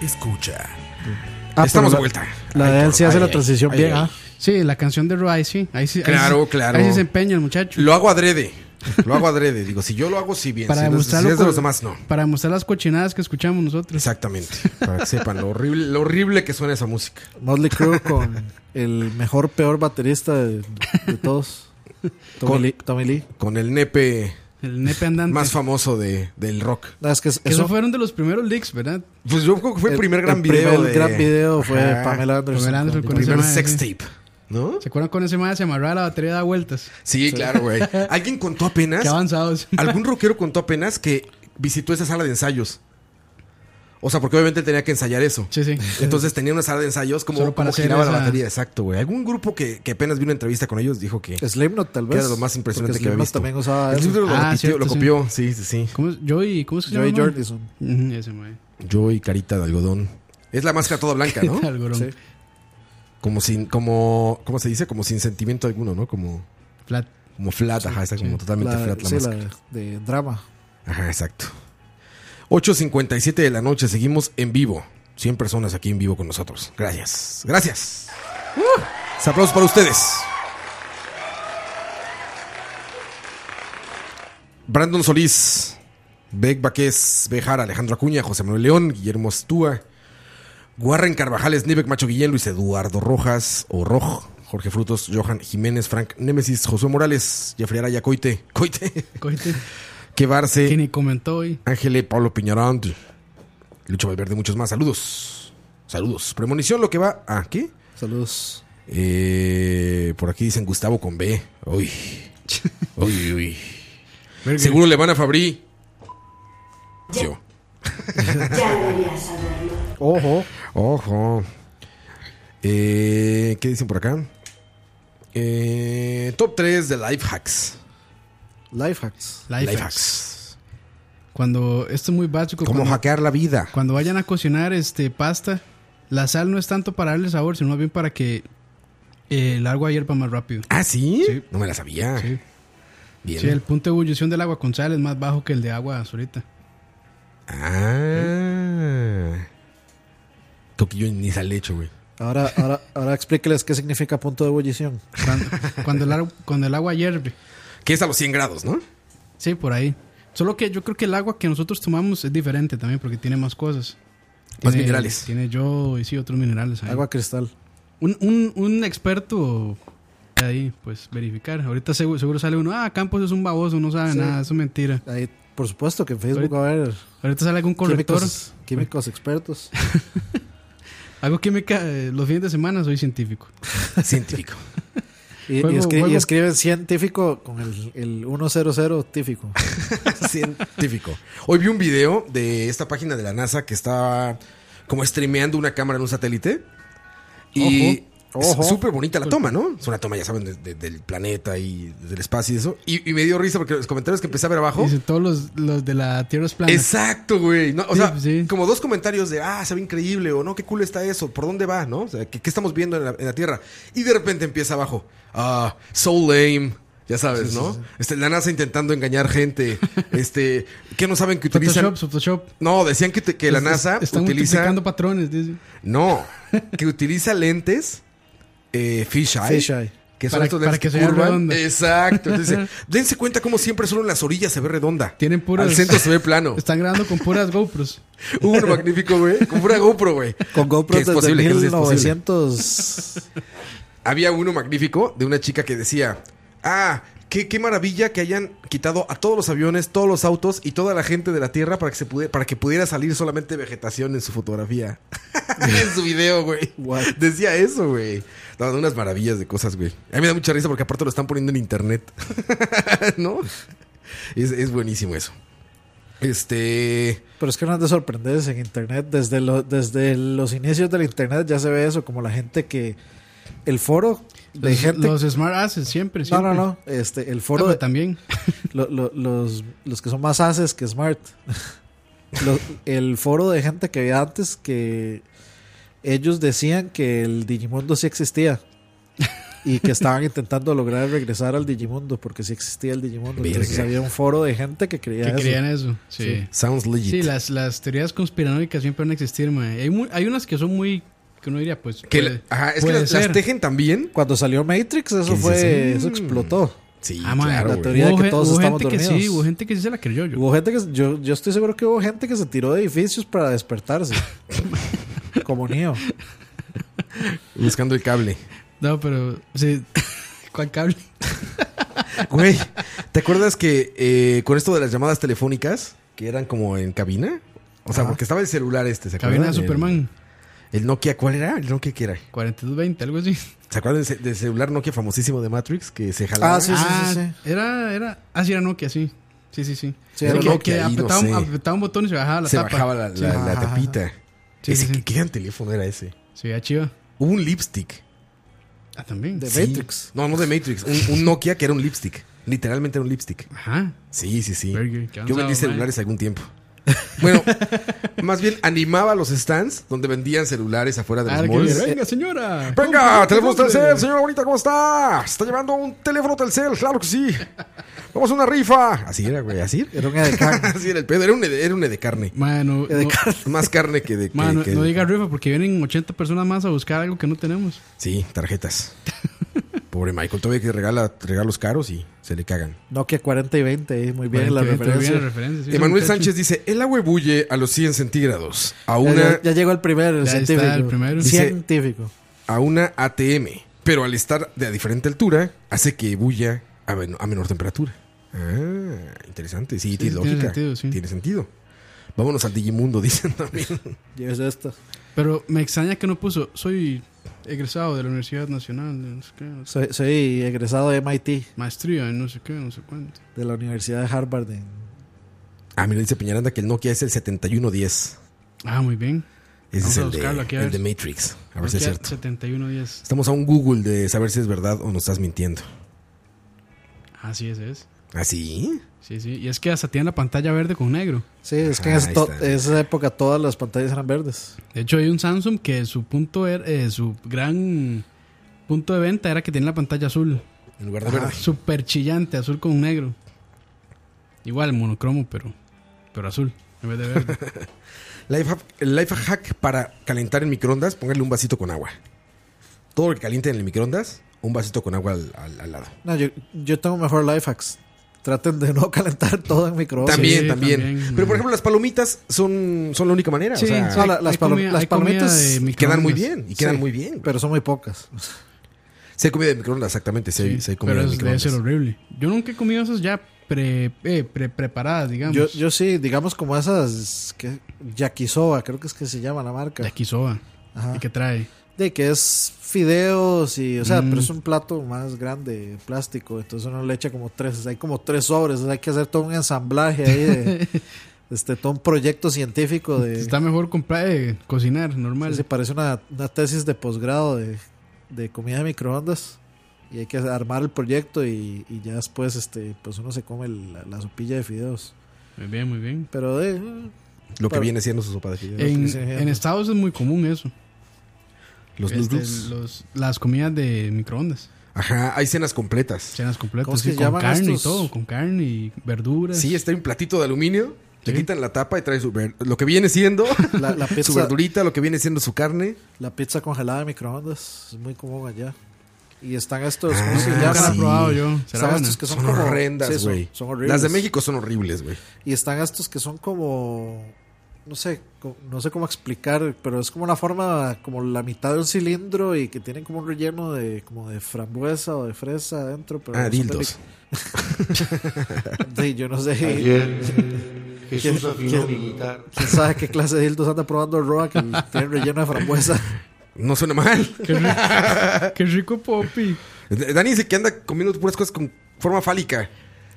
escucha.
Ah,
Estamos de
pero
vuelta.
La
Ay,
de él
por-
sí hace
ay,
la
ay,
transición
ay,
bien,
ay.
¿ah? Sí, la canción de Rai, sí. Ahí sí
Claro, claro.
Ahí sí se empeña el muchacho.
Lo hago adrede. Lo hago adrede. Digo, si yo lo hago, sí bien.
Para
si no-
demostrar
si
lo
es de
co-
los demás, no.
Para mostrar las cochinadas que escuchamos nosotros.
Exactamente. Para que sepan lo horrible, lo horrible que suena esa música.
Motley Crue con el mejor, peor baterista de, de todos. Tommy Lee.
Con el nepe.
El nepe andante.
Más famoso de, del rock.
es que
Que Eso fueron de los primeros leaks, ¿verdad?
Pues yo creo que fue el, primer gran video. de- Ajá.
Pamela Anderson
El primer
ese mae,
sex
sí.
tape. ¿No?
¿Se acuerdan con ese más? Se amarraba la batería y daba vueltas.
Sí, claro, güey. Alguien contó apenas.
Qué avanzados.
Algún rockero contó apenas que visitó esa sala de ensayos. O sea, porque obviamente tenía que ensayar eso.
Sí, sí.
Entonces tenía una sala de ensayos como,
Solo para
como
hacer
giraba la
esa-
batería. Exacto, güey. Algún grupo que, que apenas vi una entrevista con ellos dijo que.
Slipknot, tal
que
vez.
era lo más impresionante
Porque
que había
Slipknot
visto.
también usaba eso.
Slipknot lo,
Ah,
repitió-
cierto,
lo
sí.
copió. Sí, sí, sí.
¿Cómo es? Joey, ¿cómo es que se
Joey
llama?
Jordison.
Ujú, ese mae.
Yo y carita de algodón. Es la máscara toda blanca, ¿no?
Algodón. Sí.
Como sin, como, ¿cómo se dice? Como sin sentimiento alguno, ¿no? Como
flat.
Como flat, ajá, está como totalmente
La-
flat la
sí, la
máscara.
de drama.
Ajá, exacto. 8.57 de la noche, seguimos en vivo. 100 personas aquí en vivo con nosotros. Gracias, gracias. ¡Uh! Aplausos para ustedes. Brandon Solís, Beck Baquez, Bejar, Alejandro Acuña, José Manuel León, Guillermo Astúa, Warren Carvajal, Snivek Macho Guillén, Luis Eduardo Rojas o Roj, Jorge Frutos, Johan Jiménez, Frank Nemesis, Josué Morales, Jeffrey Araya, Coite, Coite,
Coite.
Que Barce,
Que ni comentó hoy.
Ángele, Pablo Piñarán, Lucho Valverde, muchos más. Saludos. Saludos. Premonición lo que va. ¿A qué? Eh,
Saludos.
por aquí dicen Gustavo con B. Uy. Uy, uy.
Verga.
Seguro le van a Fabri. Sí.
Ojo.
Ojo. Eh, ¿Qué dicen por acá? Eh, top 3 de Life Hacks.
Life hacks.
Life hacks. Cuando esto es muy básico.
¿Cómo
cuando-
hackear la vida?
Cuando vayan a cocinar este pasta, la sal no es tanto para darle sabor, sino más bien para que eh, el agua hierva más rápido.
¿Ah, sí? No me la
Ah,
sabía. Bien.
Sí, el punto de ebullición del agua con sal es más bajo que el de agua solita.
Ah. Creo que yo ni sale hecho, güey.
Ahora, ahora, ahora explíqueles qué significa punto de ebullición.
Cuando, cuando el, ar- cuando el agua hierve.
Que es a los 100 grados, ¿no?
Sí, por ahí. Solo que yo creo que el agua que nosotros tomamos es diferente también porque tiene más cosas.
Más
Tiene-
minerales.
Tiene yo y sí, otros minerales. ahí.
Agua cristal.
Un, un, un experto ahí, pues verificar. Ahorita seguro, seguro sale uno, ah, Campos es un baboso, no sabe
Sí.
nada, eso es mentira.
Ahí, por supuesto que en Facebook va a haber
Ahorita sale algún corrector.
químicos, químicos expertos.
Hago química eh, los fines de semana, soy científico.
Científico.
Y, y
Juego-
escri- y
juego-
escriben científico con el, el 100 típico.
Científico. Hoy vi un video de esta página de la NASA que estaba como streameando una cámara en un satélite. Y
Ojo, ojo.
es súper bonita la toma, ¿no? Es una toma, ya saben, de- de- del planeta y del espacio y eso. Y, y me dio risa porque los comentarios que empecé a ver abajo.
Dice todos los, los de la Tierra es plana.
Exacto, güey. No, o
Sí,
sea,
pues
como dos comentarios de, ah, se ve increíble, o no, qué cool está eso, por dónde va, ¿no? O sea, ¿qué, qué estamos viendo en la, en la Tierra? Y de repente empieza abajo, ah, so lame. Ya sabes,
Sí, sí,
¿no?
sí.
Este, la NASA intentando engañar gente. Este, ¿qué no saben que utilizan?
Photoshop, Photoshop.
No, decían que, te- que la
Es-
NASA
Están
utiliza.
multiplicando patrones, dice.
No, que utiliza lentes eh, fisheye.
Fisheye.
Que son
Para-
estos lentes
para que
que
se vea
curvan.
redonda.
Exacto. Entonces, dice, dense cuenta cómo siempre solo en las orillas se ve redonda.
Tienen puras-
Al centro se ve plano.
Están grabando con puras GoPros.
Hubo uno magnífico, güey. Con pura GoPro, güey.
Con GoPro
Que es
desde
posible, que sí es posible.
1900.
Había uno magnífico de una chica que decía: Ah, qué, qué maravilla que hayan quitado a todos los aviones, todos los autos y toda la gente de la Tierra para que, se pude- para que pudiera salir solamente vegetación en su fotografía. en su video, güey. Decía eso, güey. No, unas maravillas de cosas, güey. A mí me da mucha risa porque aparte lo están poniendo en internet. ¿No? Es, es buenísimo eso. Este.
Pero es que no es de sorprenderse en internet. Desde, lo- desde los inicios del internet ya se ve eso, como la gente que. El foro de
Los,
gente.
los Smart Assets siempre,
no,
siempre.
no, no. Este, el foro.
Ah, pero
de-
también.
lo- lo- los, los que son más haces que smart. Lo- el foro de gente que había antes que ellos decían que el Digimundo sí existía. y que estaban intentando lograr regresar al Digimundo porque sí existía el Digimundo. Entonces
Verga.
había un foro de gente que creía
Que
eso.
creían eso, sí.
Sounds legit.
Sí, las, las teorías conspiranoicas siempre van a existir, mae. Hay, mu- hay unas que son muy. que uno diría, pues.
Que
puede-
la- ajá, es que
puede
las, las
ser.
tejen también.
Cuando salió Matrix, eso
¿Qué
fue.
dices?
Eso
Mm.
explotó.
Sí,
Ah, mae,
claro,
la
güey.
teoría de
Hubo
que
ge-
todos
hubo
estamos
gente que sí,
dormidos.
hubo
gente que sí se la creyó. Yo.
Hubo gente que. Yo, yo estoy seguro que hubo gente que se tiró de edificios para despertarse. Como Neo.
Buscando el cable.
No, pero. Sí. ¿Cuál cable?
Ah, Güey, ¿te acuerdas que eh, con esto de las llamadas telefónicas, que eran como en cabina? O sea,
Ajá.
porque estaba el celular este, ¿se acuerdan?
Cabina de
El-
Superman.
El Nokia, ¿cuál era? El Nokia que era.
4220, algo así.
¿Se acuerdan del, del celular Nokia famosísimo de Matrix que se jalaba?
Ah, sí, sí, sí, Era, era. Ah, sí, era Nokia, sí. Sí, sí, sí.
Sí,
Era
era
que,
Nokia,
que
ahí no
apretaba, un-
sé.
apretaba un botón y se bajaba la
se
tapa.
bajaba la, la-
Sí.
la
Ajá, ajá,
tapita.
ajá. Sí,
Ese-
sí, sí.
¿Qué gran teléfono era ese?
Se veía chido.
Hubo un lipstick.
Ah, también.
Sí. No, no de Matrix. Un, un Nokia que era un lipstick. Literalmente era un lipstick.
Ajá.
Sí, sí, sí.
Verga, qué
Yo
avanzado,
vendí
man.
celulares algún tiempo. Bueno, más bien animaba los stands donde vendían celulares afuera de los
Ah, que
malls.
dice, Venga, señora.
Venga, tenemos Telcel,
tercer
señora bonita, ¿cómo está? ¿Se está llevando un teléfono Telcel? Claro que sí. Vamos a una rifa. Así era, güey, así era.
Era un edecarne.
así era el pedo, era un ede, era un edecarne.
Mano, no,
Más carne que de... que-
mano,
que-
no diga rifa porque vienen 80 personas más a buscar algo que no tenemos.
Sí, tarjetas. Pobre Michael, todavía que regala regalos caros y se le cagan.
Nokia 40 y 20, ahí, muy bien la
40 y 20,
referencia.
muy bien la referencia, sí.
Emanuel
muchacho.
Sánchez dice, el agua bulle a los 100 centígrados. A
Ya-
una...
ya, llegó el primero, el
Ya está
científico.
el primero.
Científico.
a una ATM, pero al estar de a diferente altura, hace que bulla a, men- a menor temperatura. Ah, interesante. Sí, tiene
sí,
lógica.
tiene
Tiene sentido,
sentido, sí.
Vámonos al Digimundo, dicen también.
Lleves esto.
Pero me extraña que no puso. Soy egresado de la Universidad Nacional. de no sé qué, no sé-
Soy, soy egresado de MIT.
Maestría en no sé qué, no sé cuánto.
De la Universidad de Harvard. en-
Ah, mira, dice Peñaranda que el Nokia es el 7110.
Ah, muy bien.
Ese es
Vamos a
el de,
buscarlo aquí, a
el
ver.
de Matrix. A ver si es
Nokia
cierto.
7110.
Estamos a un Google de saber si es verdad o nos estás mintiendo.
Así es, es.
¿Ah, sí?
Sí, sí. Y es que hasta tiene la pantalla verde con negro.
Sí, es
Ah,
que en ese to- esa época todas las pantallas eran verdes.
De hecho, hay un Samsung que su punto era, eh, su gran punto de venta era que tenía la pantalla azul.
En lugar de verde.
Super chillante, azul con negro. Igual, monocromo, pero, pero azul, en vez de verde.
Life hack, el life hack para calentar en microondas, póngale un vasito con agua. Todo lo que caliente en el microondas, un vasito con agua al- al- al lado.
No, yo, yo tengo mejor life hacks. Traten de no calentar todo en microondas.
También, también, Pero por ejemplo, las palomitas son, son la única manera.
Sí,
o sea,
no, la- las, palo- las palomitas
quedan muy bien. Y quedan
Sí,
muy bien.
Pero son muy pocas.
Se comida de microondas, exactamente. Se,
Sí,
comida
pero
de
es, debe
microondas.
ser horrible. Yo nunca he comido esas ya pre, eh, pre- preparadas, digamos.
Yo, yo sí, digamos como esas que yakisoba, creo que es que se llama la marca.
Yakisoba. ¿Y qué trae?
De que es fideos y, o sea,
Mm.
pero es un plato más grande, plástico, entonces uno le echa como tres, hay como tres sobres, o sea, hay que hacer todo un ensamblaje ahí de, este, todo un proyecto científico de...
Está mejor comprar, eh, cocinar, normal.
Se parece una, una tesis de posgrado de, de comida de microondas y hay que armar el proyecto y, y ya después, este, pues uno se come la, la sopilla de fideos.
Muy bien, muy bien.
Pero eh, de...
Lo que
para-
viene siendo su sopa de fideos.
En,
Sí, sí, sí.
en Estados es muy común eso.
Los
Este,
noodles.
los- Las comidas de microondas.
Ajá, hay cenas completas.
Cenas
¿Cómo
completas.
es
sí,
que
con
llaman
carne
estos?
y todo. Con carne y verduras.
Sí, está en un platito de aluminio. Le
Sí.
quitan la tapa y trae su ver- lo que viene siendo
La- la pizza.
su verdurita, lo que viene siendo su carne.
La pizza congelada de microondas es muy común allá. Y están estos. ¿Cómo
Ah,
se llaman?
sí.
Están estos que son,
Son
como- sí,
horrendas,
son-
güey.
son horribles.
Las de México son horribles, güey.
Y están estos que son como. No sé, co- no sé cómo explicar, pero es como una forma, como la mitad de un cilindro y que tienen como un relleno de como de frambuesa o de fresa adentro. Pero
Ah,
no son de
dildos.
mic- sí, yo no sé.
Ayer, Jesús
¿Quién-
afinó
quién-
mi guitarra.
¿Quién sabe qué clase de dildos anda probando Roa que tiene relleno de frambuesa?
No suena mal.
Qué rico, qué rico Poppy.
Dani dice que anda comiendo puras cosas con forma fálica.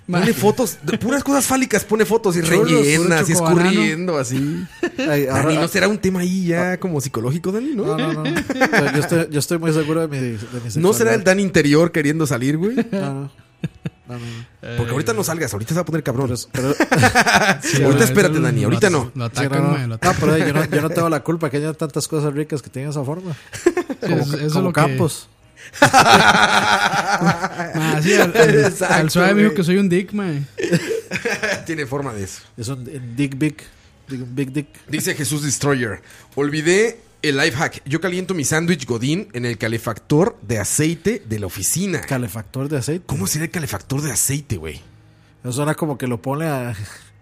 Ma-
Pone fotos, de puras cosas fálicas, pone fotos y
Churros, puro
rellenas y
chocobanano.
escurriendo así.
Ay, ahora-
Dani, ¿no será un tema ahí ya como psicológico, Dani? No,
No, no, no. Yo- Yo estoy, yo estoy muy seguro de mi, de mi
¿No será
sexualidad.
el Dani interior queriendo salir, güey?
No, no. No, no, no.
Porque ahorita no salgas, ahorita se va a poner cabrón.
Sí,
ahorita
bueno,
espérate,
eso
Dani,
lo
ahorita
at-
no.
lo atacan, mae, lo atacan. No, pero yo no, yo no tengo la culpa que haya tantas cosas ricas que tienen esa forma.
Sí,
como
es- eso es
como
lo que-
campos.
Ma, sí, al, al- al suave me dijo que soy un dick, mae.
Tiene forma de eso.
Es un dick big. Big dick.
Dice Jesús Destroyer. Olvidé el life hack. Yo caliento mi sándwich Godín en el calefactor de aceite de la oficina.
¿Calefactor de aceite?
¿Cómo sería el calefactor de aceite, güey?
Eso suena como que lo pone a,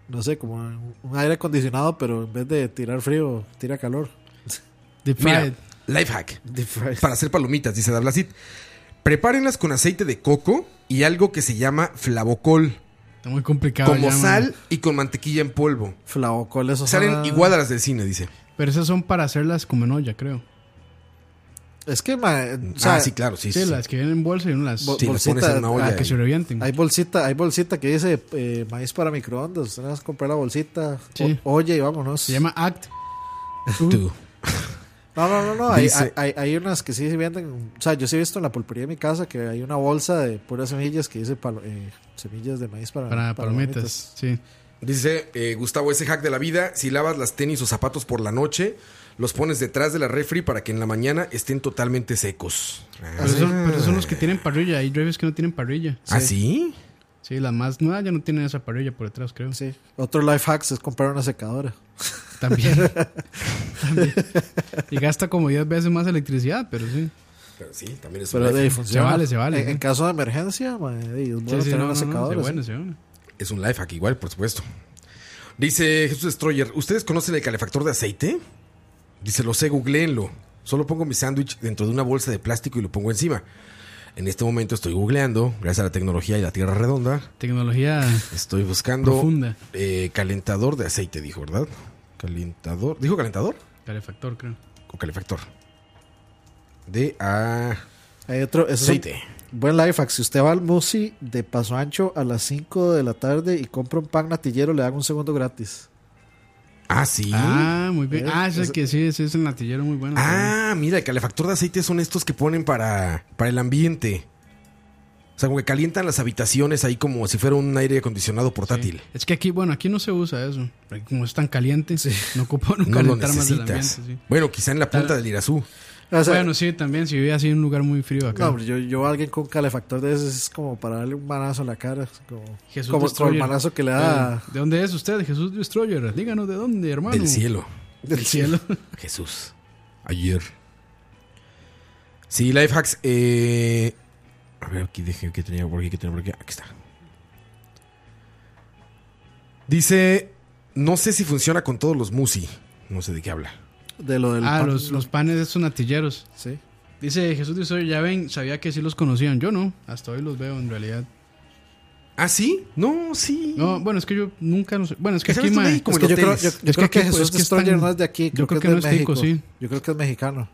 no sé, como a un aire acondicionado, pero en vez de tirar frío, tira calor.
Mira, life hack.
pues.
Para hacer palomitas, dice Dablasit. Prepárenlas con aceite de coco y algo que se llama flavocol.
Está muy complicado.
como
Ah, ya, mae.
sal y con mantequilla en polvo.
Flavocol, eso
Salen
suena-
igual a las del cine, dice.
Pero esas son para hacerlas como en olla, creo.
Es que, ma,
Ah, sí, claro, sí, sí, sí.
las ah, que vienen en bolsa y uno las.
Bo- bolsita-
Para que se revienten.
Hay bolsita, hay bolsita que dice eh, maíz para microondas. Usted nada más comprar la bolsita,
Sí.
o- oye y vámonos. Se
llama Act.
No, no, no, no. Hay,
Dice-
hay- hay unas que sí se venden. O sea, yo sí he visto en la pulpería de mi casa que hay una bolsa de puras semillas que dice palo- eh, semillas de maíz para,
Para palomitas, sí.
Dice eh, Gustavo, ese hack de la vida, si lavas las tenis o zapatos por la noche, los pones detrás de la refri para que en la mañana estén totalmente secos.
Ah,
Pero, esos, pero esos son los que tienen parrilla. Hay drivers que no tienen parrilla.
¿Ah, sí?
Sí, las más nuevas ya no tienen esa parrilla por detrás, creo.
Sí. Otro life hacks es comprar una secadora.
También. También. Y gasta como 10 veces más electricidad, pero sí. Pues,
Pero sí, también
Pero de ahí funciona.
Se vale, se vale.
En, en caso de emergencia, ma, de- es bueno
Sí, sí,
tener
no,
una
no, no,
secadora.
se
sí.
bueno, se bueno.
Es un life hack igual, por supuesto. Dice Jesús Destroyer, ¿ustedes conocen el calefactor de aceite? Dice, lo sé, googleenlo. Solo pongo mi sándwich dentro de una bolsa de plástico y lo pongo encima. En este momento estoy googleando, gracias a la tecnología y la tierra redonda.
Tecnología
Estoy buscando
Profunda.
eh, calentador de aceite, dijo, ¿verdad? Calentador. ¿Dijo calentador?
calefactor, creo.
O calefactor. De a
Hay otro, ese es un
aceite.
buen life hack. Si usted va al Musi de Paso Ancho a las 5 de la tarde y compra un pan natillero, le dan un segundo gratis.
Ah, sí.
Ah, muy bien.
Eh,
Ah, ese es
eso-
que sí, ese es el natillero muy bueno.
Ah, mira, el calefactor de aceite son estos que ponen para, para el ambiente. O sea, como que calientan las habitaciones ahí como si fuera un aire acondicionado portátil.
Es que aquí, bueno, aquí no se usa eso. Porque como es tan caliente, no ocupa
No
no
lo
calentar más del ambiente.
necesitas.
Sí.
Bueno, quizá en la punta
Tal-
del Irazú.
O sea-
bueno, sí, también. Si vive así en un lugar muy frío acá.
No, hombre, yo, yo a alguien con calefactor de ese es como para darle un manazo en la cara. es Como,
Jesús
como, como el
Destroyer.
manazo que le da.
Eh, ¿De dónde es usted, Jesús Destroyer? Díganos de dónde, hermano.
Del cielo.
Del cielo.
Jesús. Ayer. Sí, life hacks. eh, A ver, aquí dejé que tenía por aquí, que tenía por aquí. Aquí está. Dice, no sé si funciona con todos los musi. No sé de qué habla.
De lo del
ah,
pan-
los, los panes de esos natilleros.
Sí.
Dice Jesús Destroyer, ya ven, sabía que sí los conocían. Yo no, hasta hoy los veo en realidad.
¿Ah, sí? No, sí.
No, bueno, es que yo nunca los... Bueno, es que aquí,
Es
mae,
que yo creo, yo- yo
es
creo que,
aquí, pues,
Jesús
es que
Destroyer
están-
no es de aquí.
Yo creo que, no es
de
tico,
México.
sí.
Yo creo que es mexicano.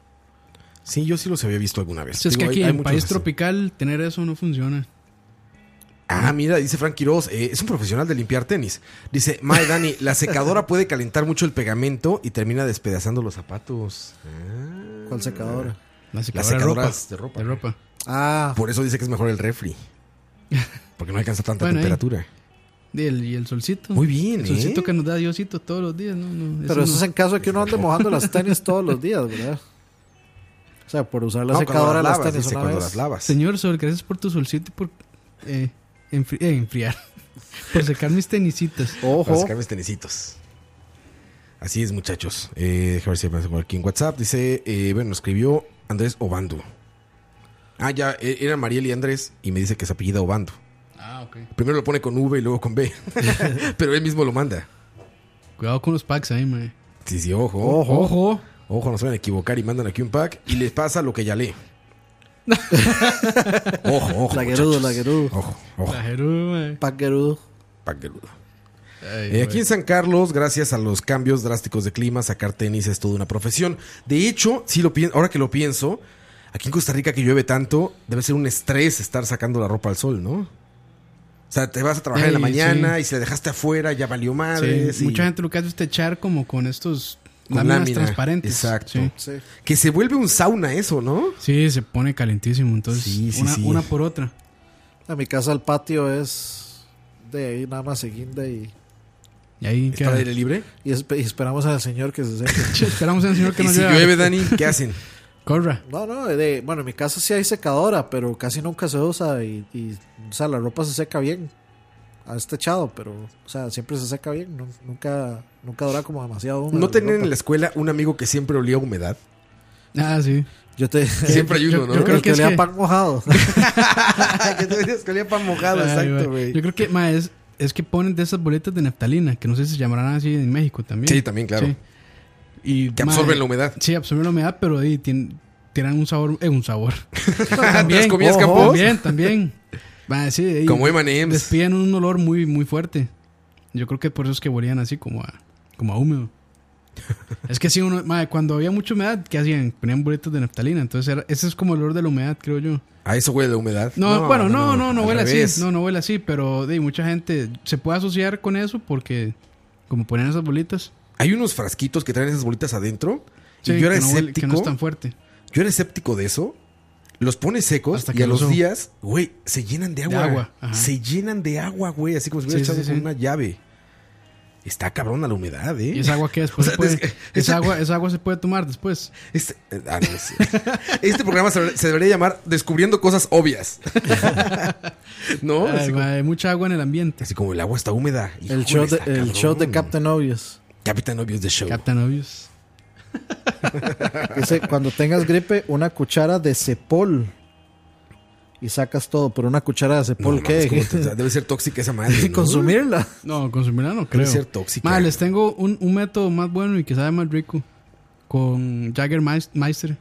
Sí, yo sí los había visto alguna vez.
Sí, es que
Digo, hay-
aquí
hay
en
muchos
país
así.
tropical tener eso no funciona.
Ah, mira, dice Frank Quiroz, eh, es un profesional de limpiar tenis. Dice, Mae Dani, la secadora puede calentar mucho el pegamento y termina despedazando los zapatos.
¿Cuál secadora?
La
Las
secadora de ropa.
secadoras de ropa.
Ah.
Por eso dice que es mejor el refri. Porque no alcanza tanta
Bueno, ahí.
temperatura.
Y el, y el solcito.
Muy bien,
El solcito
¿eh?
que nos da Diosito todos los días, ¿no? no
Pero eso
no.
es en caso de que uno ande mojando las tenis todos los días, ¿verdad? O sea, por usar la
No, cuando
secadora de
las
las
lavas,
tenis
dice,
una
cuando
vez.
las lavas.
Señor Sol, gracias por tu solcito y por eh, enfri- eh, enfriar. por secar mis tenisitas.
Para sacar mis tenisitos. Así es, muchachos. Eh, déjame ver si me hace por aquí en WhatsApp. Dice, eh, bueno, escribió Andrés Obando. Ah, ya, e- era Mariel y Andrés y me dice que se apellida Obando.
Ah, ok.
Primero lo pone con V y luego con B. Pero él mismo lo manda.
Cuidado con los packs ahí, mae.
Sí, sí, ojo.
Ojo. Ojo.
Ojo, no se van a equivocar y mandan aquí un pack y les pasa lo que ya lee. ojo, ojo.
Laguerudo,
muchachos.
laguerudo.
Ojo, ojo.
Paquerudo.
Paquerudo. Eh, aquí en San Carlos, gracias a los cambios drásticos de clima, sacar tenis es toda una profesión. De hecho, si lo pien- ahora que lo pienso, aquí en Costa Rica que llueve tanto, debe ser un estrés estar sacando la ropa al sol, ¿no? O sea, te vas a trabajar en la
Ey,
mañana
sí.
y si la dejaste afuera, ya valió
Sí,
madre.
Mucha gente lo que hace es techar como con estos
Con
láminas
lámina,
transparentes.
exacto.
Sí.
Que se vuelve un sauna eso, ¿no?
Sí, se pone calentísimo. Entonces,
sí,
una,
sí.
una por otra.
A mi casa el patio es de ahí nada más se guinda y...
Y ahí queda.
libre?
Y, espe- y esperamos al señor que se seque.
Esperamos al señor que
Y
nos
si
lleve.
llueve, Dani, ¿qué hacen?
Corra.
No, no, de- eh, bueno, en mi casa sí hay secadora, pero casi nunca se usa y, y, o sea, la ropa se seca bien. Ah, Está echado, pero, o sea, siempre se seca bien, nu- nunca, nunca dura como demasiado húmedo
¿No tenían
ropa.
en la escuela un amigo que siempre olía a humedad?
Ah, sí.
Yo te...
Siempre hay uno,
yo-
¿no?
yo creo
El
que es
olía
que-
pan
mojado.
que tú dirías que olía pan mojado,
Ay,
exacto,
güey.
güey.
Yo creo que, ma, es, es que ponen de esas boletas de naftalina, que no sé si se llamarán así en México también.
Sí, también, claro.
Y,
Que
ma,
absorben la humedad.
Sí, absorben la humedad, pero ahí tienen, tienen un sabor. Eh, un sabor.
¿Te las comías, Campos?
También, también. Ma, sí, ahí
Como M&Ms.
Despiden un olor muy, muy fuerte. Yo creo que por eso es que volían así, como a, como a húmedo. es que sí, uno, ma, cuando había mucha humedad, ¿qué hacían? Ponían boletas de naftalina. Entonces, era- ese es como el olor de la humedad, creo yo.
¿A eso huele la humedad?
No, bueno, no, no, no
al
huele
revés.
así. No, no huele así, pero de, mucha gente se puede asociar con eso porque, como ponían esas bolitas.
Hay unos frasquitos que traen esas bolitas adentro.
Sí,
y yo era
que no huele-
escéptico.
que no es tan fuerte.
Yo era escéptico de eso. Los pones secos
Hasta
y
que
a los
los-
días, güey, se llenan de
De
agua.
agua, ajá.
se llenan de agua, güey, así como si hubiera
Sí, sí,
echado
sí,
con
sí.
una llave. Está cabrón a la humedad, ¿eh?
Y esa agua que después
O sea,
se puede-
es que-
pues, esa agua, esa agua se puede tomar después.
Eh, ah, no, sí. Este programa se, se debería llamar Descubriendo cosas obvias. ¿No?
Ay,
Así como-
ma, hay mucha agua en el ambiente.
Así como el agua está húmeda.
El show, de, el show de Captain Obvious.
Capitán Obvious The Show.
Captain Obvious.
Dice, cuando tengas gripe, una cuchara de cepol. Y sacas todo, pero una cuchara de cepol,
No, mames,
¿qué?
¿cómo te- debe ser tóxica esa madre.
Y
¿no?
consumirla.
No, consumirla no creo.
Debe ser tóxica.
Ma, les tengo un, un método más bueno y que sabe más rico. Con Jagger Meister.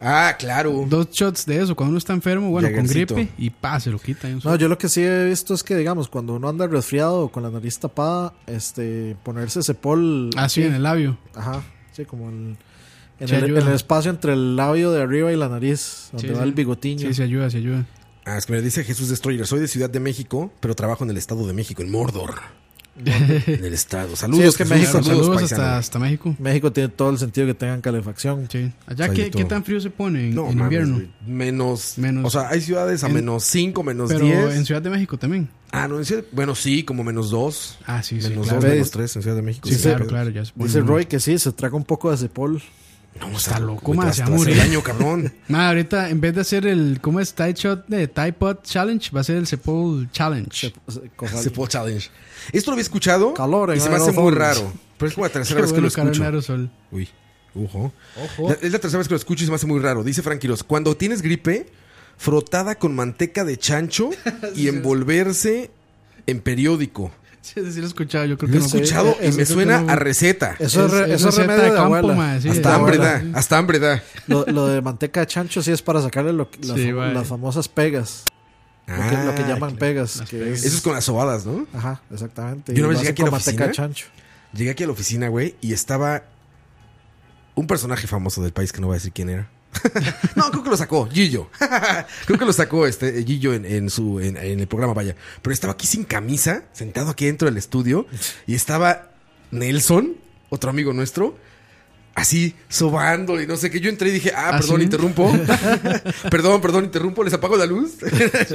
Ah, claro.
Uh.
Dos shots de eso. Cuando uno está enfermo, bueno, con
Jägercito.
gripe y pa, se lo quita.
No, yo lo que sí he visto es que, digamos, cuando uno anda resfriado o con la nariz tapada, este, ponerse cepol.
Así Ah, en el labio.
Ajá, sí, como el, en,
Sí,
el,
ayuda.
en el espacio entre el labio de arriba y la nariz, donde
Sí,
va
sí.
el bigotiño.
Sí, se ayuda, se ayuda.
Ah, es que me dice Jesús Destroyer. Soy de Ciudad de México, pero trabajo en el Estado de México, en Mordor. en el Estado. Saludos,
Sí, es que
Jesús,
México-
saludos,
saludos
paisano.
hasta- hasta México.
México tiene todo el sentido que tengan calefacción.
Sí. Allá,
Hay de
¿qué, qué
todo.
tan frío se pone en,
No,
en
mames,
invierno?
güey. menos, O sea, hay ciudades a
En-
menos 5, menos
Pero
10.
en Ciudad de México también.
Ah, no, en Ciudad- Bueno, sí, como menos 2.
Ah, sí, sí,
Menos
claro.
2,
Ve,
menos
es-
3 en Ciudad de México.
Sí,
Sí,
claro,
pero-
claro, ya se pone
Dice
muy-
Roy que sí, se traga un poco de cepol.
No, está loco,
¿Cómo se
Tras el año, cabrón.
Nada, ahorita en vez de hacer el ¿cómo es Tide Shot de Tide Pod Challenge, va a ser el Sepul Challenge.
Sepul Challenge. Esto lo había escuchado y
en
se me hace
aerosol.
muy raro. Pero es como la tercera
Qué
vez que lo
bueno, calor en
escucho.
aerosol.
Uy, ojo.
Ojo.
La- es la tercera vez que lo escucho y se me hace muy raro. Dice Frank Quiroz, cuando tienes gripe, frotada con manteca de chancho y envolverse en periódico.
Sí, sí, lo he escuchado, yo creo
Lo
que
he
no.
escuchado y me suena a receta.
Eso es, re- eso es remedio de, abuela.
Hasta hambre da, hasta hambre da.
Lo, lo de manteca de chancho sí es para sacarle lo- las,
Sí,
fam-
vale.
las famosas pegas. Lo que,
Ah,
lo que llaman
claro.
pegas. que es-
Eso es con las sobadas, ¿no?
Ajá, exactamente.
Yo una vez
Y lo
llegué
hacen
aquí a la
con manteca
oficina.
de chancho.
Llegué aquí a la oficina, güey, y estaba un personaje famoso del país que no voy a decir quién era. no, creo que lo sacó, Gillo. creo que lo sacó este eh, Gillo en, en su en, en el programa, vaya. Pero estaba aquí sin camisa, sentado aquí dentro del estudio, y estaba Nelson, otro amigo nuestro, así sobando y no sé qué. Yo entré y dije, ah,
¿Ah,
perdón,
sí?
interrumpo. perdón, perdón, interrumpo, les apago la luz.
Sí,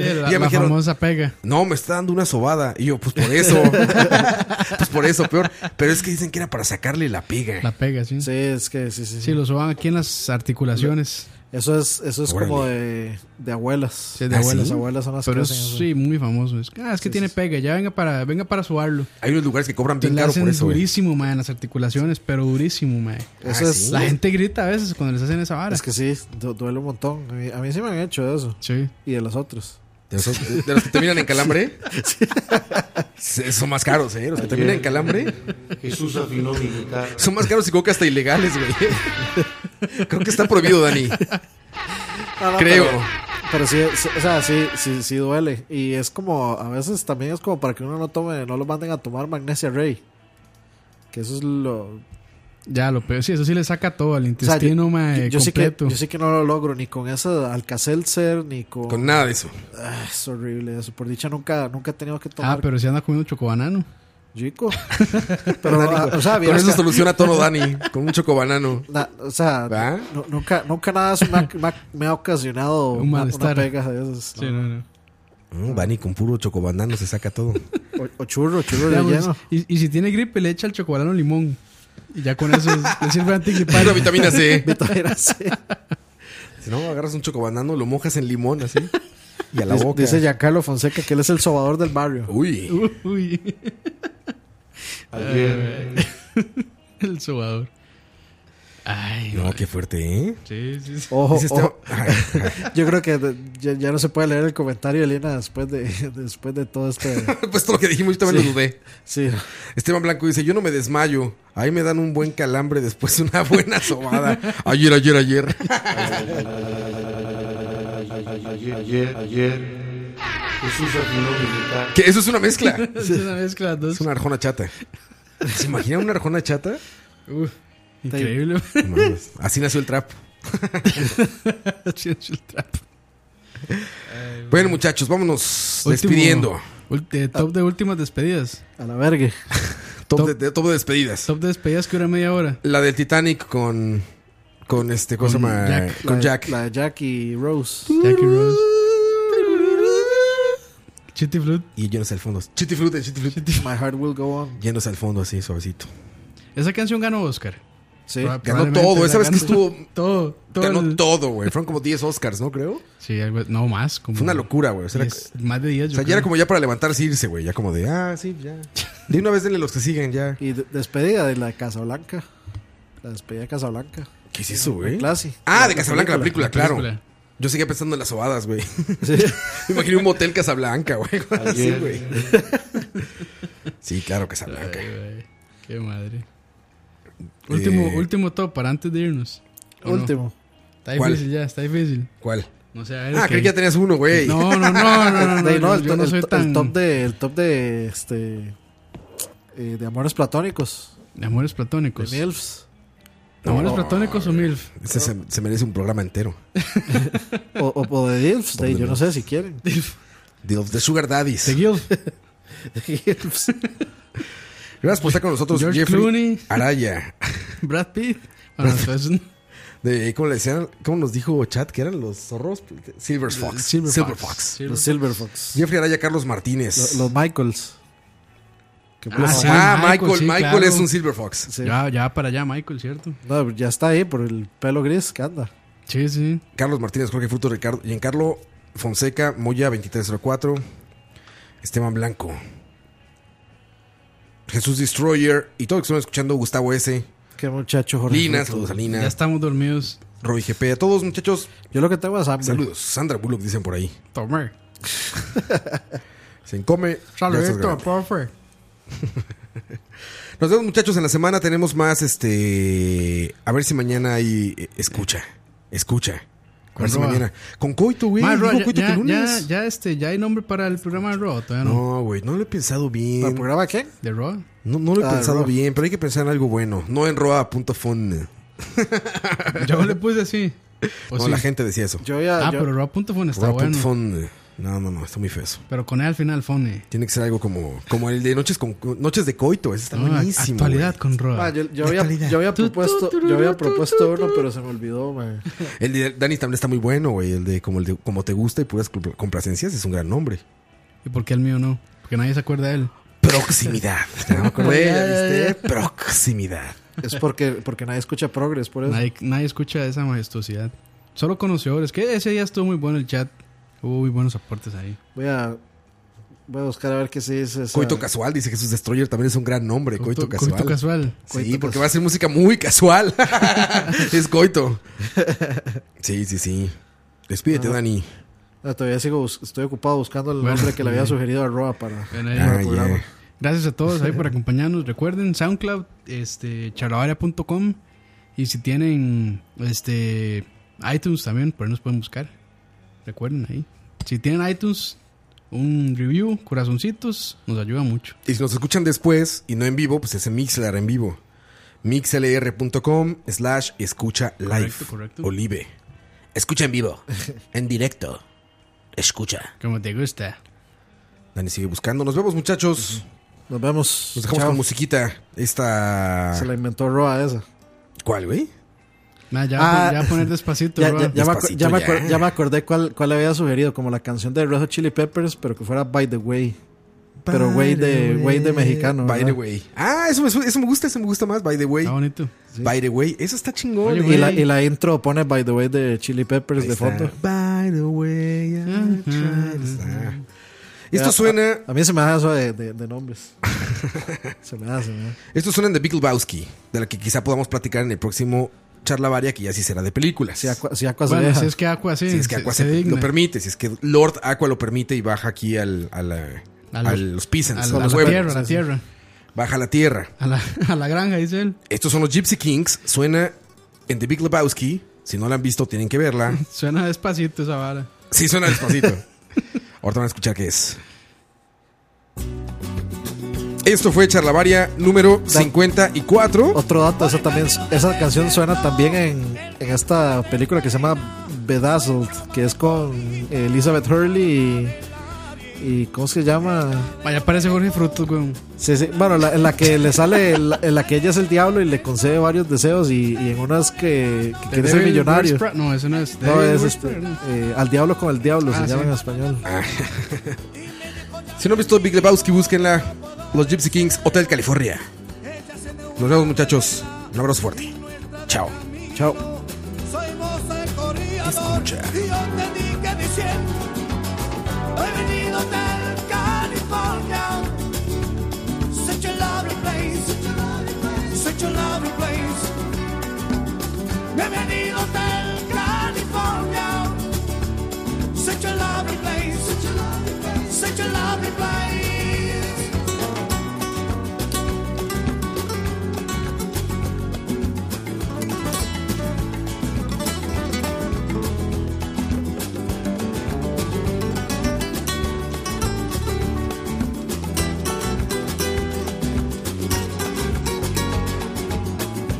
Y ya
la,
me
la
dijeron,
famosa pega.
no, me está dando una sobada. Y yo, pues por eso. pues por eso, peor. Pero es que dicen que era para sacarle la pega.
La pega, sí.
Sí, es que sí, sí.
Sí, lo soban aquí en las articulaciones.
Ah,
Eso es, eso es
Órale.
como de, de abuelas.
Sí, de abuelas.
Las abuelas son las
Pero
que
es,
hacen eso.
sí, muy famoso. Es, que, ah, es que tiene pega, ya venga para, venga para sobarlo.
Hay unos lugares que cobran
Te
bien
la
caro
hacen
por eso. güey.
durísimo, ma, en las articulaciones, pero durísimo, ma.
Eso es-
La gente grita a veces cuando les hacen esa vara.
Ah, Es que sí, du- duele un montón. A mí, a mí sí me han hecho eso.
Sí.
Y de las otras.
De esos- de los que te miran en calambre. Sí, Son más caros, ¿eh? Los que te miran en calambre.
Jesús afinó mi guitarra.
Son más caros y creo que hasta ilegales, güey. creo que está prohibido, Dani.
Ah,
No, no,
Creo.
Pero, pero sí, sí, o sea, sí, sí, sí duele. Y es como, a veces también es como para que uno no tome, no lo manden a tomar Magnesia Rey. Que eso es lo...
Ya, lo peor. Sí, eso sí le saca todo al
o sea, yo-
intestino, ma,
yo, yo sí que,
completo.
yo sí que no lo logro, ni con esa Alcacelser, ni con...
Con nada de eso.
Ah, es horrible eso. Por dicha nunca, nunca he tenido que tomar...
Ah, pero si anda comiendo chocobanano.
Chico. Pero, ah, o sea,
con
vieras
eso
que-
soluciona todo, Dani. Con un chocobanano.
Na- o sea, nu- nunca, nunca nada es una- ma- me ha ocasionado
Un
una, una
malestar.
pega de esas.
Sí, no, no.
Mm, Dani con puro chocobanano se saca todo.
O, o churro, churro de
Digamos,
lleno.
y, y si tiene gripe, le echa el chocobanano limón. Y ya con eso es- le sirve anticipar.
la vitamina C.
Vitamina C.
Si no, agarras un chocobanano, lo mojas en limón así. Y a la
Dice-
boca.
Dice Giancarlo Fonseca que él es el sobador del barrio.
Uy.
Uy.
Ayer.
Ay, El sobador. Ay,
No, qué fuerte, ¿eh?
Sí, sí, sí.
Ojo,
Dice este-
ojo. Yo creo que de- ya, ya no se puede leer el comentario de Elena después de, después de todo este.
Pues todo lo que dijimos, yo también
Sí.
lo dudé.
Sí.
Esteban Blanco dice: Yo no me desmayo. Ahí me dan un buen calambre después de una buena sobada. Ayer, ayer, ayer.
Ayer, ayer, ayer. Jesús afinó militar.
Que eso es una mezcla.
Es una mezcla, dos.
Es una arjona chata. ¿Se imaginan una arjona chata?
Uf, increíble.
No mames. Así nació el trap.
Así nació el trap.
Bueno, muchachos, vámonos
Último-
despidiendo.
ul- eh, top de últimas despedidas.
A la verga.
Top, de, de- top de despedidas.
Top de despedidas que dura media hora.
La del Titanic con. Con este, ¿cómo se
Con
llama?
Jack.
Con
La-
Jack.
La de Jack y Rose.
Jackie Rose. Chitty Flute.
Y llenos al fondo. Chitty Flute, Chitty Flute.
My heart will go on.
Llenos al fondo, así, suavecito.
Esa canción ganó Oscar.
Sí.
Proba-
Ganó
probablemente
todo.
la
Esa vez que
ganó.
estuvo.
Todo. todo
ganó
el-
todo, güey. Fueron como 10 Oscars, ¿no? Creo.
Sí, algo, no más. Como
Fue una locura, güey. O sea, era-
diez- más de 10.
O sea, ya era como ya para levantarse e irse, güey. Ya como de, ah, sí, ya. De una vez denle los que siguen, ya.
Y de- despedida de la de Casablanca. La despedida de Casablanca.
¿Qué es eso, güey?
La clase.
Ah, de
La
Casablanca, la película, claro.
película.
Yo seguía pensando en las sobadas, güey. Me imaginé un motel Casablanca, güey. Así,
Ayer.
güey. Sí, claro, Casablanca.
Eh, Qué madre. Último,
Eh,
último top para antes de irnos. ¿O no?
Último.
Está
¿Cuál?
difícil ya, está difícil.
¿Cuál?
No sé, a ver,
Ah,
ok.
creí que ya tenías uno, güey.
No, no, no, no, no, no,
De- no,
yo-
el,
yo
to-
no
el
soy
to- el
tan-
top de el top de este eh, de amores platónicos.
De amores platónicos.
De MILFs.
¿Amores
No,
platónicos o MILF?
Ese se, se merece un programa entero.
O, o, o de DILFs, Pues de- yo no sé si quieren.
De los de Sugar Daddies.
De Guild.
DILFs.
Gracias por estar con nosotros,
George
Jeffrey
Clooney.
Araya.
Brad Pitt. Bueno, entonces,
De, ¿cómo, le decían, ¿Cómo nos dijo Chat que eran los zorros? Silver Fox.
Silver
Silver
Fox.
Fox.
Los Silver Fox.
Jeffrey Araya, Carlos Martínez.
Lo- Los Michaels. Que
Ah,
por-
sí,
Ah,
Michael,
Michael,
sí,
Michael
claro.
es un Silver Fox.
ya, ya para allá, Michael, ¿cierto?
No, ya está ahí por el pelo gris que anda.
Sí, sí.
Carlos Martínez, Jorge Fruto, Ricardo, Giancarlo Fonseca, Moya 2304, Esteban Blanco, Jesús Destroyer y todos los que están escuchando, Gustavo S.
Qué muchacho, Jorge.
Linas,
Fruto.
saludos a Lina.
Ya estamos dormidos.
Roy GP, a todos muchachos.
Yo lo que tengo es hambre.
Saludos. Sandra Bullock, dicen por ahí.
Tomar.
Se encome. ya estás
Saludito,
grande.
profe.
Nos vemos muchachos en la semana. Tenemos más este. A ver si mañana hay. eh, Escucha. Escucha. A ver si
Con Roa.
mañana. Con Coito, güey.
Ma, Ro,
Digo
ya,
Coito que
ya, ya,
lunes.
ya, este, ya hay nombre para el programa de Raw, todavía Ah, no.
No, güey, no lo he pensado bien.
¿El programa qué?
¿De Raw?
No, no lo he
Ah,
pensado
Roa.
bien, pero hay que pensar en algo bueno. No en roa.fun.
Yo le puse así. ¿O
eh. No,
Pues sí?
la gente decía eso.
Yo ya.
Ah,
yo-
pero Raw.fun está bueno.
Roa.fun. eh. No, no, no, está muy feo eso.
Pero con él al final, Fone.
Tiene que ser algo como, como el de Noches, con, noches de Coito. Ese está
No,
buenísimo.
Ah, actualidad con Raw.
Ma, Ah, yo, yo había, yo había propuesto, yo había propuesto uno, pero se me olvidó, ma.
güey. El de Dani también está muy bueno, güey. El de como, el de como te gusta y puras compl- complacencias es un gran nombre.
¿Y por qué el mío no? Porque nadie se acuerda de él.
Proximidad. Ya me acordé, ya viste.
Ya, ya, ya.
Proximidad.
Es porque, porque nadie escucha Progress, por eso.
Nadie, nadie escucha esa majestuosidad. Solo conocedores. Que ese día estuvo muy bueno el chat. Hubo muy buenos aportes ahí.
Voy a, voy a buscar a ver qué se dice. esa-
Coito Casual, dice Jesús Destroyer, también es un gran nombre. Coito,
Coito-
Casual.
Coito Casual.
Sí,
Coito
porque
Casual.
pues.
va a ser música muy casual. es Coito. Sí, sí, sí. Despídete,
Ah.
Dani.
No, todavía sigo, bus- estoy ocupado buscando el
Bueno,
nombre que le había
bien.
sugerido a Roa para,
Bueno, ahí-
para el
Ah,
programa.
ya.
Gracias a todos ahí por acompañarnos. Recuerden SoundCloud, este, charlavaria.com y si tienen este iTunes también, por ahí nos pueden buscar. Recuerden ahí. Si tienen iTunes, un review, corazoncitos, nos ayuda mucho.
Y si nos escuchan después y no en vivo, pues es en Mixlr en vivo. Mixlr.com slash escucha live.
Correcto, correcto.
Olive. Escucha en vivo. en directo. Escucha.
Como te este, ah, gusta.
Dani sigue buscando. Nos vemos, muchachos.
Nos vemos.
Nos dejamos
Chao.
con musiquita. Esta.
Se la inventó Roa esa.
¿Cuál, güey?
Ma, ya, va a
Ah.
pon- ya va a poner despacito.
Ya,
bro.
ya- ya me, acu-
Despacito,
ya me
ya.
acu- ya me acordé cuál, cuál le había sugerido, como la canción de Red Hot Chili Peppers, pero que fuera By the Way. Pero güey de, güey de mexicano.
By the
¿verdad?
way. Ah, eso, me- eso me gusta, eso me gusta más. By the way. Está
Ah, bonito.
By the way. Eso está chingón.
Y
güey.
la, y la intro pone By the way de Chili Peppers
Ahí
de
está.
fondo.
By the way. I tried. Está. Esto
Ya, ah,
suena.
A, a mí se me da eso de, de- de nombres. se me da, se me da.
Esto suena de Big Lebowski, de la que quizá podamos platicar en el próximo charla varia, que ya sí será de películas. Si Aqua,
se Bueno, deja. si es que Aqua sí,
Si es que
se-
Aqua
se
se-
digna.
lo permite, si es que Lord Aqua lo permite y baja aquí al, a, la-
A
a
los-
los, peasants,
a
a
la-
los
a la
huevos.
tierra, a la
Sí, sí.
tierra.
Baja a la tierra.
A la, a la granja, dice él.
Estos son los Gypsy Kings, suena en The Big Lebowski. Si no la han visto, tienen que verla.
Suena despacito esa vara.
Sí, suena despacito. Ahorita van a escuchar qué es. Esto fue Charlavaria número 54.
Otro dato, esa, también, esa canción suena también en, en esta película que se llama Bedazzled, que es con Elizabeth Hurley y, y ¿cómo se llama?
Vaya, parece Jorge Frutos, güey.
Sí, sí. Bueno, la- en la que le sale, la- en la que ella es el diablo y le concede varios deseos y, y en unas que, que quiere ser
Devil
millonario.
Wears Prada- no, eso no es
No,
Devil
es
Wears
este,
Prada,
eh, al diablo con el diablo,
Ah,
se llama
sí.
en español.
Si no han visto Big Lebowski, búsquenla. Los Gypsy Kings, Hotel California. Nos vemos, muchachos. Un abrazo fuerte. Chao.
Chao.
Soy moza el corrido
Escucha.
y yo te dije diciendo He venido del California Such a lovely place Such a lovely place He venido del California Such a lovely place Such a lovely place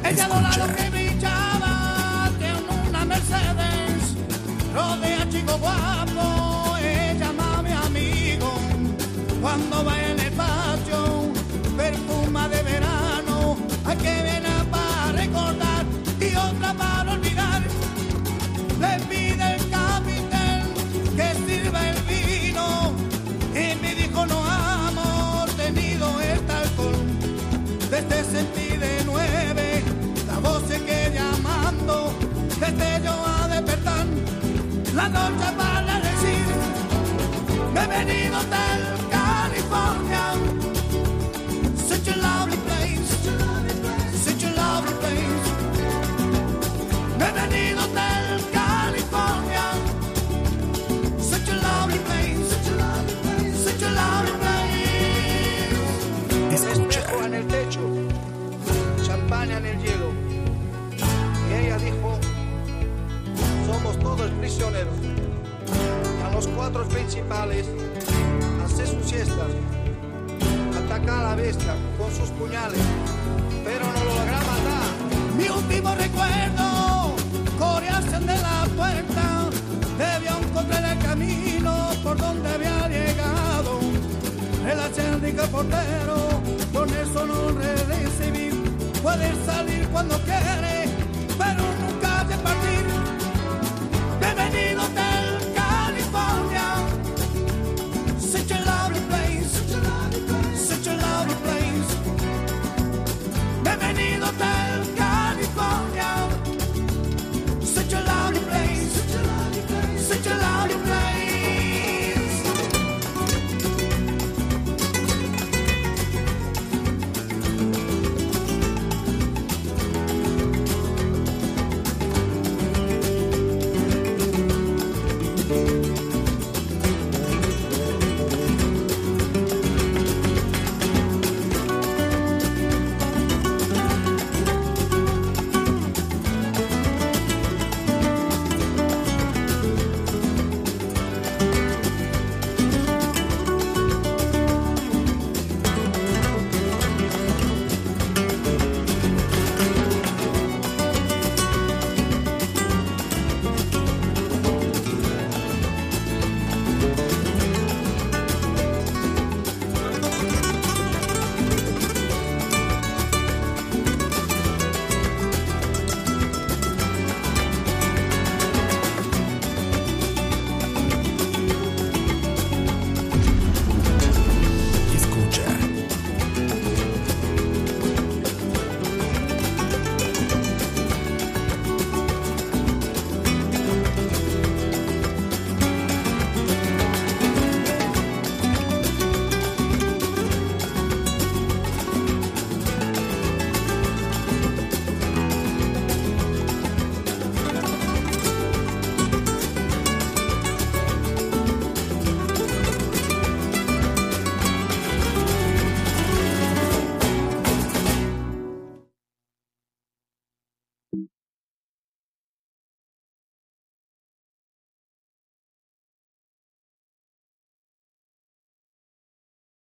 Ella adora lo que brillaba de una Mercedes, rodea chico guapo, ella mami amigo. Cuando va en el patio, perfuma de verano, hay que verla para recordar y otra para olvidar. Le pide el capitán que sirva el vino y me dijo no amo tenido el alcohol desde sentí este de nueve, la voz se queda llamando, desde este yo a despertar, la noche para decir, bienvenido del California, such a lovely place, such a lovely place, bienvenido del California, such a lovely place, such a lovely place. Espejo en el techo, champaña en el hielo. Y ella dijo, somos todos prisioneros. Y a los cuatro principales hace sus siestas, ataca a la bestia con sus puñales, pero no logra matar. Mi último recuerdo, corearse de la puerta, debía encontrar el camino por donde había llegado. El acérdico portero, con eso no recibir, puede salir cuando quiere.